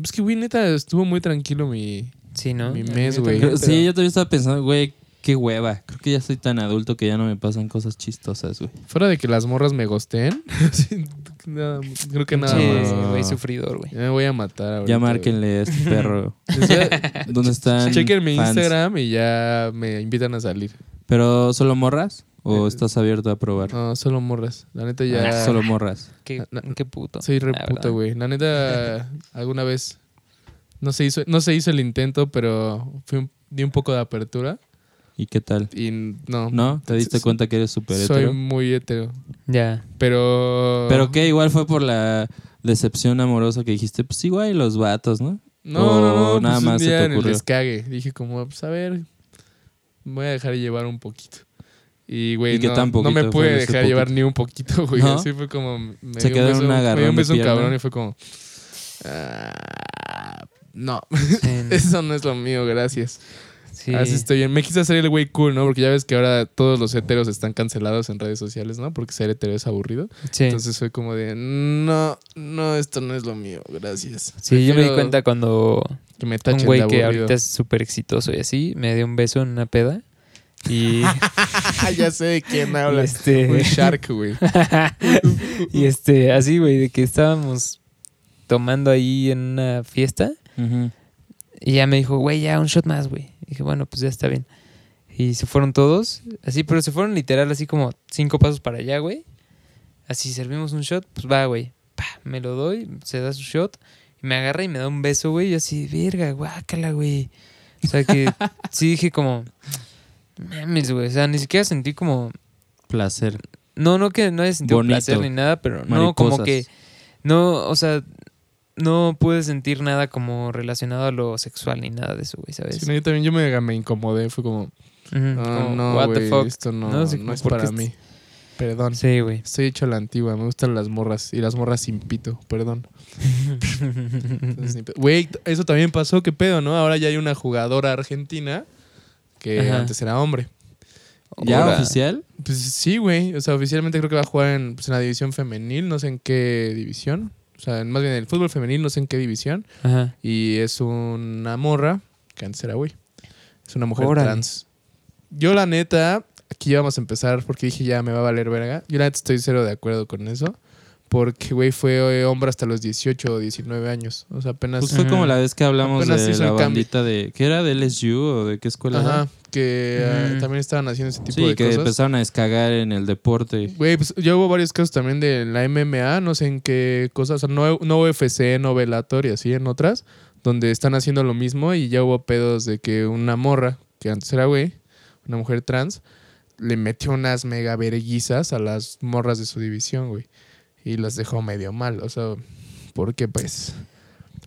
Speaker 2: Es que, güey, neta, estuvo muy tranquilo mi,
Speaker 3: Sí, ¿no?
Speaker 2: mi mes,
Speaker 3: Neta,
Speaker 2: güey.
Speaker 4: Creo- sí,
Speaker 2: Pero-
Speaker 4: yo todavía estaba pensando, güey, qué hueva. Creo que ya soy tan adulto que ya no me pasan cosas chistosas, güey.
Speaker 2: Fuera de que las morras me gosten, sí, nada- creo que nada
Speaker 3: Sí,
Speaker 2: más.
Speaker 4: más.
Speaker 3: güey, sufridor, güey.
Speaker 2: Ya me voy a matar ahorita,
Speaker 4: Ya
Speaker 2: güey.
Speaker 4: márquenle a este perro.
Speaker 2: Les voy a-
Speaker 4: ¿Dónde están?
Speaker 2: Chequen mi
Speaker 4: fans?
Speaker 2: Instagram y ya me invitan a salir.
Speaker 4: ¿Pero solo morras? ¿O
Speaker 2: Eh,
Speaker 4: estás abierto a probar?
Speaker 2: No, solo morras. La neta ya.
Speaker 4: Ah, Solo morras.
Speaker 3: Qué,
Speaker 2: Na- na-
Speaker 3: qué puto.
Speaker 2: Soy re
Speaker 3: La
Speaker 2: puto,
Speaker 3: verdad.
Speaker 2: güey. La neta, alguna vez no se hizo, no se hizo el intento, pero fui un- di un poco de apertura
Speaker 4: ¿Y qué tal?
Speaker 2: y no.
Speaker 4: ¿No? ¿Te diste
Speaker 2: S-
Speaker 4: cuenta que eres súper
Speaker 2: soy
Speaker 4: hetero?
Speaker 2: muy hetero.
Speaker 3: Ya.
Speaker 2: Pero.
Speaker 4: Pero que igual fue por la decepción amorosa que dijiste, pues igual y los vatos, ¿no?
Speaker 2: No, no,
Speaker 4: o
Speaker 2: no.
Speaker 4: nada
Speaker 2: pues un
Speaker 4: más se
Speaker 2: día
Speaker 4: te
Speaker 2: en el
Speaker 4: ocurrió.
Speaker 2: descague. Dije, como, pues a ver, me voy a dejar llevar un poquito. Y,
Speaker 4: Y
Speaker 2: güey,
Speaker 4: que
Speaker 2: no,
Speaker 4: tan
Speaker 2: no me
Speaker 4: poquito
Speaker 2: pude
Speaker 4: fue ese
Speaker 2: dejar llevar
Speaker 4: poquito.
Speaker 2: ni un poquito, güey.
Speaker 4: ¿No?
Speaker 2: Así fue como. Me
Speaker 4: Se
Speaker 2: dio
Speaker 4: quedó
Speaker 2: un beso,
Speaker 4: un
Speaker 2: Me dio
Speaker 4: agarrón
Speaker 2: un
Speaker 4: de
Speaker 2: beso un
Speaker 4: pierna.
Speaker 2: cabrón y fue como. "Ah, no,
Speaker 3: Sí, no.
Speaker 2: eso no es lo mío, gracias.
Speaker 3: Sí.
Speaker 2: Así estoy bien. Me quise hacer el güey cool, ¿no? Porque ya ves que ahora todos los heteros están cancelados en redes sociales, ¿no? Porque ser hetero es aburrido.
Speaker 3: Sí.
Speaker 2: Entonces fue como de, no, no, esto no es lo mío, gracias.
Speaker 3: Sí, yo me di
Speaker 2: Prefiero
Speaker 3: cuenta cuando
Speaker 2: Que me
Speaker 3: un
Speaker 2: tachen
Speaker 3: güey
Speaker 2: de
Speaker 3: que
Speaker 2: aburrido.
Speaker 3: ahorita es súper exitoso y así me dio un beso en una peda. Y,
Speaker 2: Ah, ya sé de quién
Speaker 3: y
Speaker 2: hablas.
Speaker 3: este.
Speaker 2: Un shark, güey.
Speaker 3: y este, así, güey, de que estábamos tomando ahí en una fiesta.
Speaker 4: Ujú.
Speaker 3: Y ya me dijo, güey, ya un shot más, güey. Y dije, bueno, pues ya está bien. Y se fueron todos, así, pero se fueron literal así como cinco pasos para allá, güey. Así servimos un shot, pues va, güey. Pa, me lo doy, se da su shot. Y me agarra y me da un beso, güey. Y yo así, verga, guácala, güey. O sea que sí dije como, mames, güey. O sea, ni siquiera sentí como,
Speaker 4: Placer.
Speaker 3: no, no que no haya sentido
Speaker 4: Bonito.
Speaker 3: placer ni nada, pero no,
Speaker 4: Mariposas.
Speaker 3: como que, no, o sea, no pude sentir nada como relacionado a lo sexual ni nada de eso, güey, ¿sabes?
Speaker 2: Sí, no, yo también yo me, me incomodé. Fue como,
Speaker 3: Ujú,
Speaker 2: no,
Speaker 3: como,
Speaker 2: no,
Speaker 3: what
Speaker 2: güey,
Speaker 3: the fuck.
Speaker 2: esto no,
Speaker 3: No,
Speaker 2: no,
Speaker 3: sí, como,
Speaker 2: es
Speaker 3: ¿por qué
Speaker 2: para
Speaker 3: est-
Speaker 2: mí. Perdón.
Speaker 3: Sí, güey.
Speaker 2: Estoy hecho a la antigua. Me gustan las morras. Y las morras sin pito, perdón. Entonces, ni pedo. Güey, t- eso también pasó, qué pedo, ¿no? Ahora ya hay una jugadora argentina que
Speaker 3: Ajá.
Speaker 2: antes era hombre.
Speaker 4: ¿Ya
Speaker 3: Ahora,
Speaker 4: oficial?
Speaker 2: Pues sí, güey. O sea, oficialmente creo que va a jugar en, pues, en la división femenil, no sé en qué división. O sea, en- más bien en el fútbol femenil, no sé en qué división.
Speaker 3: Ajá.
Speaker 2: Y es una morra que antes era güey. Es una mujer
Speaker 3: Órale.
Speaker 2: trans. Yo, la neta, aquí ya vamos a empezar porque dije ya me va a valer verga. Yo, la neta, estoy cero de acuerdo con eso. Porque, güey, fue eh, hombre hasta los 18 o 19 años. O sea, apenas.
Speaker 4: Pues fue
Speaker 3: Ajá.
Speaker 4: como la vez que hablamos
Speaker 2: Apenas
Speaker 4: de
Speaker 2: hizo
Speaker 4: la
Speaker 2: el cambio.
Speaker 4: bandita de... ¿Qué era? ¿De LSU o de qué escuela
Speaker 2: Ajá,
Speaker 4: era?
Speaker 2: que eh,
Speaker 3: Mm.
Speaker 2: también estaban haciendo ese tipo
Speaker 4: Sí,
Speaker 2: de
Speaker 4: que
Speaker 2: cosas.
Speaker 4: empezaron a descagar en el deporte.
Speaker 2: Güey, pues yo hubo varios casos también de la MMA, no sé en qué cosas, o sea, no, no UFC, no Velator y así en otras, donde están haciendo lo mismo y ya hubo pedos de que una morra, que antes era güey, una mujer trans, le metió unas mega verguizas a las morras de su división, güey, y las dejó medio mal, o sea, porque pues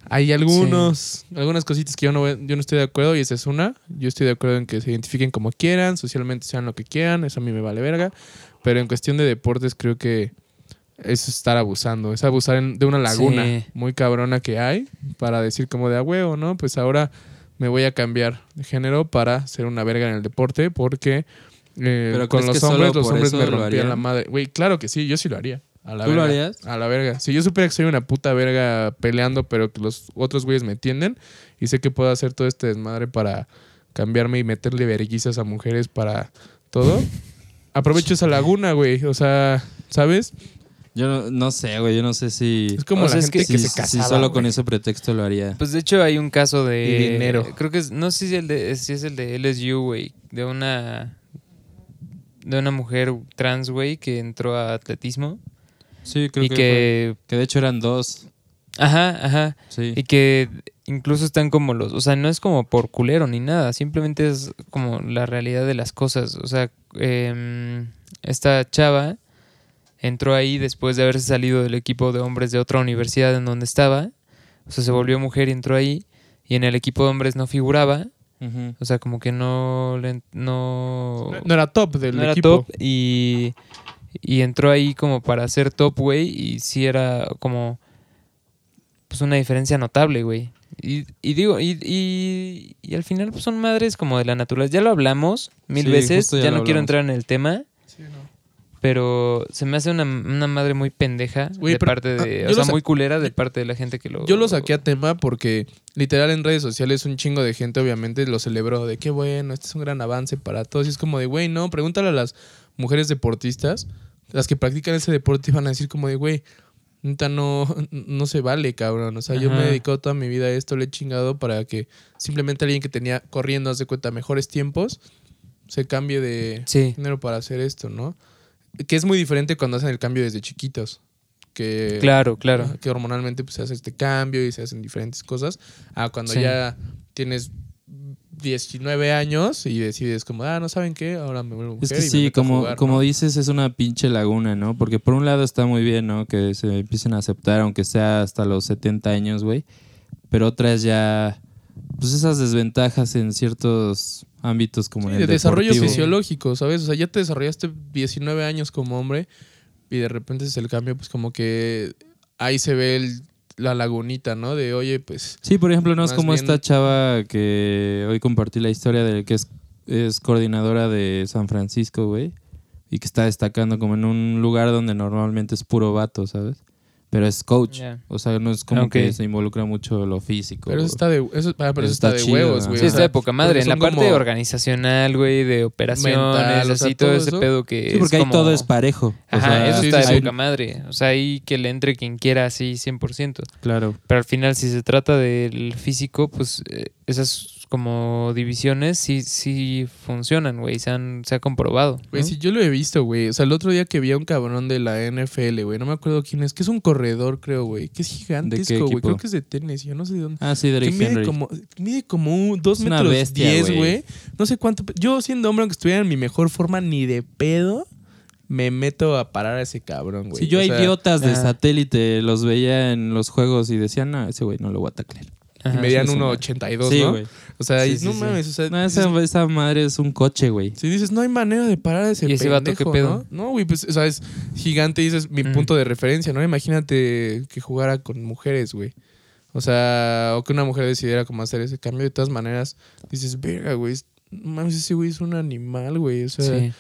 Speaker 2: hay algunos, algunas cositas que yo no, voy- yo no estoy de acuerdo y esa es una, yo estoy de acuerdo en que se identifiquen como quieran, socialmente sean lo que quieran, eso a mí me vale verga. Pero en cuestión de deportes creo que es estar abusando, es abusar en- de una laguna
Speaker 3: Sí.
Speaker 2: muy cabrona que hay para decir como de a huevo, ¿no? Pues ahora me voy a cambiar de género para ser una verga en el deporte porque eh,
Speaker 4: ¿Pero
Speaker 2: con
Speaker 4: crees
Speaker 2: los
Speaker 4: que
Speaker 2: hombres
Speaker 4: solo
Speaker 2: los
Speaker 4: por
Speaker 2: hombres
Speaker 4: eso
Speaker 2: me
Speaker 4: lo
Speaker 2: rompían la
Speaker 4: harían?
Speaker 2: madre. Güey, claro que sí, yo sí lo haría. A la
Speaker 4: ¿Tú lo
Speaker 2: verga.
Speaker 4: harías?
Speaker 2: A la verga. Si yo supiera que soy una puta verga peleando, pero que los otros güeyes me entienden y sé que puedo hacer todo este desmadre para cambiarme y meterle verguizas a mujeres para todo. Aprovecho esa laguna, güey. O sea, ¿Sabes?
Speaker 4: Yo no, no sé, güey. Yo no sé si.
Speaker 2: Es como
Speaker 3: O
Speaker 2: la
Speaker 3: sea, es
Speaker 2: gente que,
Speaker 3: que
Speaker 4: si-
Speaker 2: se casa.
Speaker 4: si solo con ese pretexto lo haría.
Speaker 3: Pues de hecho hay un caso de.
Speaker 2: Y dinero.
Speaker 3: Creo que es. No sé si, el de, si es el de LSU, güey. De una. De una mujer trans, güey, que entró a atletismo.
Speaker 4: Sí, creo
Speaker 3: y
Speaker 4: que.
Speaker 3: que.
Speaker 4: fue. Que de hecho eran dos.
Speaker 3: Ajá, ajá.
Speaker 4: Sí.
Speaker 3: Y que incluso están como los. O sea, no es como por culero ni nada. Simplemente es como la realidad de las cosas. O sea, em, esta chava entró ahí después de haberse salido del equipo de hombres de otra universidad en donde estaba. O sea, se volvió mujer y entró ahí. Y en el equipo de hombres no figuraba.
Speaker 4: Ujú.
Speaker 3: O sea, como que no. le- no
Speaker 2: No, no era top del
Speaker 3: no era top
Speaker 2: equipo.
Speaker 3: y, y entró ahí como para ser top, güey, y sí era como pues una diferencia notable, güey. Y, y digo, y, y, y al final pues son madres como de la naturaleza. Ya lo hablamos mil
Speaker 4: Sí,
Speaker 3: veces,
Speaker 4: justo
Speaker 3: ya,
Speaker 4: ya lo
Speaker 3: no quiero
Speaker 4: hablamos.
Speaker 3: entrar en el tema, pero se me hace una, una madre muy pendeja
Speaker 2: Güey,
Speaker 3: de
Speaker 2: pero,
Speaker 3: parte de,
Speaker 2: ah,
Speaker 3: o
Speaker 2: yo lo
Speaker 3: sea,
Speaker 2: sa-
Speaker 3: muy culera de parte de la gente que lo...
Speaker 2: Yo lo saqué a tema porque literal en redes sociales un chingo de gente obviamente lo celebró de qué bueno, este es un gran avance para todos. Y es como de, güey, no, pregúntale a las mujeres deportistas, las que practican ese deporte y van a decir como de, güey, neta no, no se vale, cabrón. O sea, yo me
Speaker 3: Ajá.
Speaker 2: he dedicado toda mi vida a esto, le he chingado para que simplemente alguien que tenía corriendo, hace cuenta, mejores tiempos, se cambie de
Speaker 3: Sí,
Speaker 2: género para hacer esto, ¿no? Que es muy diferente cuando hacen el cambio desde chiquitos. Que,
Speaker 3: claro, claro.
Speaker 2: Ajá, Que hormonalmente pues, se hace este cambio y se hacen diferentes cosas. A cuando
Speaker 3: Sí.
Speaker 2: ya tienes 19 años y decides como, ah, no saben qué, ahora me vuelvo mujer.
Speaker 4: Es que
Speaker 2: y me
Speaker 4: sí,
Speaker 2: meto a
Speaker 4: como,
Speaker 2: jugar",
Speaker 4: como
Speaker 2: ¿no?
Speaker 4: dices, es una pinche laguna, ¿no? Porque por un lado está muy bien, ¿no? Que se empiecen a aceptar, aunque sea hasta los 70 años, güey. Pero otras ya. Pues esas desventajas en ciertos ámbitos como
Speaker 2: Sí,
Speaker 4: en el
Speaker 2: de desarrollo
Speaker 4: deportivo.
Speaker 2: fisiológico, ¿sabes? O sea, ya te desarrollaste 19 años como hombre y de repente es el cambio, pues como que ahí se ve el- la lagunita, ¿no? De, oye, pues...
Speaker 4: Sí, por ejemplo, no es
Speaker 2: Más
Speaker 4: como
Speaker 2: bien-
Speaker 4: esta chava que hoy compartí la historia del que es, es coordinadora de San Francisco, güey. Y que está destacando como en un lugar donde normalmente es puro vato, ¿sabes? Pero es coach.
Speaker 3: Ya.
Speaker 4: O sea, no es como
Speaker 3: Ah, Ok.
Speaker 4: que se involucra mucho lo físico.
Speaker 2: Pero eso está de, eso, ah, pero
Speaker 4: Pero
Speaker 2: eso está
Speaker 4: está
Speaker 2: de
Speaker 4: chido,
Speaker 2: huevos,
Speaker 4: ¿no?
Speaker 2: güey.
Speaker 3: Sí,
Speaker 2: o
Speaker 3: está
Speaker 2: sea,
Speaker 3: de poca madre.
Speaker 2: porque
Speaker 3: En la
Speaker 2: son
Speaker 3: parte
Speaker 2: como-
Speaker 3: organizacional, güey, de operaciones,
Speaker 2: Mental, o sea,
Speaker 3: así, todo,
Speaker 2: todo
Speaker 3: ese
Speaker 2: eso.
Speaker 3: pedo que
Speaker 4: Sí, porque
Speaker 3: es
Speaker 4: ahí
Speaker 3: como-
Speaker 4: todo es parejo. O
Speaker 3: Ajá,
Speaker 4: sea,
Speaker 3: eso
Speaker 2: sí,
Speaker 3: está
Speaker 2: sí,
Speaker 3: de
Speaker 2: sí.
Speaker 3: poca madre. O sea, ahí que le entre quien quiera así 100%.
Speaker 4: Claro.
Speaker 3: Pero al final, si se trata del físico, pues eh, esas como divisiones sí, sí funcionan, güey. Se, han- se ha comprobado. ¿no?
Speaker 2: Güey, sí, yo lo he visto, güey. O sea, el otro día que vi a un cabrón de la NFL, güey. No me acuerdo quién es. Que es un corredor, creo, güey. Que es gigantesco, güey.
Speaker 4: equipo?
Speaker 2: Creo que es de tenis. Yo no sé de dónde.
Speaker 4: Ah, sí,
Speaker 2: Que
Speaker 4: Derrick
Speaker 2: mide
Speaker 4: Henry.
Speaker 2: como, mide como un- dos
Speaker 4: Es una
Speaker 2: metros
Speaker 4: bestia,
Speaker 2: diez,
Speaker 4: güey.
Speaker 2: güey. No sé cuánto. Yo, siendo hombre, aunque estuviera en mi mejor forma, ni de pedo me meto a parar a ese cabrón, güey.
Speaker 4: Si yo
Speaker 2: O
Speaker 4: a
Speaker 2: sea,
Speaker 4: idiotas de
Speaker 3: ah.
Speaker 4: satélite los veía en los juegos y decían, no, ese güey no lo voy a taclear.
Speaker 2: Y
Speaker 3: Ajá.
Speaker 2: medían
Speaker 4: sí, sí,
Speaker 2: 1.82,
Speaker 4: Sí,
Speaker 2: ¿no?
Speaker 4: güey.
Speaker 2: O sea,
Speaker 4: Sí,
Speaker 2: y-
Speaker 4: sí,
Speaker 2: no
Speaker 4: sí.
Speaker 2: mames. O sea,
Speaker 4: No, esa, esa madre es un coche, güey.
Speaker 2: Si dices, no hay manera de parar a ese
Speaker 3: ¿Y ese vato
Speaker 2: pendejo,
Speaker 3: qué pedo?
Speaker 2: ¿no? No, güey, pues, o sea, es gigante y ese es mi
Speaker 3: Mm.
Speaker 2: punto de referencia, ¿no? Imagínate que jugara con mujeres, güey. O sea, o que una mujer decidiera cómo hacer ese cambio. De todas maneras, dices, verga, güey, es- no mames, ese güey es un animal, güey. O sea,
Speaker 3: Sí.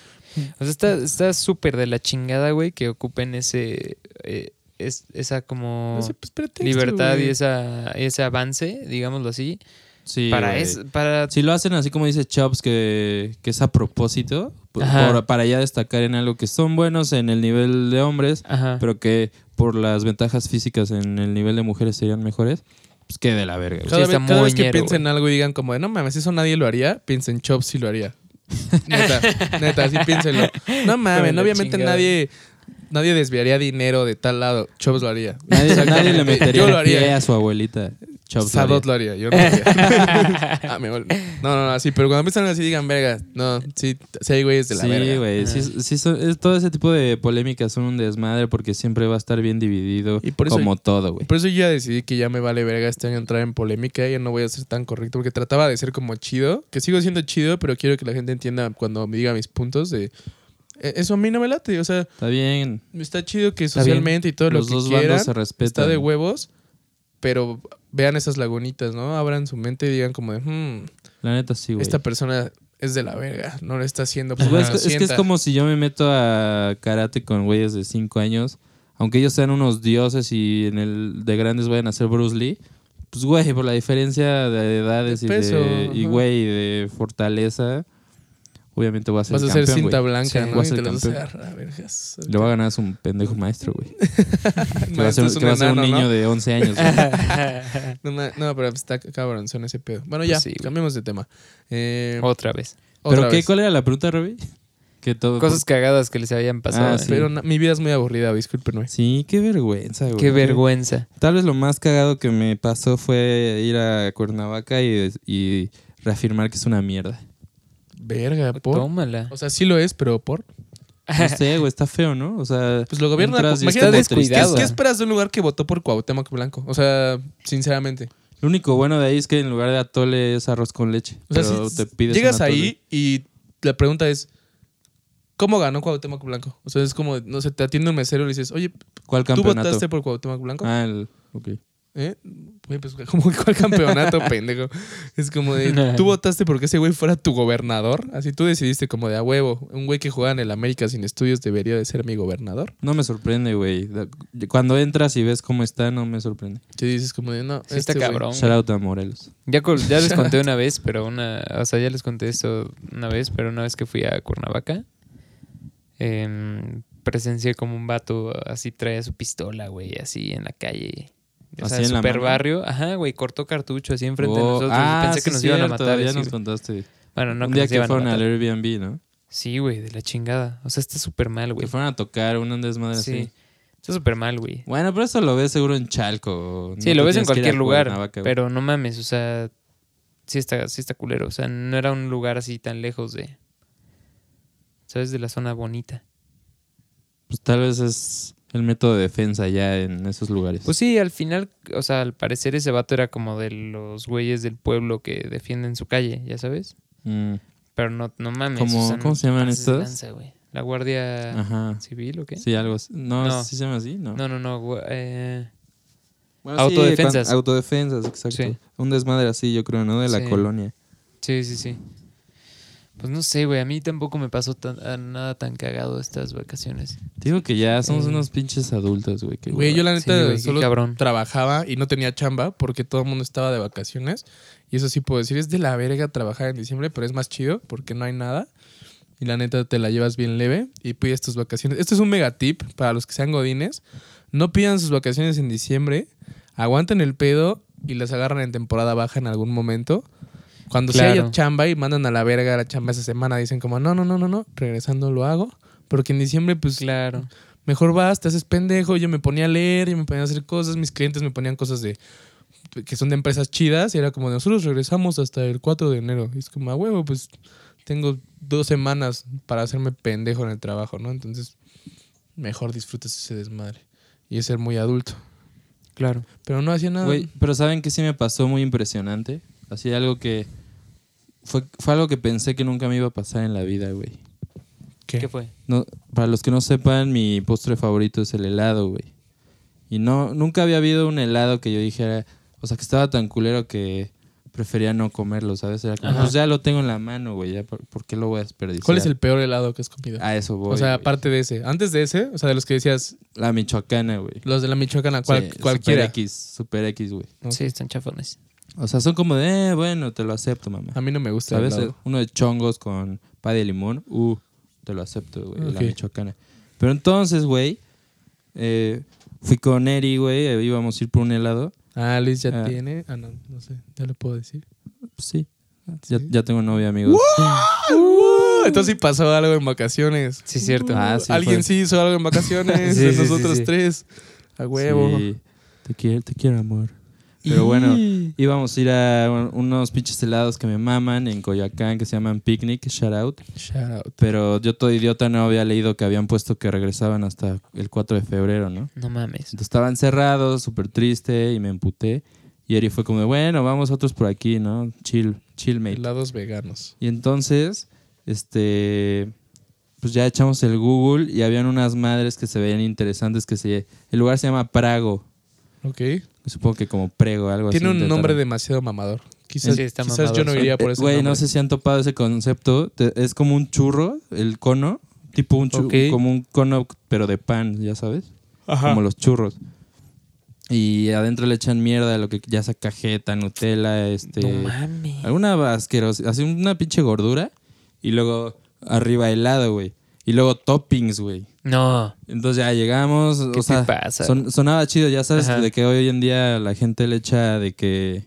Speaker 3: O sea, está- está súper de la chingada, güey, que ocupen ese. eh, es- esa como.
Speaker 2: no sé, pues, pretexto,
Speaker 3: libertad
Speaker 2: güey.
Speaker 3: y esa, ese avance, digámoslo así,
Speaker 4: Sí,
Speaker 3: para
Speaker 4: güey.
Speaker 3: eso, para
Speaker 4: Si lo hacen así como dice Chops, que, que es a propósito, por-
Speaker 3: Ajá.
Speaker 4: por- para ya destacar en algo que son buenos en el nivel de hombres,
Speaker 3: ajá.
Speaker 4: pero que por las ventajas físicas en el nivel de mujeres serían mejores, pues que de la verga. güey.
Speaker 3: Sí,
Speaker 2: Cada,
Speaker 3: está
Speaker 2: vez, cada
Speaker 3: muy
Speaker 2: vez que
Speaker 3: ñero,
Speaker 2: piensen en algo y digan como de, no mames, eso nadie lo haría, piensen Chops sí lo haría. Neta, neta, sí piénsenlo. No
Speaker 3: Hijo de
Speaker 2: mames,
Speaker 3: la
Speaker 2: no, obviamente
Speaker 3: chingada.
Speaker 2: nadie nadie desviaría dinero de tal lado. Chops lo haría.
Speaker 4: Nadie,
Speaker 2: Exactamente.
Speaker 4: nadie le metería
Speaker 2: Yo lo
Speaker 4: el pie
Speaker 2: haría.
Speaker 4: a su abuelita. Chops. lo haría.
Speaker 2: Sadot lo haría, yo no lo haría. Ah, me vale. No, no, no, sí, pero cuando piensan así digan, verga, no, sí, sí hay güeyes de la
Speaker 4: Sí,
Speaker 2: verga.
Speaker 4: güey. Sí, sí son- es- todo ese tipo de polémicas son un desmadre porque siempre va a estar bien dividido.
Speaker 2: Y por eso-
Speaker 4: como todo,
Speaker 2: Y
Speaker 4: güey.
Speaker 2: Por eso yo ya decidí que ya me vale verga este año entrar en polémica, ya no voy a ser tan correcto, porque trataba de ser como chido, que sigo siendo chido, pero quiero que la gente entienda cuando me diga mis puntos de... "E- Eso a mí no me late, o sea,
Speaker 4: Está bien.
Speaker 2: está chido que
Speaker 3: Está bien.
Speaker 2: socialmente y todo
Speaker 4: Los
Speaker 2: lo
Speaker 4: dos
Speaker 2: que quieran
Speaker 4: bandos se respetan.
Speaker 2: está de huevos, pero vean esas lagunitas, ¿no? Abran su mente y digan como de, "Hmm,
Speaker 4: La neta sí, güey.
Speaker 2: esta persona es de la verga, no lo está haciendo.
Speaker 4: Pues,
Speaker 2: porque
Speaker 4: güey, es,
Speaker 2: lo
Speaker 4: que- es que es
Speaker 2: sienta".
Speaker 4: como si yo me meto a karate con güeyes de 5 años. Aunque ellos sean unos dioses y en el de grandes vayan a ser Bruce Lee. Pues, güey, por la diferencia de edades
Speaker 2: De
Speaker 4: y de-
Speaker 2: peso,
Speaker 4: y,
Speaker 2: ajá.
Speaker 4: güey, de fortaleza. obviamente voy a ser
Speaker 2: Vas a
Speaker 4: campeón,
Speaker 2: hacer cinta
Speaker 4: güey.
Speaker 2: blanca,
Speaker 4: Sí,
Speaker 2: ¿no?
Speaker 4: voy a
Speaker 2: Y
Speaker 4: ser
Speaker 2: te las vas a
Speaker 4: campeón.
Speaker 2: agarrar, vergas.
Speaker 4: Le va a ganar a un pendejo maestro, güey. Que va a
Speaker 2: Maestro
Speaker 4: ser,
Speaker 2: es
Speaker 4: que va a ser un
Speaker 2: enano, ¿no?
Speaker 4: niño de 11 años, güey.
Speaker 2: No, ma- no, pero está cabrón, son ese pedo. Bueno,
Speaker 3: Pues
Speaker 2: ya,
Speaker 3: sí, güey.
Speaker 2: cambiemos de tema. Eh,
Speaker 3: Otra vez.
Speaker 4: Oh, ¿Pero
Speaker 2: otra
Speaker 4: qué?
Speaker 2: vez.
Speaker 4: ¿Cuál era la pregunta, Rebe? Que todo...
Speaker 3: Cosas cagadas que les habían pasado.
Speaker 4: Pues, Ah,
Speaker 3: ¿eh?
Speaker 4: sí.
Speaker 2: Pero na- mi vida es muy aburrida, discúlpenme.
Speaker 4: Sí, qué vergüenza, güey.
Speaker 3: Qué vergüenza.
Speaker 4: Tal vez lo más cagado que me pasó fue ir a Cuernavaca y, y reafirmar que es una mierda. Ah,
Speaker 2: Verga, por.
Speaker 3: Tómala.
Speaker 2: O sea, sí lo es, pero por.
Speaker 4: No sé, güey, está feo, ¿no? O sea...
Speaker 2: Pues lo gobierna.
Speaker 4: entras y es
Speaker 2: Imagínate,
Speaker 4: como
Speaker 2: ¿qué,
Speaker 3: descuidado.
Speaker 4: tristeza.
Speaker 2: qué esperas de un lugar que votó por Cuauhtémoc Blanco? O sea, sinceramente.
Speaker 4: Lo único bueno de ahí es que en lugar de atole es arroz con leche.
Speaker 2: O sea,
Speaker 4: Pero
Speaker 2: si
Speaker 4: te pides
Speaker 2: llegas
Speaker 4: un atole.
Speaker 2: ahí y la pregunta es: ¿Cómo ganó Cuauhtémoc Blanco? O sea, es como, no sé, te atiende un mesero y le dices, oye,
Speaker 4: ¿Cuál
Speaker 2: ¿tú
Speaker 4: campeonato?
Speaker 3: este
Speaker 2: votaste por Cuauhtémoc Blanco?
Speaker 4: Ah, el... ok.
Speaker 2: ¿Eh? Güey, pues, como cuál campeonato, pendejo. Es como de, tú votaste porque ese güey fuera tu gobernador. Así tú decidiste como de a huevo. Un güey que juega en el América sin estudios debería de ser mi gobernador.
Speaker 4: No me sorprende, güey. Da- Cuando entras y ves cómo está, no me sorprende.
Speaker 2: Te dices como de, no,
Speaker 3: Sí está
Speaker 2: este güey.
Speaker 3: cabrón.
Speaker 4: Shout out a Morelos.
Speaker 3: Ya, col- ya les conté una vez, pero una. O sea, ya les conté esto una vez, pero una vez que fui a Cuernavaca, em, presencié como un vato así traía su pistola, güey, así en la calle. O sea,
Speaker 4: ¿Así en la
Speaker 3: super
Speaker 4: mano?
Speaker 3: barrio. Ajá, güey, cortó cartucho así enfrente de
Speaker 4: Oh,
Speaker 3: nosotros.
Speaker 4: ah,
Speaker 3: Pensé que
Speaker 4: sí,
Speaker 3: nos iban a
Speaker 4: cierto,
Speaker 3: matar.
Speaker 4: Ya
Speaker 3: sí,
Speaker 4: nos
Speaker 3: güey.
Speaker 4: contaste.
Speaker 3: bueno, no,
Speaker 4: un
Speaker 3: que
Speaker 4: día
Speaker 3: nos
Speaker 4: que
Speaker 3: iban a
Speaker 4: fueron al
Speaker 3: matar.
Speaker 4: Airbnb, ¿no?
Speaker 3: Sí, güey, de la chingada. O sea, está súper mal,
Speaker 4: Que
Speaker 3: güey.
Speaker 4: fueron a tocar un desmadre
Speaker 3: Sí.
Speaker 4: así.
Speaker 3: Está súper mal, güey.
Speaker 4: Bueno, pero eso lo ves seguro en Chalco.
Speaker 3: Sí,
Speaker 4: No
Speaker 3: lo
Speaker 4: te
Speaker 3: ves en
Speaker 4: tienes que ir
Speaker 3: cualquier
Speaker 4: a
Speaker 3: lugar,
Speaker 4: Cuernavaca, güey.
Speaker 3: pero no mames, o sea, sí está, sí está culero. O sea, no era un lugar así tan lejos de, ¿sabes? De la zona bonita.
Speaker 4: Pues tal vez es el método de defensa ya en esos lugares.
Speaker 3: Pues sí, al final, o sea, al parecer ese vato era como de los güeyes del pueblo que defienden su calle, ya sabes.
Speaker 4: Mm,
Speaker 3: Pero no, no mames.
Speaker 4: Como-
Speaker 3: o sea, no
Speaker 4: ¿cómo se llaman
Speaker 3: te pases de
Speaker 4: estos?
Speaker 3: lanza, güey. La guardia
Speaker 4: Ajá.
Speaker 3: civil o ah, qué?
Speaker 4: Sí, algo así. No,
Speaker 3: No.
Speaker 4: ¿sí se llama así? No.
Speaker 3: No, no, no. gua- eh,
Speaker 4: Bueno,
Speaker 3: Autodefensas.
Speaker 4: cuan- autodefensas, exacto.
Speaker 3: Sí.
Speaker 4: Un desmadre así, yo creo, ¿no? De la
Speaker 3: Sí.
Speaker 4: colonia.
Speaker 3: Sí, sí, sí. Pues no sé, güey. A mí tampoco me pasó tan- a nada tan cagado estas vacaciones.
Speaker 4: Te digo que ya somos
Speaker 3: Sí.
Speaker 4: unos pinches adultos, güey. qué
Speaker 2: Güey, yo la
Speaker 3: Sí,
Speaker 2: neta
Speaker 3: güey, qué
Speaker 2: solo
Speaker 3: cabrón.
Speaker 2: trabajaba y no tenía chamba porque todo el mundo estaba de vacaciones. Y eso sí puedo decir, es de la verga trabajar en diciembre, pero es más chido porque no hay nada. Y la neta te la llevas bien leve y pides tus vacaciones. Esto es un mega tip para los que sean godines. No pidan sus vacaciones en diciembre, aguanten el pedo y las agarran en temporada baja en algún momento. Cuando se
Speaker 3: Claro.
Speaker 2: haya chamba y mandan a la verga la chamba esa semana, dicen como, no, no, no, no, no, regresando lo hago. Porque en diciembre, pues,
Speaker 3: Claro.
Speaker 2: mejor vas, te haces pendejo. Yo me ponía a leer, yo me ponía a hacer cosas, mis clientes me ponían cosas de que son de empresas chidas y era como nosotros regresamos hasta el 4 de enero. Y es como, a huevo, pues tengo dos semanas para hacerme pendejo en el trabajo, ¿no? Entonces, mejor disfrutas ese desmadre y es ser muy adulto.
Speaker 3: Claro.
Speaker 2: Pero no hacía nada.
Speaker 4: Güey, pero ¿saben que sí me pasó muy impresionante? Así algo que... Fue, fue algo que pensé que nunca me iba a pasar en la vida, güey.
Speaker 2: ¿Qué?
Speaker 3: ¿Qué fue?
Speaker 4: No, para los que no sepan, mi postre favorito es el helado, güey. Y no, nunca había habido un helado que yo dijera, o sea, que estaba tan culero que prefería no comerlo, ¿sabes? Era como,
Speaker 3: Ajá.
Speaker 4: pues ya lo tengo en la mano, güey, ya, ¿por, por qué lo voy a desperdiciar?
Speaker 2: ¿Cuál es el peor helado que has comido?
Speaker 4: A eso Ah, voy.
Speaker 2: o sea,
Speaker 4: güey.
Speaker 2: aparte de ese. Antes de ese, o sea, de los que decías,
Speaker 4: La michoacana, güey.
Speaker 2: los de la Michoacana, cual-
Speaker 4: Sí,
Speaker 2: cualquiera.
Speaker 4: Super X, Super X, güey.
Speaker 2: ¿no?
Speaker 3: Sí, están chafones.
Speaker 4: O sea, son como de, eh, bueno, te lo acepto, mamá.
Speaker 2: A mí no me gusta. el
Speaker 4: ¿Sabes?
Speaker 2: helado.
Speaker 4: Uno de chongos con pa de limón. Uh, te lo acepto, güey. La
Speaker 2: Ok.
Speaker 4: michoacana. Pero entonces, güey, eh, fui con Eri, güey. eh, íbamos a ir por un helado.
Speaker 2: Ah, Luis ya
Speaker 4: Ah.
Speaker 2: tiene. Ah, no, no sé. Ya lo puedo decir.
Speaker 4: Pues sí.
Speaker 2: Sí.
Speaker 4: Ya, ya tengo novia, amigos.
Speaker 2: Uh, entonces sí pasó algo en vacaciones.
Speaker 3: Sí, cierto.
Speaker 4: Ah, sí,
Speaker 2: Alguien
Speaker 4: fue-
Speaker 2: sí hizo algo en vacaciones.
Speaker 3: Sí,
Speaker 2: de
Speaker 3: sí, sí,
Speaker 2: nosotros
Speaker 3: sí.
Speaker 2: tres. A huevo.
Speaker 4: Sí. Te quiero, te quiero, amor. Pero bueno, íbamos a ir a un- unos pinches helados que me maman en Coyoacán que se llaman Picnic, shout out.
Speaker 2: Shout out.
Speaker 4: Pero yo todo idiota no había leído que habían puesto que regresaban hasta el 4 de febrero, ¿no?
Speaker 3: No mames.
Speaker 4: Entonces estaban cerrados, súper triste y me emputé. Y Eri fue como de, bueno, vamos otros por aquí, ¿no? Chill, chill, mate.
Speaker 2: Helados veganos.
Speaker 4: Y entonces, este, pues ya echamos el Google y habían unas madres que se veían interesantes que se... El lugar se llama Prago.
Speaker 2: Ok.
Speaker 4: Pues Supongo que como prego, algo así.
Speaker 2: Tiene un nombre
Speaker 4: intentaron.
Speaker 2: demasiado mamador. Quizás,
Speaker 3: Sí, está
Speaker 2: quizás yo no
Speaker 3: mamador.
Speaker 2: iría por
Speaker 4: Eh,
Speaker 2: ese
Speaker 4: Güey, no
Speaker 2: nombre.
Speaker 4: sé si han topado ese concepto. Te- es como un churro, el cono. Tipo un churro,
Speaker 3: Ok.
Speaker 4: como un cono, pero de pan, ya sabes. como los churros. Y adentro le echan mierda, lo que ya sea cajeta, Nutella, este.
Speaker 3: No mames.
Speaker 4: alguna asquerosidad, así una pinche gordura. Y luego arriba helado, güey. Y luego toppings, güey.
Speaker 3: No.
Speaker 4: Entonces ya llegamos.
Speaker 3: ¿Qué
Speaker 4: o sea,
Speaker 3: te pasa?
Speaker 4: son- sonaba chido, ya sabes,
Speaker 3: Ajá.
Speaker 4: de que hoy en día la gente le echa de que,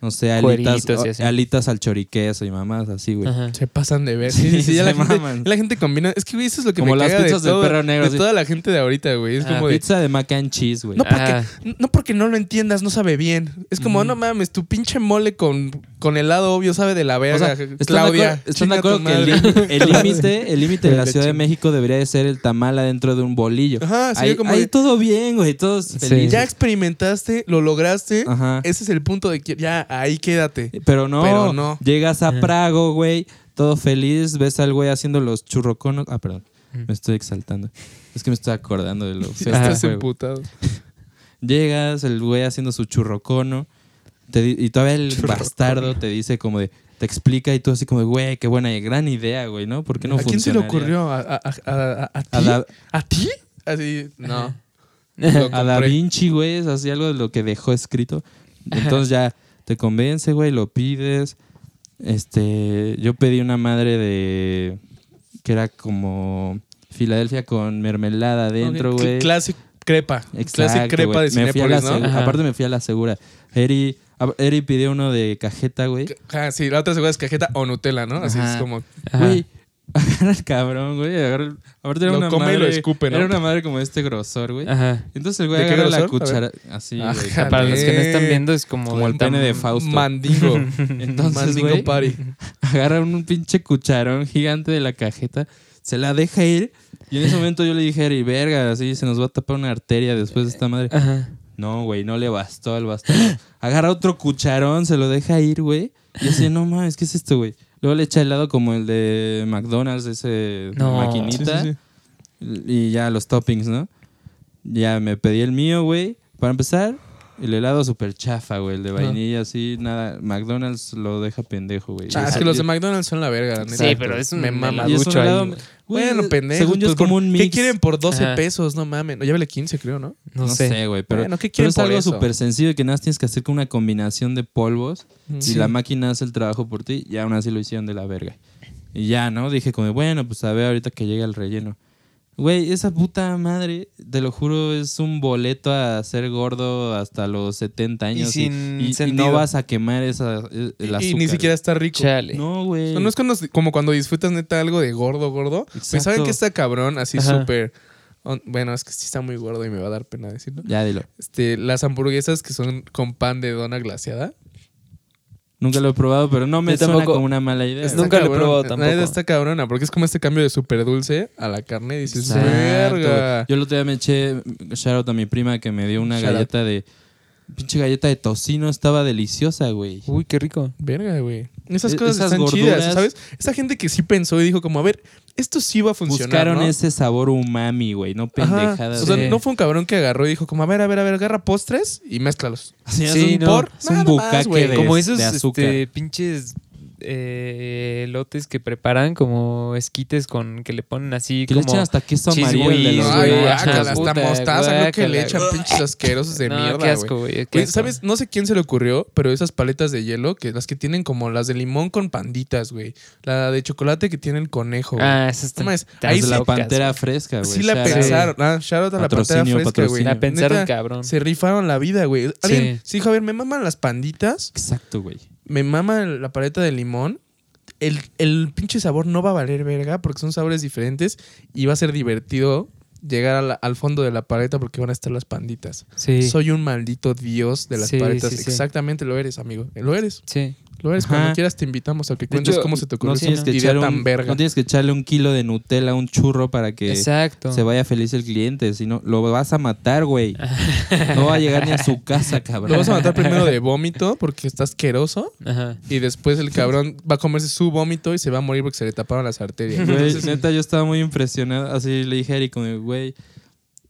Speaker 4: no sé, alitas,
Speaker 3: Cueritos y así.
Speaker 4: alitas al choriqueso y mamás así, güey.
Speaker 3: Ajá.
Speaker 2: Se pasan de ver.
Speaker 4: Sí,
Speaker 2: Sí, sí, sí.
Speaker 4: se
Speaker 2: ya la, gente,
Speaker 4: maman.
Speaker 2: ya la gente combina. Es que, güey, eso es lo que
Speaker 4: Como
Speaker 2: me
Speaker 4: las
Speaker 2: caga
Speaker 4: pizzas
Speaker 2: de
Speaker 4: del
Speaker 2: todo-
Speaker 4: perro negro,
Speaker 2: De
Speaker 4: así.
Speaker 2: toda la gente de ahorita, güey. Es
Speaker 3: Ah,
Speaker 2: como de.
Speaker 4: Pizza de mac and cheese, güey.
Speaker 2: No porque,
Speaker 3: Ah.
Speaker 2: no porque no lo entiendas, no sabe bien. Es como, no mames, tu pinche mole con, con helado obvio sabe de la
Speaker 4: O sea,
Speaker 2: verga.
Speaker 4: ¿están de
Speaker 2: Claudia,
Speaker 4: acuerdo- ¿están de
Speaker 2: chinga tu
Speaker 4: acuerdo que el
Speaker 2: madre.
Speaker 4: límite- el límite el límite de la
Speaker 2: La
Speaker 4: Ciudad de
Speaker 2: chinga.
Speaker 4: México debería de ser el tamal adentro de un bolillo?
Speaker 2: Ajá, sí,
Speaker 4: ahí,
Speaker 2: como
Speaker 4: ahí
Speaker 2: de-
Speaker 4: todo bien, güey, todos felices.
Speaker 2: Ya experimentaste, lo lograste.
Speaker 4: Ajá.
Speaker 2: Ese es el punto de que ya ahí quédate.
Speaker 4: Pero no,
Speaker 2: Pero no.
Speaker 4: llegas a
Speaker 3: Ajá.
Speaker 4: Prago, güey, todo feliz, ves al güey haciendo los churroconos. Ah, perdón, me estoy exaltando. Es que me estoy acordando de lo feo que
Speaker 2: Estás
Speaker 4: fue, güey.
Speaker 2: emputado.
Speaker 4: Llegas, el güey haciendo su churrocono. te di- y todavía el bastardo te dice como de... Te explica y tú así como de, güey, qué buena y gran idea, güey, ¿no? ¿Por qué no
Speaker 2: ¿A quién se le
Speaker 4: funcionaría?"
Speaker 2: ocurrió? ¿A, a, a- a- a ti?
Speaker 4: A Da-
Speaker 2: ¿A ti? Así, no. Lo
Speaker 4: a Da
Speaker 2: compré.
Speaker 4: Vinci, güey, es así algo de lo que dejó escrito. Entonces ya te convence, güey, lo pides. Este, yo pedí una madre de que era como Filadelfia con mermelada adentro,
Speaker 2: Ok,
Speaker 4: güey.
Speaker 2: Clase crepa. clase
Speaker 4: Exacto,
Speaker 2: crepa
Speaker 4: güey.
Speaker 2: de
Speaker 4: Me fui a la
Speaker 2: Cinépolis, ¿no?
Speaker 4: segu-
Speaker 3: Ajá.
Speaker 4: Aparte me fui a la segura. Eri, a- Eri pidió uno de cajeta, güey.
Speaker 2: Ah, sí, la otra segunda es cajeta o Nutella, ¿no? Así
Speaker 4: Ajá.
Speaker 2: es como.
Speaker 3: Ajá.
Speaker 4: Güey, agarra el cabrón, güey. agarra el- Aparte era
Speaker 2: Lo
Speaker 4: una
Speaker 2: come y
Speaker 4: madre.
Speaker 2: lo escupe, ¿no? Ah.
Speaker 4: Era una madre como de este grosor, güey.
Speaker 3: Ajá. Ah,
Speaker 4: Entonces el güey
Speaker 2: ¿De qué
Speaker 4: agarra la
Speaker 2: grosor? A
Speaker 4: cuchara. Así,
Speaker 2: Ajá.
Speaker 4: güey.
Speaker 3: Para los que no están viendo es como...
Speaker 4: Como el
Speaker 3: tam-
Speaker 4: pene de Fausto.
Speaker 2: Mandingo.
Speaker 4: Entonces,
Speaker 2: Mandingo
Speaker 4: güey,
Speaker 2: Party.
Speaker 4: agarra un pinche cucharón gigante de la cajeta, se la deja ir. Y en ese momento yo le dije, Eri, verga, así se nos va a tapar una arteria después de esta madre.
Speaker 3: Ajá.
Speaker 4: No, güey, no le bastó al bastardo. Agarra otro cucharón, se lo deja ir, güey. Y así, no mames, ¿qué es esto, güey? Luego le echa helado como el de McDonald's, ese
Speaker 3: No.
Speaker 4: maquinita.
Speaker 2: Sí, sí, sí.
Speaker 4: Y ya los toppings, ¿no? Ya me pedí el mío, güey. Para empezar, el helado súper chafa, güey. El de vainilla, así, nada. McDonald's lo deja pendejo, güey.
Speaker 2: Ah, es que los de McDonald's son la verga, la neta.
Speaker 3: Sí, pero es un
Speaker 2: Me mama.
Speaker 4: Y es un
Speaker 3: heladucho ahí,
Speaker 4: helado-
Speaker 3: güey.
Speaker 4: güey,
Speaker 2: Bueno, pendejo.
Speaker 4: Según yo es como un mix.
Speaker 2: ¿Qué quieren por 12
Speaker 3: Ajá.
Speaker 2: pesos? No mames. No, llévale 15, creo, ¿no?
Speaker 3: No, sé.
Speaker 4: güey. Pero,
Speaker 2: Bueno, ¿qué
Speaker 4: pero
Speaker 2: quieren
Speaker 4: es
Speaker 2: por
Speaker 4: algo
Speaker 2: eso?
Speaker 4: súper sencillo que nada más tienes que hacer con una combinación de polvos.
Speaker 2: Mm, Sí.
Speaker 4: Y la máquina hace el trabajo por ti. Y aún así lo hicieron de la verga. Y ya, ¿no? Dije como, bueno, pues a ver ahorita que llega el relleno. Güey, esa puta madre, te lo juro, es un boleto a ser gordo hasta los 70 años.
Speaker 3: sin sentido.
Speaker 4: no vas a quemar esa, eh, el azúcar.
Speaker 2: Y, y ni siquiera está rico.
Speaker 3: Chale.
Speaker 4: No, güey.
Speaker 2: No, no es cuando- como cuando disfrutas neta algo de gordo, gordo.
Speaker 4: Exacto.
Speaker 2: Pues saben que está cabrón, así
Speaker 3: Ajá.
Speaker 2: súper. on- Bueno, es que sí está muy gordo y me va a dar pena decirlo.
Speaker 4: Ya, dilo.
Speaker 2: Este, las hamburguesas que son con pan de dona glaseada.
Speaker 4: Nunca lo he probado, pero no me
Speaker 3: Yo
Speaker 4: suena
Speaker 3: tampoco.
Speaker 4: como una mala idea.
Speaker 3: Es
Speaker 2: Está
Speaker 4: güey.
Speaker 3: nunca lo he
Speaker 2: cabrón.
Speaker 3: probado
Speaker 2: La
Speaker 3: tampoco.
Speaker 2: neta está cabrona, porque es como este cambio de súper dulce a la carne. Y dices,
Speaker 4: Exacto,
Speaker 2: verga.
Speaker 4: güey. Yo el otro día me eché shout out a mi prima que me dio una
Speaker 2: Shout out.
Speaker 4: galleta de. Pinche galleta de tocino, estaba deliciosa, güey.
Speaker 3: Uy, qué rico.
Speaker 2: Verga, güey. Esas
Speaker 4: E-
Speaker 2: cosas
Speaker 4: esas
Speaker 2: están
Speaker 4: gorduras-
Speaker 2: chidas, ¿sabes? Esa gente que sí pensó y dijo como, a ver, esto sí va a funcionar,
Speaker 4: Buscaron
Speaker 2: ¿no?
Speaker 4: ese sabor umami, güey, no
Speaker 2: Ajá.
Speaker 4: pendejadas.
Speaker 2: O sea,
Speaker 4: güey.
Speaker 2: no fue un cabrón que agarró y dijo como, a ver, a ver, a ver, agarra postres y mézclalos.
Speaker 4: Así es
Speaker 3: Sí,
Speaker 4: un
Speaker 3: no.
Speaker 4: por- es un
Speaker 2: Nada más,
Speaker 4: bucaque
Speaker 2: güey.
Speaker 4: de,
Speaker 3: como esos
Speaker 4: de azúcar.
Speaker 3: este, pinches eh, elotes que preparan como esquites con que le ponen así
Speaker 4: que le
Speaker 3: como
Speaker 4: echan hasta queso
Speaker 3: cheese
Speaker 4: amarillo el de
Speaker 3: whiz,
Speaker 4: los
Speaker 2: Ay,
Speaker 3: güey,
Speaker 4: nachos,
Speaker 2: guácala,
Speaker 4: güey.
Speaker 2: hasta
Speaker 3: puta,
Speaker 2: mostaza, creo que le
Speaker 3: guácala,
Speaker 2: echan
Speaker 3: güey.
Speaker 2: pinches asquerosos de
Speaker 3: no,
Speaker 2: mierda,
Speaker 3: qué
Speaker 2: güey.
Speaker 3: asco, güey. qué
Speaker 2: Güey,
Speaker 3: asco.
Speaker 2: ¿Sabes? No sé quién se le ocurrió, pero esas paletas de hielo, que las que tienen como las de limón con panditas, güey. La de chocolate que tiene el conejo, güey.
Speaker 3: Ah, esa está.
Speaker 2: No mames,
Speaker 3: está
Speaker 4: Ahí
Speaker 2: ahí
Speaker 4: de la
Speaker 3: locas,
Speaker 4: pantera fresca, güey.
Speaker 2: sí la
Speaker 4: Shout out.
Speaker 2: pensaron. Ah, shout out a la pantera
Speaker 4: Patrocinio,
Speaker 2: fresca, güey.
Speaker 3: güey. La
Speaker 4: patrocinio.
Speaker 3: pensaron,
Speaker 2: Neta,
Speaker 3: cabrón.
Speaker 2: Se rifaron la vida, güey. Alguien sí. dijo, a ver, me maman las panditas,
Speaker 4: Exacto, güey.
Speaker 2: me mama la paleta de limón. El, el pinche sabor no va a valer verga porque son sabores diferentes y va a ser divertido llegar a la- al fondo de la paleta porque van a estar las panditas.
Speaker 3: Sí.
Speaker 2: Soy un maldito dios de las
Speaker 3: Sí,
Speaker 2: paletas.
Speaker 3: sí, sí.
Speaker 2: Exactamente lo eres, amigo. Lo eres.
Speaker 3: Sí.
Speaker 2: Lo eres.
Speaker 4: Ajá.
Speaker 2: Cuando quieras te invitamos a que cuentes
Speaker 3: hecho,
Speaker 2: cómo se te ocurrió
Speaker 4: No tienes,
Speaker 2: esa
Speaker 4: que
Speaker 2: idea
Speaker 4: echar
Speaker 2: tan
Speaker 4: un-
Speaker 2: verga.
Speaker 4: no tienes que echarle un kilo de Nutella a un churro para que
Speaker 3: Exacto.
Speaker 4: se vaya feliz el cliente, si no, lo vas a matar, güey. No va a llegar ni a su casa, cabrón.
Speaker 2: Lo vas a matar primero de vómito porque está asqueroso.
Speaker 3: Ajá.
Speaker 2: Y después el cabrón va a comerse su vómito y se va a morir porque se le taparon las arterias.
Speaker 4: Güey,
Speaker 2: Entonces,
Speaker 4: neta, yo estaba muy impresionado. Así le dije a Eric, como, güey,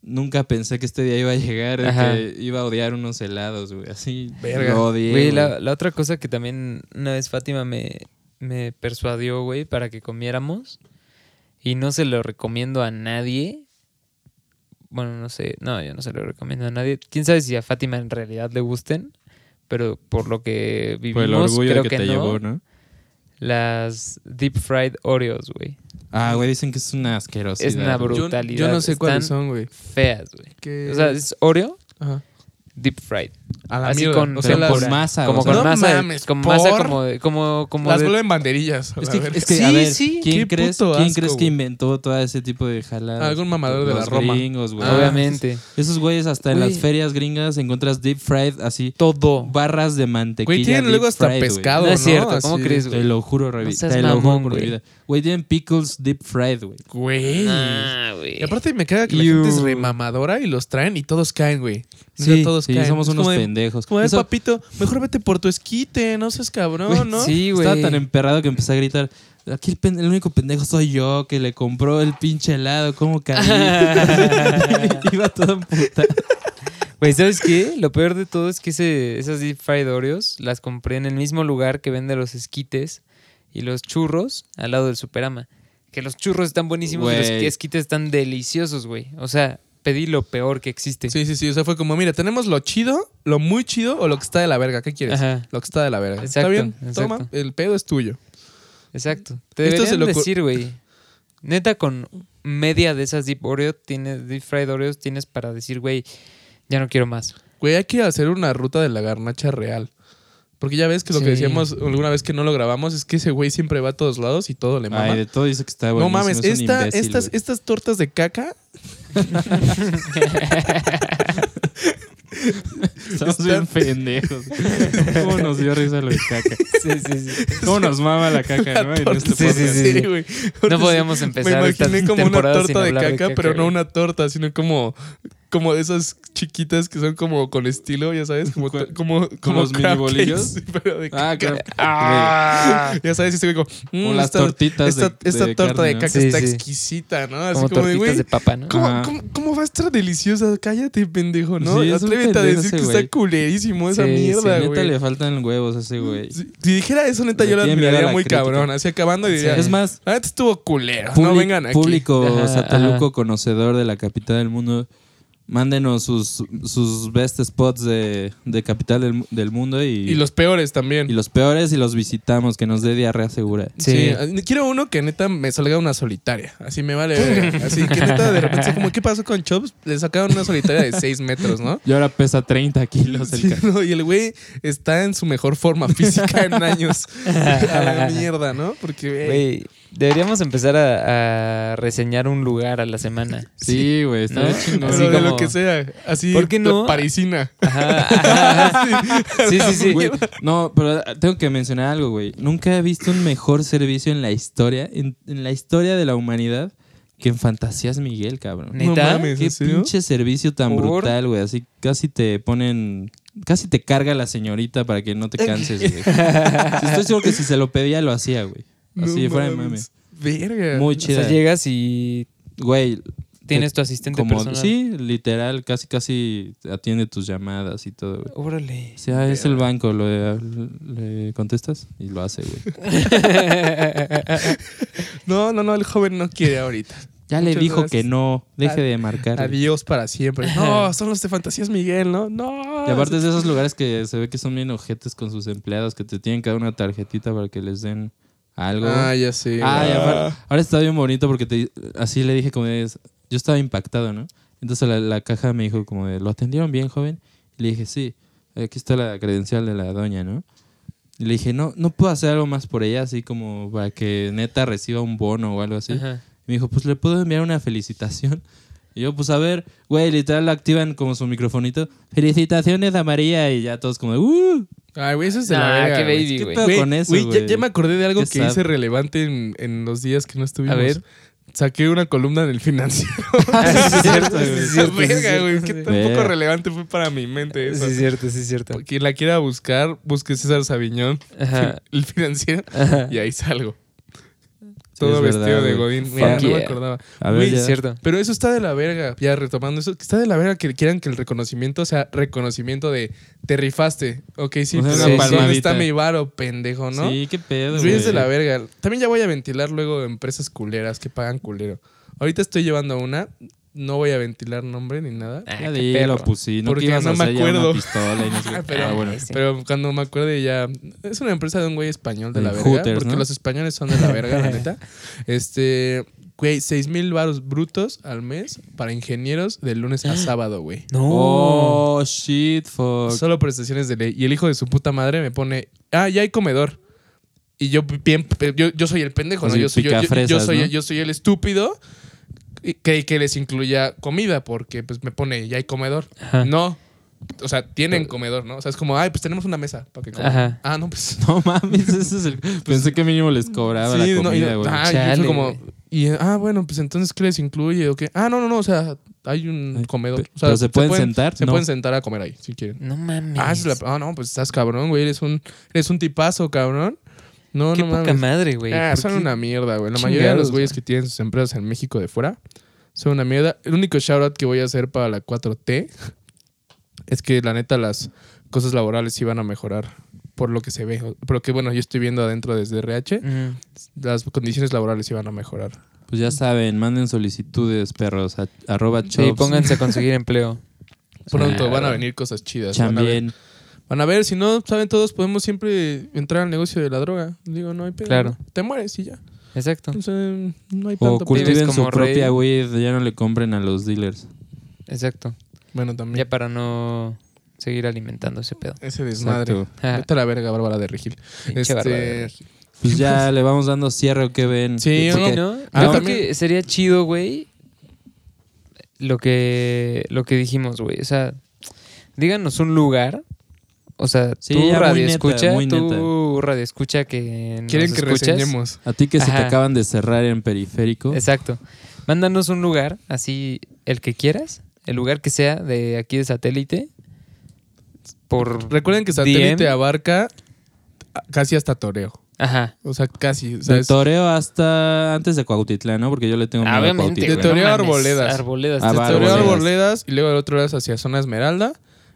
Speaker 4: nunca pensé que este día iba a llegar, de
Speaker 3: Ajá.
Speaker 4: que iba a odiar unos helados, güey. Así,
Speaker 2: Verga.
Speaker 4: lo odié,
Speaker 3: Güey,
Speaker 4: güey.
Speaker 3: la, la otra cosa que también una vez Fátima me, me persuadió, güey, para que comiéramos. Y no se lo recomiendo a nadie. Bueno, no sé. No, yo no se lo recomiendo a nadie. Quién sabe si a Fátima en realidad le gusten. Pero por lo que vivimos,
Speaker 4: Por el orgullo
Speaker 3: creo
Speaker 4: de que,
Speaker 3: que,
Speaker 4: te
Speaker 3: no.
Speaker 4: llevó, ¿no?
Speaker 3: Las deep fried Oreos, güey.
Speaker 4: Ah, güey, dicen que es una asquerosidad.
Speaker 3: Es una
Speaker 4: güey.
Speaker 2: Yo,
Speaker 3: brutalidad.
Speaker 2: yo no sé cuáles
Speaker 3: Están
Speaker 2: son, güey.
Speaker 3: Feas, güey.
Speaker 2: Que-
Speaker 3: O sea, es Oreo
Speaker 2: Ajá.
Speaker 3: deep fried.
Speaker 2: A la
Speaker 3: así
Speaker 2: mierda.
Speaker 3: con
Speaker 2: o sea,
Speaker 4: Pero
Speaker 2: las,
Speaker 4: con
Speaker 3: tempura.
Speaker 4: masa,
Speaker 3: Como
Speaker 4: o sea.
Speaker 3: con
Speaker 2: No
Speaker 3: masa,
Speaker 2: mames,
Speaker 3: con masa
Speaker 2: ¿por?
Speaker 3: como de, como, como
Speaker 2: las
Speaker 3: de-
Speaker 2: vuelven banderillas. a
Speaker 4: Es
Speaker 2: la
Speaker 4: que,
Speaker 2: verga.
Speaker 4: es que a
Speaker 3: Sí,
Speaker 4: ver,
Speaker 3: sí.
Speaker 4: ¿quién,
Speaker 2: Qué
Speaker 4: crees,
Speaker 2: puto
Speaker 4: ¿quién
Speaker 2: asco,
Speaker 4: crees que
Speaker 2: güey.
Speaker 4: inventó todo ese tipo de jaladas?
Speaker 2: Algún mamador de la
Speaker 4: Los
Speaker 2: Roma.
Speaker 4: gringos, güey.
Speaker 2: Ah,
Speaker 3: obviamente.
Speaker 4: Esos güeyes hasta en
Speaker 3: Güey.
Speaker 4: las ferias gringas encuentras deep fried así.
Speaker 3: Todo.
Speaker 4: Barras de mantequilla.
Speaker 2: Oh. Güey, tienen
Speaker 4: deep
Speaker 2: luego hasta
Speaker 4: fried, güey.
Speaker 2: pescado,
Speaker 3: No
Speaker 2: ¿no?
Speaker 3: es cierto, ¿cómo
Speaker 2: Así.
Speaker 3: crees,
Speaker 4: Te
Speaker 3: güey?
Speaker 4: lo juro, Revi.
Speaker 3: No seas
Speaker 4: te lo juro
Speaker 3: mamón,
Speaker 4: por mi
Speaker 3: güey.
Speaker 4: vida. Güey, tienen pickles deep fried, güey.
Speaker 2: Güey.
Speaker 3: Ah, güey.
Speaker 2: Y aparte me caga que la
Speaker 4: Iu.
Speaker 2: gente es remamadora y los traen y todos caen, güey. Neta, todos
Speaker 4: sí,
Speaker 2: caen.
Speaker 4: somos
Speaker 2: Es
Speaker 4: unos
Speaker 2: como de-
Speaker 4: pendejos.
Speaker 2: Es como, "Ay,
Speaker 4: Eso-
Speaker 2: papito, mejor vete por tu esquite, no seas cabrón, ¿no?
Speaker 3: Sí, güey.
Speaker 4: Estaba tan emperrado que empecé a gritar. Aquí el, pen- el único pendejo soy yo que le compró el pinche helado. ¿Cómo caí? Iba todo en puta.
Speaker 3: Güey, pues, ¿sabes qué? Lo peor de todo es que ese- esas deep fried Oreos las compré en el mismo lugar que vende los esquites y los churros al lado del Superama. Que los churros están buenísimos y los
Speaker 4: Güey.
Speaker 3: esquites están deliciosos, güey. O sea, pedí lo peor que existe.
Speaker 2: Sí, sí, sí. O sea, fue como, mira, tenemos lo chido, lo muy chido o lo que está de la verga. ¿Qué quieres?
Speaker 3: Ajá.
Speaker 2: Lo que está de la verga.
Speaker 3: Exacto,
Speaker 2: está bien,
Speaker 3: exacto.
Speaker 2: toma, el pedo es tuyo.
Speaker 3: Exacto. Te
Speaker 2: Esto se
Speaker 3: deberían
Speaker 2: lo ocur-
Speaker 3: decir, güey. Neta, con media de esas deep Oreo tienes, deep fried Oreos tienes para decir, güey, ya no quiero más.
Speaker 2: Güey, hay que hacer una ruta de la garnacha real. Porque ya ves que lo
Speaker 3: Sí.
Speaker 2: que decíamos alguna vez que no lo grabamos es que ese güey siempre va a todos lados y todo le mama.
Speaker 4: Ay, de todo dice que está
Speaker 2: no
Speaker 4: buenísimo.
Speaker 2: mames,
Speaker 4: es un
Speaker 2: esta-
Speaker 4: imbécil,
Speaker 2: estas,
Speaker 4: güey.
Speaker 2: estas tortas de caca
Speaker 4: Estamos bien pendejos. ¿Cómo nos dio risa lo de caca?
Speaker 3: Sí, sí, sí.
Speaker 4: ¿Cómo nos mama la caca, no? En este
Speaker 3: Sí, sí,
Speaker 4: podcast.
Speaker 3: sí, sí.
Speaker 2: güey.
Speaker 3: No podíamos
Speaker 2: Me
Speaker 3: empezar esta
Speaker 2: imaginé como una
Speaker 3: temporada sin
Speaker 2: torta de
Speaker 3: hablar
Speaker 2: caca, pero no
Speaker 3: güey.
Speaker 2: una torta, sino como, como de esas chiquitas que son como con estilo, ya sabes, como,
Speaker 4: ¿Cuál?
Speaker 2: como, como
Speaker 4: los mini
Speaker 2: crab
Speaker 4: bolillos?
Speaker 2: cakes, pero de
Speaker 4: Ah,
Speaker 2: caca.
Speaker 4: claro.
Speaker 3: Ah.
Speaker 2: Ya sabes, este güey como,
Speaker 4: O
Speaker 2: "Mm,
Speaker 4: las
Speaker 2: esta,
Speaker 4: tortitas de-
Speaker 2: esta, esta
Speaker 4: de
Speaker 2: torta de
Speaker 4: carne, ¿no?
Speaker 2: caca
Speaker 3: Sí,
Speaker 2: está
Speaker 3: sí.
Speaker 2: exquisita, ¿no? Así
Speaker 3: Como
Speaker 2: como, de,
Speaker 3: tortitas
Speaker 2: güey,
Speaker 3: de papa, ¿no?
Speaker 4: Ajá.
Speaker 2: ¿cómo, cómo, cómo va a estar deliciosa? Cállate, pendejo, ¿no?
Speaker 4: Sí, es un
Speaker 2: Atrévete a
Speaker 4: pendejo
Speaker 2: decir
Speaker 4: ese
Speaker 2: que
Speaker 4: güey.
Speaker 2: está culerísimo esa
Speaker 3: Sí, sí,
Speaker 2: mierda,
Speaker 4: Neta
Speaker 2: güey.
Speaker 4: le faltan huevos a ese güey.
Speaker 2: Si, si dijera eso, neta,
Speaker 4: Le
Speaker 2: yo la
Speaker 4: tiene miedo a
Speaker 2: admiraría
Speaker 4: la
Speaker 2: muy
Speaker 4: crítica.
Speaker 2: cabrón. Así acabando y diría,
Speaker 4: Es más,
Speaker 2: la neta estuvo culero, no
Speaker 4: Public-
Speaker 2: vengan aquí.
Speaker 4: Público
Speaker 3: Ajá,
Speaker 4: sataluco
Speaker 3: ajá.
Speaker 4: conocedor de la capital del mundo, mándenos sus, sus best spots de, de capital del, del mundo y,
Speaker 2: Y los peores también.
Speaker 4: y los peores y los visitamos, que nos dé diarrea segura.
Speaker 2: Sí. Ah,
Speaker 3: Sí.
Speaker 2: quiero uno que neta me salga una solitaria. Así me vale verga. Así que neta de repente, sea como, ¿qué pasó con Chops? Le sacaron una solitaria de 6 metros, ¿no?
Speaker 4: Y ahora pesa 30 kilos el
Speaker 2: Sí,
Speaker 4: ca-
Speaker 2: no, y el güey está en su mejor forma física en años. A la mierda, ¿no? Porque, güey,
Speaker 3: Güey, deberíamos empezar a, a reseñar un lugar a la semana.
Speaker 4: Sí, güey, estaría
Speaker 3: ¿No?
Speaker 4: chingón.
Speaker 2: pero
Speaker 3: así
Speaker 2: de
Speaker 3: como-
Speaker 2: lo que sea. Así,
Speaker 3: ¿Por qué no?
Speaker 2: parisina.
Speaker 3: Ajá, ajá, ajá. Sí, sí, sí.
Speaker 4: Güey, no, pero ah, tengo que mencionar algo, güey. Nunca he visto un mejor servicio en la historia, en, en la historia de la humanidad, que en Fantasías Miguel, cabrón.
Speaker 3: ¿Neta?
Speaker 2: No mames,
Speaker 4: Qué
Speaker 2: ¿en serio?
Speaker 4: pinche servicio tan
Speaker 3: Por-
Speaker 4: brutal, güey. Así casi te ponen. Casi te carga la señorita para que no te canses, güey. Sí, Estoy seguro que si se lo pedía, lo hacía, güey. Así
Speaker 2: No
Speaker 4: fuera de mame.
Speaker 2: mames. Verga.
Speaker 4: Muy
Speaker 3: O
Speaker 4: chida.
Speaker 3: sea, llegas y
Speaker 4: Güey,
Speaker 3: tienes tu asistente
Speaker 4: como.
Speaker 3: personal.
Speaker 4: Sí, literal, casi, casi atiende tus llamadas y todo, güey.
Speaker 3: Órale.
Speaker 4: O sea, es el banco, lo le contestas y lo hace, güey.
Speaker 2: No, no, no, el joven no quiere ahorita.
Speaker 4: Ya le
Speaker 2: Muchas
Speaker 4: dijo
Speaker 2: gracias.
Speaker 4: que no, deje
Speaker 2: Ad-
Speaker 4: de marcar. güey.
Speaker 2: Adiós para siempre. No, son los de Fantasías Miguel, ¿no? No.
Speaker 4: Y aparte es de esos lugares que se ve que son bien ojetes con sus empleados, que te tienen que dar una tarjetita para que les den algo.
Speaker 2: Ah, ya sé.
Speaker 4: Ah, y
Speaker 2: güey.
Speaker 4: apar- ahora está bien bonito porque te- así le dije como de, yo estaba impactado, ¿no? Entonces la, la caja me dijo como de, ¿lo atendieron bien, joven? Y le dije, sí, aquí está la credencial de la doña, ¿no? Y le dije, no, no puedo hacer algo más por ella, así como para que neta reciba un bono o algo así.
Speaker 3: Ajá.
Speaker 4: Me dijo, pues le puedo enviar una felicitación. Y yo, pues a ver, güey, literal la activan como su microfonito. Felicitaciones a María y ya todos como de, "Uh".
Speaker 2: Ay, güey, eso es de la
Speaker 3: Nah,
Speaker 2: verga,
Speaker 3: qué
Speaker 2: güey.
Speaker 3: baby,
Speaker 4: ¿Qué
Speaker 3: güey.
Speaker 4: pedo
Speaker 2: Güey,
Speaker 4: con eso,
Speaker 2: güey,
Speaker 4: güey?
Speaker 2: Ya, ya me acordé de algo
Speaker 4: Qué
Speaker 2: que
Speaker 4: sad.
Speaker 2: hice relevante en, en los días que no estuvimos.
Speaker 3: A ver.
Speaker 2: Saqué una columna del financiero.
Speaker 3: Sí, es cierto,
Speaker 2: Esa
Speaker 3: güey. Sí, es
Speaker 2: verga,
Speaker 3: cierto,
Speaker 2: güey.
Speaker 3: sí,
Speaker 2: Qué
Speaker 3: sí.
Speaker 2: tan poco
Speaker 4: Verga.
Speaker 2: relevante fue para mi mente
Speaker 3: Sí,
Speaker 2: eso.
Speaker 3: es cierto, sí, es cierto.
Speaker 2: Quien la quiera buscar, busque César Sabiñón,
Speaker 3: Ajá.
Speaker 2: el financiero,
Speaker 3: Ajá.
Speaker 2: y ahí salgo.
Speaker 4: Sí,
Speaker 2: Todo
Speaker 4: es
Speaker 2: vestido
Speaker 4: verdad,
Speaker 2: de
Speaker 4: güey.
Speaker 2: Godín. Mira,
Speaker 3: Fuck
Speaker 2: no me
Speaker 3: yeah.
Speaker 2: acordaba.
Speaker 4: A ver,
Speaker 2: Güey,
Speaker 4: ya.
Speaker 3: Es cierto.
Speaker 2: Pero eso está de la verga, ya retomando eso, que está de la verga que quieran que el reconocimiento sea reconocimiento de te rifaste. Ok, sí,
Speaker 4: O sea,
Speaker 2: pero
Speaker 3: una
Speaker 2: ¿dónde
Speaker 4: palmadita.
Speaker 2: está mi varo, pendejo, no?
Speaker 4: Sí, qué pedo,
Speaker 2: Güey,
Speaker 4: güey.
Speaker 2: es de la verga. También ya voy a ventilar luego empresas culeras que pagan culero. Ahorita estoy llevando una No voy a ventilar nombre ni nada.
Speaker 3: Ah,
Speaker 4: Ya
Speaker 3: qué
Speaker 4: di, lo
Speaker 3: perro.
Speaker 4: pusí. Pues No
Speaker 2: Porque
Speaker 4: que ibas a
Speaker 2: no me
Speaker 4: hacer ya
Speaker 2: acuerdo.
Speaker 4: una pistola y no sé qué.
Speaker 2: Pero-
Speaker 4: Ah, bueno.
Speaker 3: Sí.
Speaker 2: Pero cuando me acuerde ya. Es una empresa de un güey español de la
Speaker 4: El
Speaker 2: verga.
Speaker 4: Hooters,
Speaker 2: porque
Speaker 4: ¿no?
Speaker 2: los españoles son de la verga, la neta. Este. Güey, 6 mil baros brutos al mes para ingenieros de lunes a sábado, güey.
Speaker 3: No.
Speaker 4: Oh, shit, fuck.
Speaker 2: Solo prestaciones de ley. Y el hijo de su puta madre me pone, ah, ya hay comedor. Y yo, bien, yo, yo soy el pendejo, ¿no?
Speaker 4: Así,
Speaker 2: Yo soy, yo, yo- yo
Speaker 4: picafresas,
Speaker 2: soy,
Speaker 4: ¿no?
Speaker 2: yo soy el estúpido. Y creí que les incluya comida porque pues me pone, ya hay comedor.
Speaker 4: Ah.
Speaker 3: Ajá.
Speaker 2: No. O sea, tienen comedor, ¿no? O sea, es como, ay, pues tenemos una mesa para que coman".
Speaker 3: Ajá.
Speaker 2: Ah, no, pues.
Speaker 4: No mames, ese es el. Pensé que mínimo les cobraba
Speaker 2: Sí,
Speaker 4: la
Speaker 2: no, y,
Speaker 4: comida, güey.
Speaker 2: ah, y yo soy
Speaker 3: Chale,
Speaker 2: como,
Speaker 3: güey.
Speaker 2: y, ah, bueno, pues entonces, ¿qué les incluye? ¿O qué? Ah, no, no, no, o sea, hay un
Speaker 4: Ay,
Speaker 2: comedor.
Speaker 4: pe-
Speaker 2: O sea,
Speaker 4: ¿pero se pueden sentar?
Speaker 2: Se
Speaker 4: No.
Speaker 2: pueden sentar a comer ahí, si quieren.
Speaker 3: No mames.
Speaker 2: Ah, es la- ah, no, pues estás cabrón, güey. Eres un, eres un tipazo, cabrón. No,
Speaker 3: Qué
Speaker 2: no
Speaker 3: poca
Speaker 2: mames.
Speaker 3: madre, güey.
Speaker 2: Ah,
Speaker 3: ¿Por
Speaker 2: son
Speaker 3: qué?
Speaker 2: una mierda, güey. La mayoría de los
Speaker 3: Chingados,
Speaker 2: güeyes
Speaker 3: güey.
Speaker 2: que tienen sus empresas en México de fuera son una mierda. El único shoutout que voy a hacer para la 4T es que la neta las cosas laborales sí van a mejorar por lo que se ve. Pero que bueno, yo estoy viendo adentro desde RH,
Speaker 3: Ujú.
Speaker 2: las condiciones laborales sí van a mejorar.
Speaker 4: Pues ya saben, manden solicitudes, perros. a- arroba chops.
Speaker 3: Sí, pónganse a conseguir empleo.
Speaker 2: Pronto
Speaker 4: Claro.
Speaker 2: van a venir cosas chidas. Van a, ver,
Speaker 4: También.
Speaker 2: van a ver, si no saben todos, podemos siempre entrar al negocio de la droga. Digo, no hay pedo.
Speaker 3: Claro.
Speaker 2: Te mueres y ya.
Speaker 3: Exacto.
Speaker 2: Pues, eh, no hay
Speaker 4: O
Speaker 2: tanto pedo.
Speaker 3: vives
Speaker 4: cultiven su
Speaker 3: como rey.
Speaker 4: propia weed. Ya no le compren a los dealers.
Speaker 3: Exacto.
Speaker 2: Bueno, también.
Speaker 3: Ya para no seguir alimentando ese pedo.
Speaker 2: Ese desmadre.
Speaker 4: Exacto.
Speaker 2: Vete a la verga, Bárbara de Regil.
Speaker 3: Pinche
Speaker 2: Este,
Speaker 3: Bárbara de Regil.
Speaker 4: Pues ya le vamos dando cierre o qué ven.
Speaker 2: Sí,
Speaker 4: Así
Speaker 2: yo
Speaker 3: Sí,
Speaker 4: que-
Speaker 3: ¿no?
Speaker 2: Ah,
Speaker 3: Yo creo
Speaker 2: también.
Speaker 3: que sería chido, güey, lo que, lo que dijimos, güey. O sea, díganos un lugar. O sea,
Speaker 4: Sí,
Speaker 3: tú
Speaker 4: ya muy
Speaker 3: radio
Speaker 4: neta,
Speaker 3: escucha,
Speaker 4: muy
Speaker 3: tú radio escucha que nos
Speaker 2: Quieren que
Speaker 3: escuchas.
Speaker 2: reseñemos.
Speaker 4: A ti que se te
Speaker 3: Ajá.
Speaker 4: acaban de cerrar en periférico.
Speaker 3: Exacto. Mándanos un lugar, así el que quieras, el lugar que sea de aquí de satélite. Por
Speaker 2: Recuerden que satélite
Speaker 3: DM.
Speaker 2: abarca casi hasta Toreo.
Speaker 3: Ajá.
Speaker 2: O sea, casi. o sea,
Speaker 4: De
Speaker 2: es-
Speaker 4: Toreo hasta antes de Cuautitlán, ¿no? Porque yo le tengo miedo a
Speaker 3: Obviamente,
Speaker 4: Cuautitlán.
Speaker 3: güey,
Speaker 2: Toreo a
Speaker 3: mames,
Speaker 2: Arboledas.
Speaker 3: Arboledas.
Speaker 4: Ah,
Speaker 2: de
Speaker 4: va,
Speaker 2: Toreo a
Speaker 4: Arboledas.
Speaker 2: Arboledas y luego del otro lado es hacia zona Esmeralda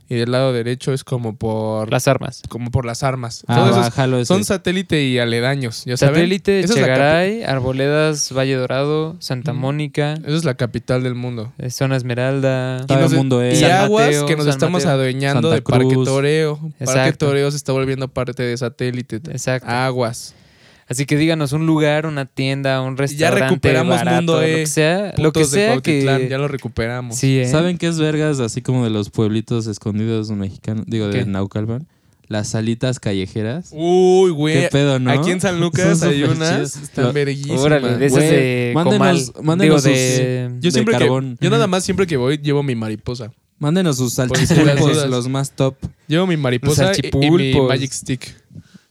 Speaker 2: y del lado derecho es como por
Speaker 3: Las armas.
Speaker 2: como por las armas.
Speaker 4: Ah,
Speaker 2: Todos
Speaker 4: va,
Speaker 2: esos
Speaker 4: jalo ese.
Speaker 2: son satélite y aledaños, ya saben.
Speaker 3: Satélite,
Speaker 2: Esa es la
Speaker 3: Chegaray, Arboledas, Valle Dorado, Santa Mónica,
Speaker 2: capi- Esa es la capital del mundo.
Speaker 3: eh, Zona Esmeralda.
Speaker 4: Todo
Speaker 2: nos- e-
Speaker 4: el mundo es.
Speaker 2: Y
Speaker 3: San
Speaker 2: aguas
Speaker 3: Mateo,
Speaker 2: que nos
Speaker 3: San
Speaker 2: estamos
Speaker 3: Mateo.
Speaker 2: adueñando
Speaker 4: Santa
Speaker 2: de Parque
Speaker 4: Cruz.
Speaker 2: Toreo. Parque
Speaker 3: Exacto.
Speaker 2: Toreo se está volviendo parte de satélite.
Speaker 3: Exacto.
Speaker 2: Aguas.
Speaker 3: Así que díganos un lugar, una tienda, un restaurante.
Speaker 2: recuperamos
Speaker 3: barato,
Speaker 2: Mundo
Speaker 3: Lo
Speaker 2: E,
Speaker 3: que sea, lo
Speaker 2: Putos
Speaker 3: que
Speaker 2: de
Speaker 3: sea
Speaker 2: Cuautitlán,
Speaker 3: que.
Speaker 2: Ya lo recuperamos.
Speaker 3: Sí, ¿eh?
Speaker 4: ¿Saben qué es vergas así como de los pueblitos escondidos mexicanos? Digo, de
Speaker 3: ¿Qué?
Speaker 4: Naucalpan. Las salitas callejeras.
Speaker 2: Uy, güey.
Speaker 4: ¿Qué pedo, no?
Speaker 2: Aquí en San
Speaker 4: Son
Speaker 2: Lucas
Speaker 4: súper
Speaker 2: hay unas.
Speaker 4: chidas.
Speaker 2: Están
Speaker 4: Lo-
Speaker 2: verguísimas.
Speaker 3: Órale, de esas
Speaker 4: Güey,
Speaker 3: de
Speaker 4: mándenos-
Speaker 3: Comal.
Speaker 4: mándenos
Speaker 3: Digo,
Speaker 4: sus-
Speaker 3: de- pues,
Speaker 2: yo
Speaker 4: de
Speaker 2: siempre que,
Speaker 4: carbón.
Speaker 2: yo nada más siempre que voy llevo mi mariposa.
Speaker 4: Mándenos sus
Speaker 2: si las
Speaker 4: salchipulpos,
Speaker 2: dudas.
Speaker 4: los más top.
Speaker 2: Llevo mi mariposa y- y, mi
Speaker 3: salchipulpos.
Speaker 2: Magic Stick.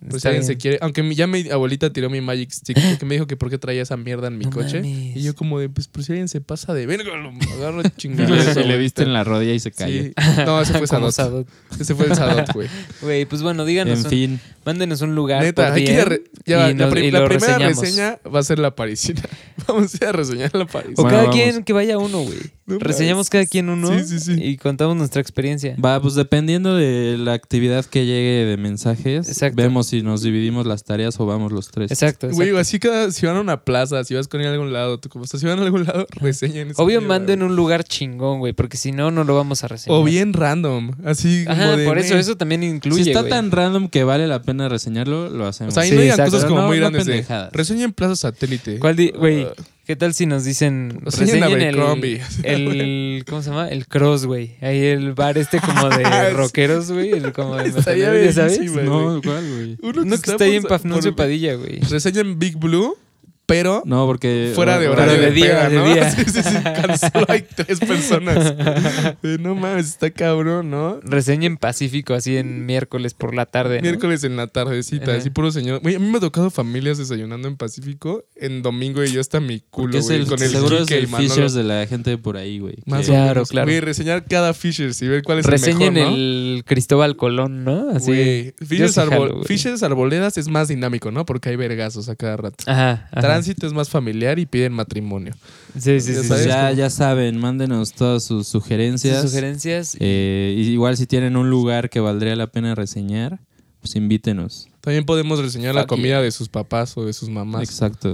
Speaker 2: Pues si
Speaker 3: Está
Speaker 2: alguien
Speaker 3: bien.
Speaker 2: se quiere. Aunque mi- ya mi abuelita tiró mi Magic Stick porque me dijo que por qué traía esa mierda en mi
Speaker 3: No
Speaker 2: coche.
Speaker 3: mames.
Speaker 2: Y yo como de, pues por si alguien se pasa de verga, lo agarro
Speaker 4: Y
Speaker 2: chingado.
Speaker 4: le, y le viste en la rodilla y se cayó.
Speaker 2: Sí. No, ese fue
Speaker 3: Como
Speaker 2: Sadot.
Speaker 3: Sadot.
Speaker 2: Ese fue el Sadot, güey.
Speaker 3: Güey, pues bueno, díganos.
Speaker 4: En
Speaker 3: un-
Speaker 4: fin.
Speaker 3: Mándenos un lugar.
Speaker 2: Neta,
Speaker 3: por
Speaker 2: hay que ir a
Speaker 3: DM
Speaker 2: re- ya va,
Speaker 3: y
Speaker 2: la,
Speaker 3: nos-
Speaker 2: pri-
Speaker 3: y
Speaker 2: la
Speaker 3: lo
Speaker 2: primera
Speaker 3: reseñamos.
Speaker 2: reseña va a ser la parisina. Vamos a ir a reseñar la parisina.
Speaker 3: O
Speaker 4: Bueno,
Speaker 3: cada
Speaker 4: vamos.
Speaker 3: quien que vaya uno, güey.
Speaker 2: No
Speaker 3: Reseñamos
Speaker 2: mames.
Speaker 3: cada quien uno
Speaker 2: Sí, sí, sí.
Speaker 3: y contamos nuestra experiencia.
Speaker 4: Va, pues dependiendo de la actividad que llegue de mensajes,
Speaker 3: Exacto.
Speaker 4: vemos si nos dividimos las tareas o vamos los tres.
Speaker 3: Exacto. exacto.
Speaker 2: Güey, así cada, si van a una plaza, si vas con él a algún lado, tú como estás, si van a algún lado, reseñen. esa
Speaker 3: Obvio
Speaker 2: mierda,
Speaker 3: manden
Speaker 2: güey.
Speaker 3: un lugar chingón, güey, porque si no, no lo vamos a reseñar.
Speaker 2: O bien random, así como
Speaker 3: Ajá,
Speaker 2: de,
Speaker 3: por eso,
Speaker 2: "Ney".
Speaker 3: eso también incluye,
Speaker 4: Si está
Speaker 3: güey.
Speaker 4: tan random que vale la pena reseñarlo, lo
Speaker 2: O
Speaker 4: hacemos.
Speaker 2: sea, ahí
Speaker 3: Sí,
Speaker 2: no digan
Speaker 3: exacto,
Speaker 2: cosas
Speaker 4: pero
Speaker 2: como
Speaker 4: no-
Speaker 2: muy
Speaker 4: no
Speaker 2: grandes de,
Speaker 4: pendejadas.
Speaker 2: Reseñen Plaza Satélite.
Speaker 3: ¿Cuál di- güey,
Speaker 2: Ah.
Speaker 3: ¿qué tal si nos dicen
Speaker 2: Reseñen
Speaker 3: reseñen el,
Speaker 2: Abercrombie.
Speaker 3: el ¿cómo se llama? El Cross, güey. Ahí el bar este como de rockeros, güey, el como de
Speaker 2: Estaría
Speaker 3: metaleros, ¿ya ¿sabes?
Speaker 2: verguísima,
Speaker 4: no, ¿cuál, güey?
Speaker 2: Uno
Speaker 3: Uno que está ahí en
Speaker 2: por-
Speaker 3: Pafnuncio
Speaker 2: por-
Speaker 3: Padilla, güey.
Speaker 2: Reseñen Big Blue, pero
Speaker 4: No, porque.
Speaker 2: fuera de
Speaker 4: o-
Speaker 2: horario
Speaker 3: de
Speaker 2: de,
Speaker 3: día,
Speaker 2: peda,
Speaker 3: de
Speaker 2: ¿no?
Speaker 3: día.
Speaker 2: Sí, sí, sí, cuando solo hay tres personas. Eh, no mames, está cabrón, ¿no?
Speaker 3: Reseñen Pacífico así en miércoles por la tarde, ¿no?
Speaker 2: Miércoles en la tardecita,
Speaker 3: Ajá.
Speaker 2: así puro señor. Güey, a mí me ha tocado familias desayunando en Pacífico en domingo y yo hasta mi
Speaker 4: Porque
Speaker 2: culo,
Speaker 4: es
Speaker 2: güey,
Speaker 4: el,
Speaker 2: con el
Speaker 4: seguro es
Speaker 2: Quique y
Speaker 4: el
Speaker 2: Manolo.
Speaker 4: Fishers de la gente de por ahí, güey.
Speaker 2: Más
Speaker 4: que-
Speaker 3: o
Speaker 2: o
Speaker 3: Claro,
Speaker 2: menos.
Speaker 3: claro.
Speaker 2: Güey, reseñar cada Fishers y ver cuál es el
Speaker 3: Reseñen
Speaker 2: mejor, ¿no?
Speaker 3: el Cristóbal Colón, ¿no? Así.
Speaker 2: Güey, Fishers,
Speaker 3: sí jalo,
Speaker 2: Arbol-
Speaker 3: güey.
Speaker 2: Fishers Arboledas es más dinámico, ¿no? Porque hay vergazos a cada rato.
Speaker 3: Ajá. ajá.
Speaker 2: Tránsito es más familiar y piden matrimonio.
Speaker 3: Sí, sí, sí.
Speaker 2: Ya
Speaker 3: sí.
Speaker 4: Pues
Speaker 2: ¿sabes?
Speaker 4: ya, ya saben, mándenos todas sus
Speaker 3: Sus
Speaker 4: sugerencias.
Speaker 3: sugerencias.
Speaker 4: Eh, y igual si tienen un lugar que valdría la pena reseñar, pues invítenos.
Speaker 2: También podemos reseñar la
Speaker 3: Fuck
Speaker 2: comida
Speaker 3: yeah.
Speaker 2: de sus papás o de sus mamás.
Speaker 4: Exacto.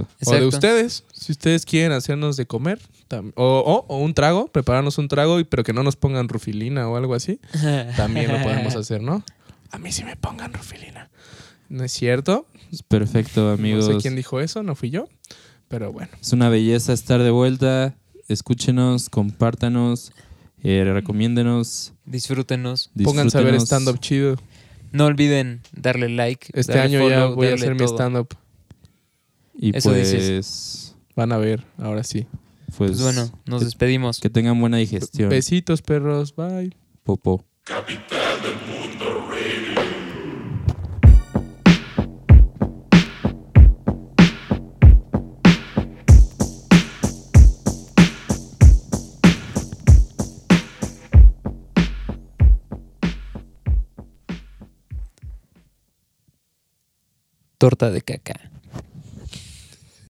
Speaker 2: O de
Speaker 3: Exacto.
Speaker 2: ustedes, si ustedes quieren hacernos de comer, tam- o, o- o un trago, prepararnos un trago, y- pero que no nos pongan rufilina o algo así, también lo podemos hacer, ¿no? A mí sí me pongan rufilina. No es cierto,
Speaker 4: Es perfecto, amigos.
Speaker 2: no sé quién dijo eso, no fui yo, pero bueno.
Speaker 4: Es una belleza estar de vuelta. Escúchenos, compártanos, eh, recomiéndenos.
Speaker 3: Disfrútenos.
Speaker 2: Pónganse a ver
Speaker 4: disfrútenos.
Speaker 2: stand-up chido.
Speaker 3: No olviden darle like.
Speaker 2: Este
Speaker 3: darle
Speaker 2: año ya
Speaker 3: follow,
Speaker 2: voy a
Speaker 3: darle
Speaker 2: hacer mi
Speaker 3: todo.
Speaker 2: stand-up.
Speaker 4: Y
Speaker 3: Eso
Speaker 4: pues,
Speaker 2: Van a ver, ahora sí.
Speaker 4: pues,
Speaker 3: Pues bueno, nos Pues
Speaker 4: que-
Speaker 3: despedimos.
Speaker 4: que tengan buena digestión.
Speaker 2: Besitos, perros. Bye.
Speaker 4: Popó.
Speaker 3: Torta de caca.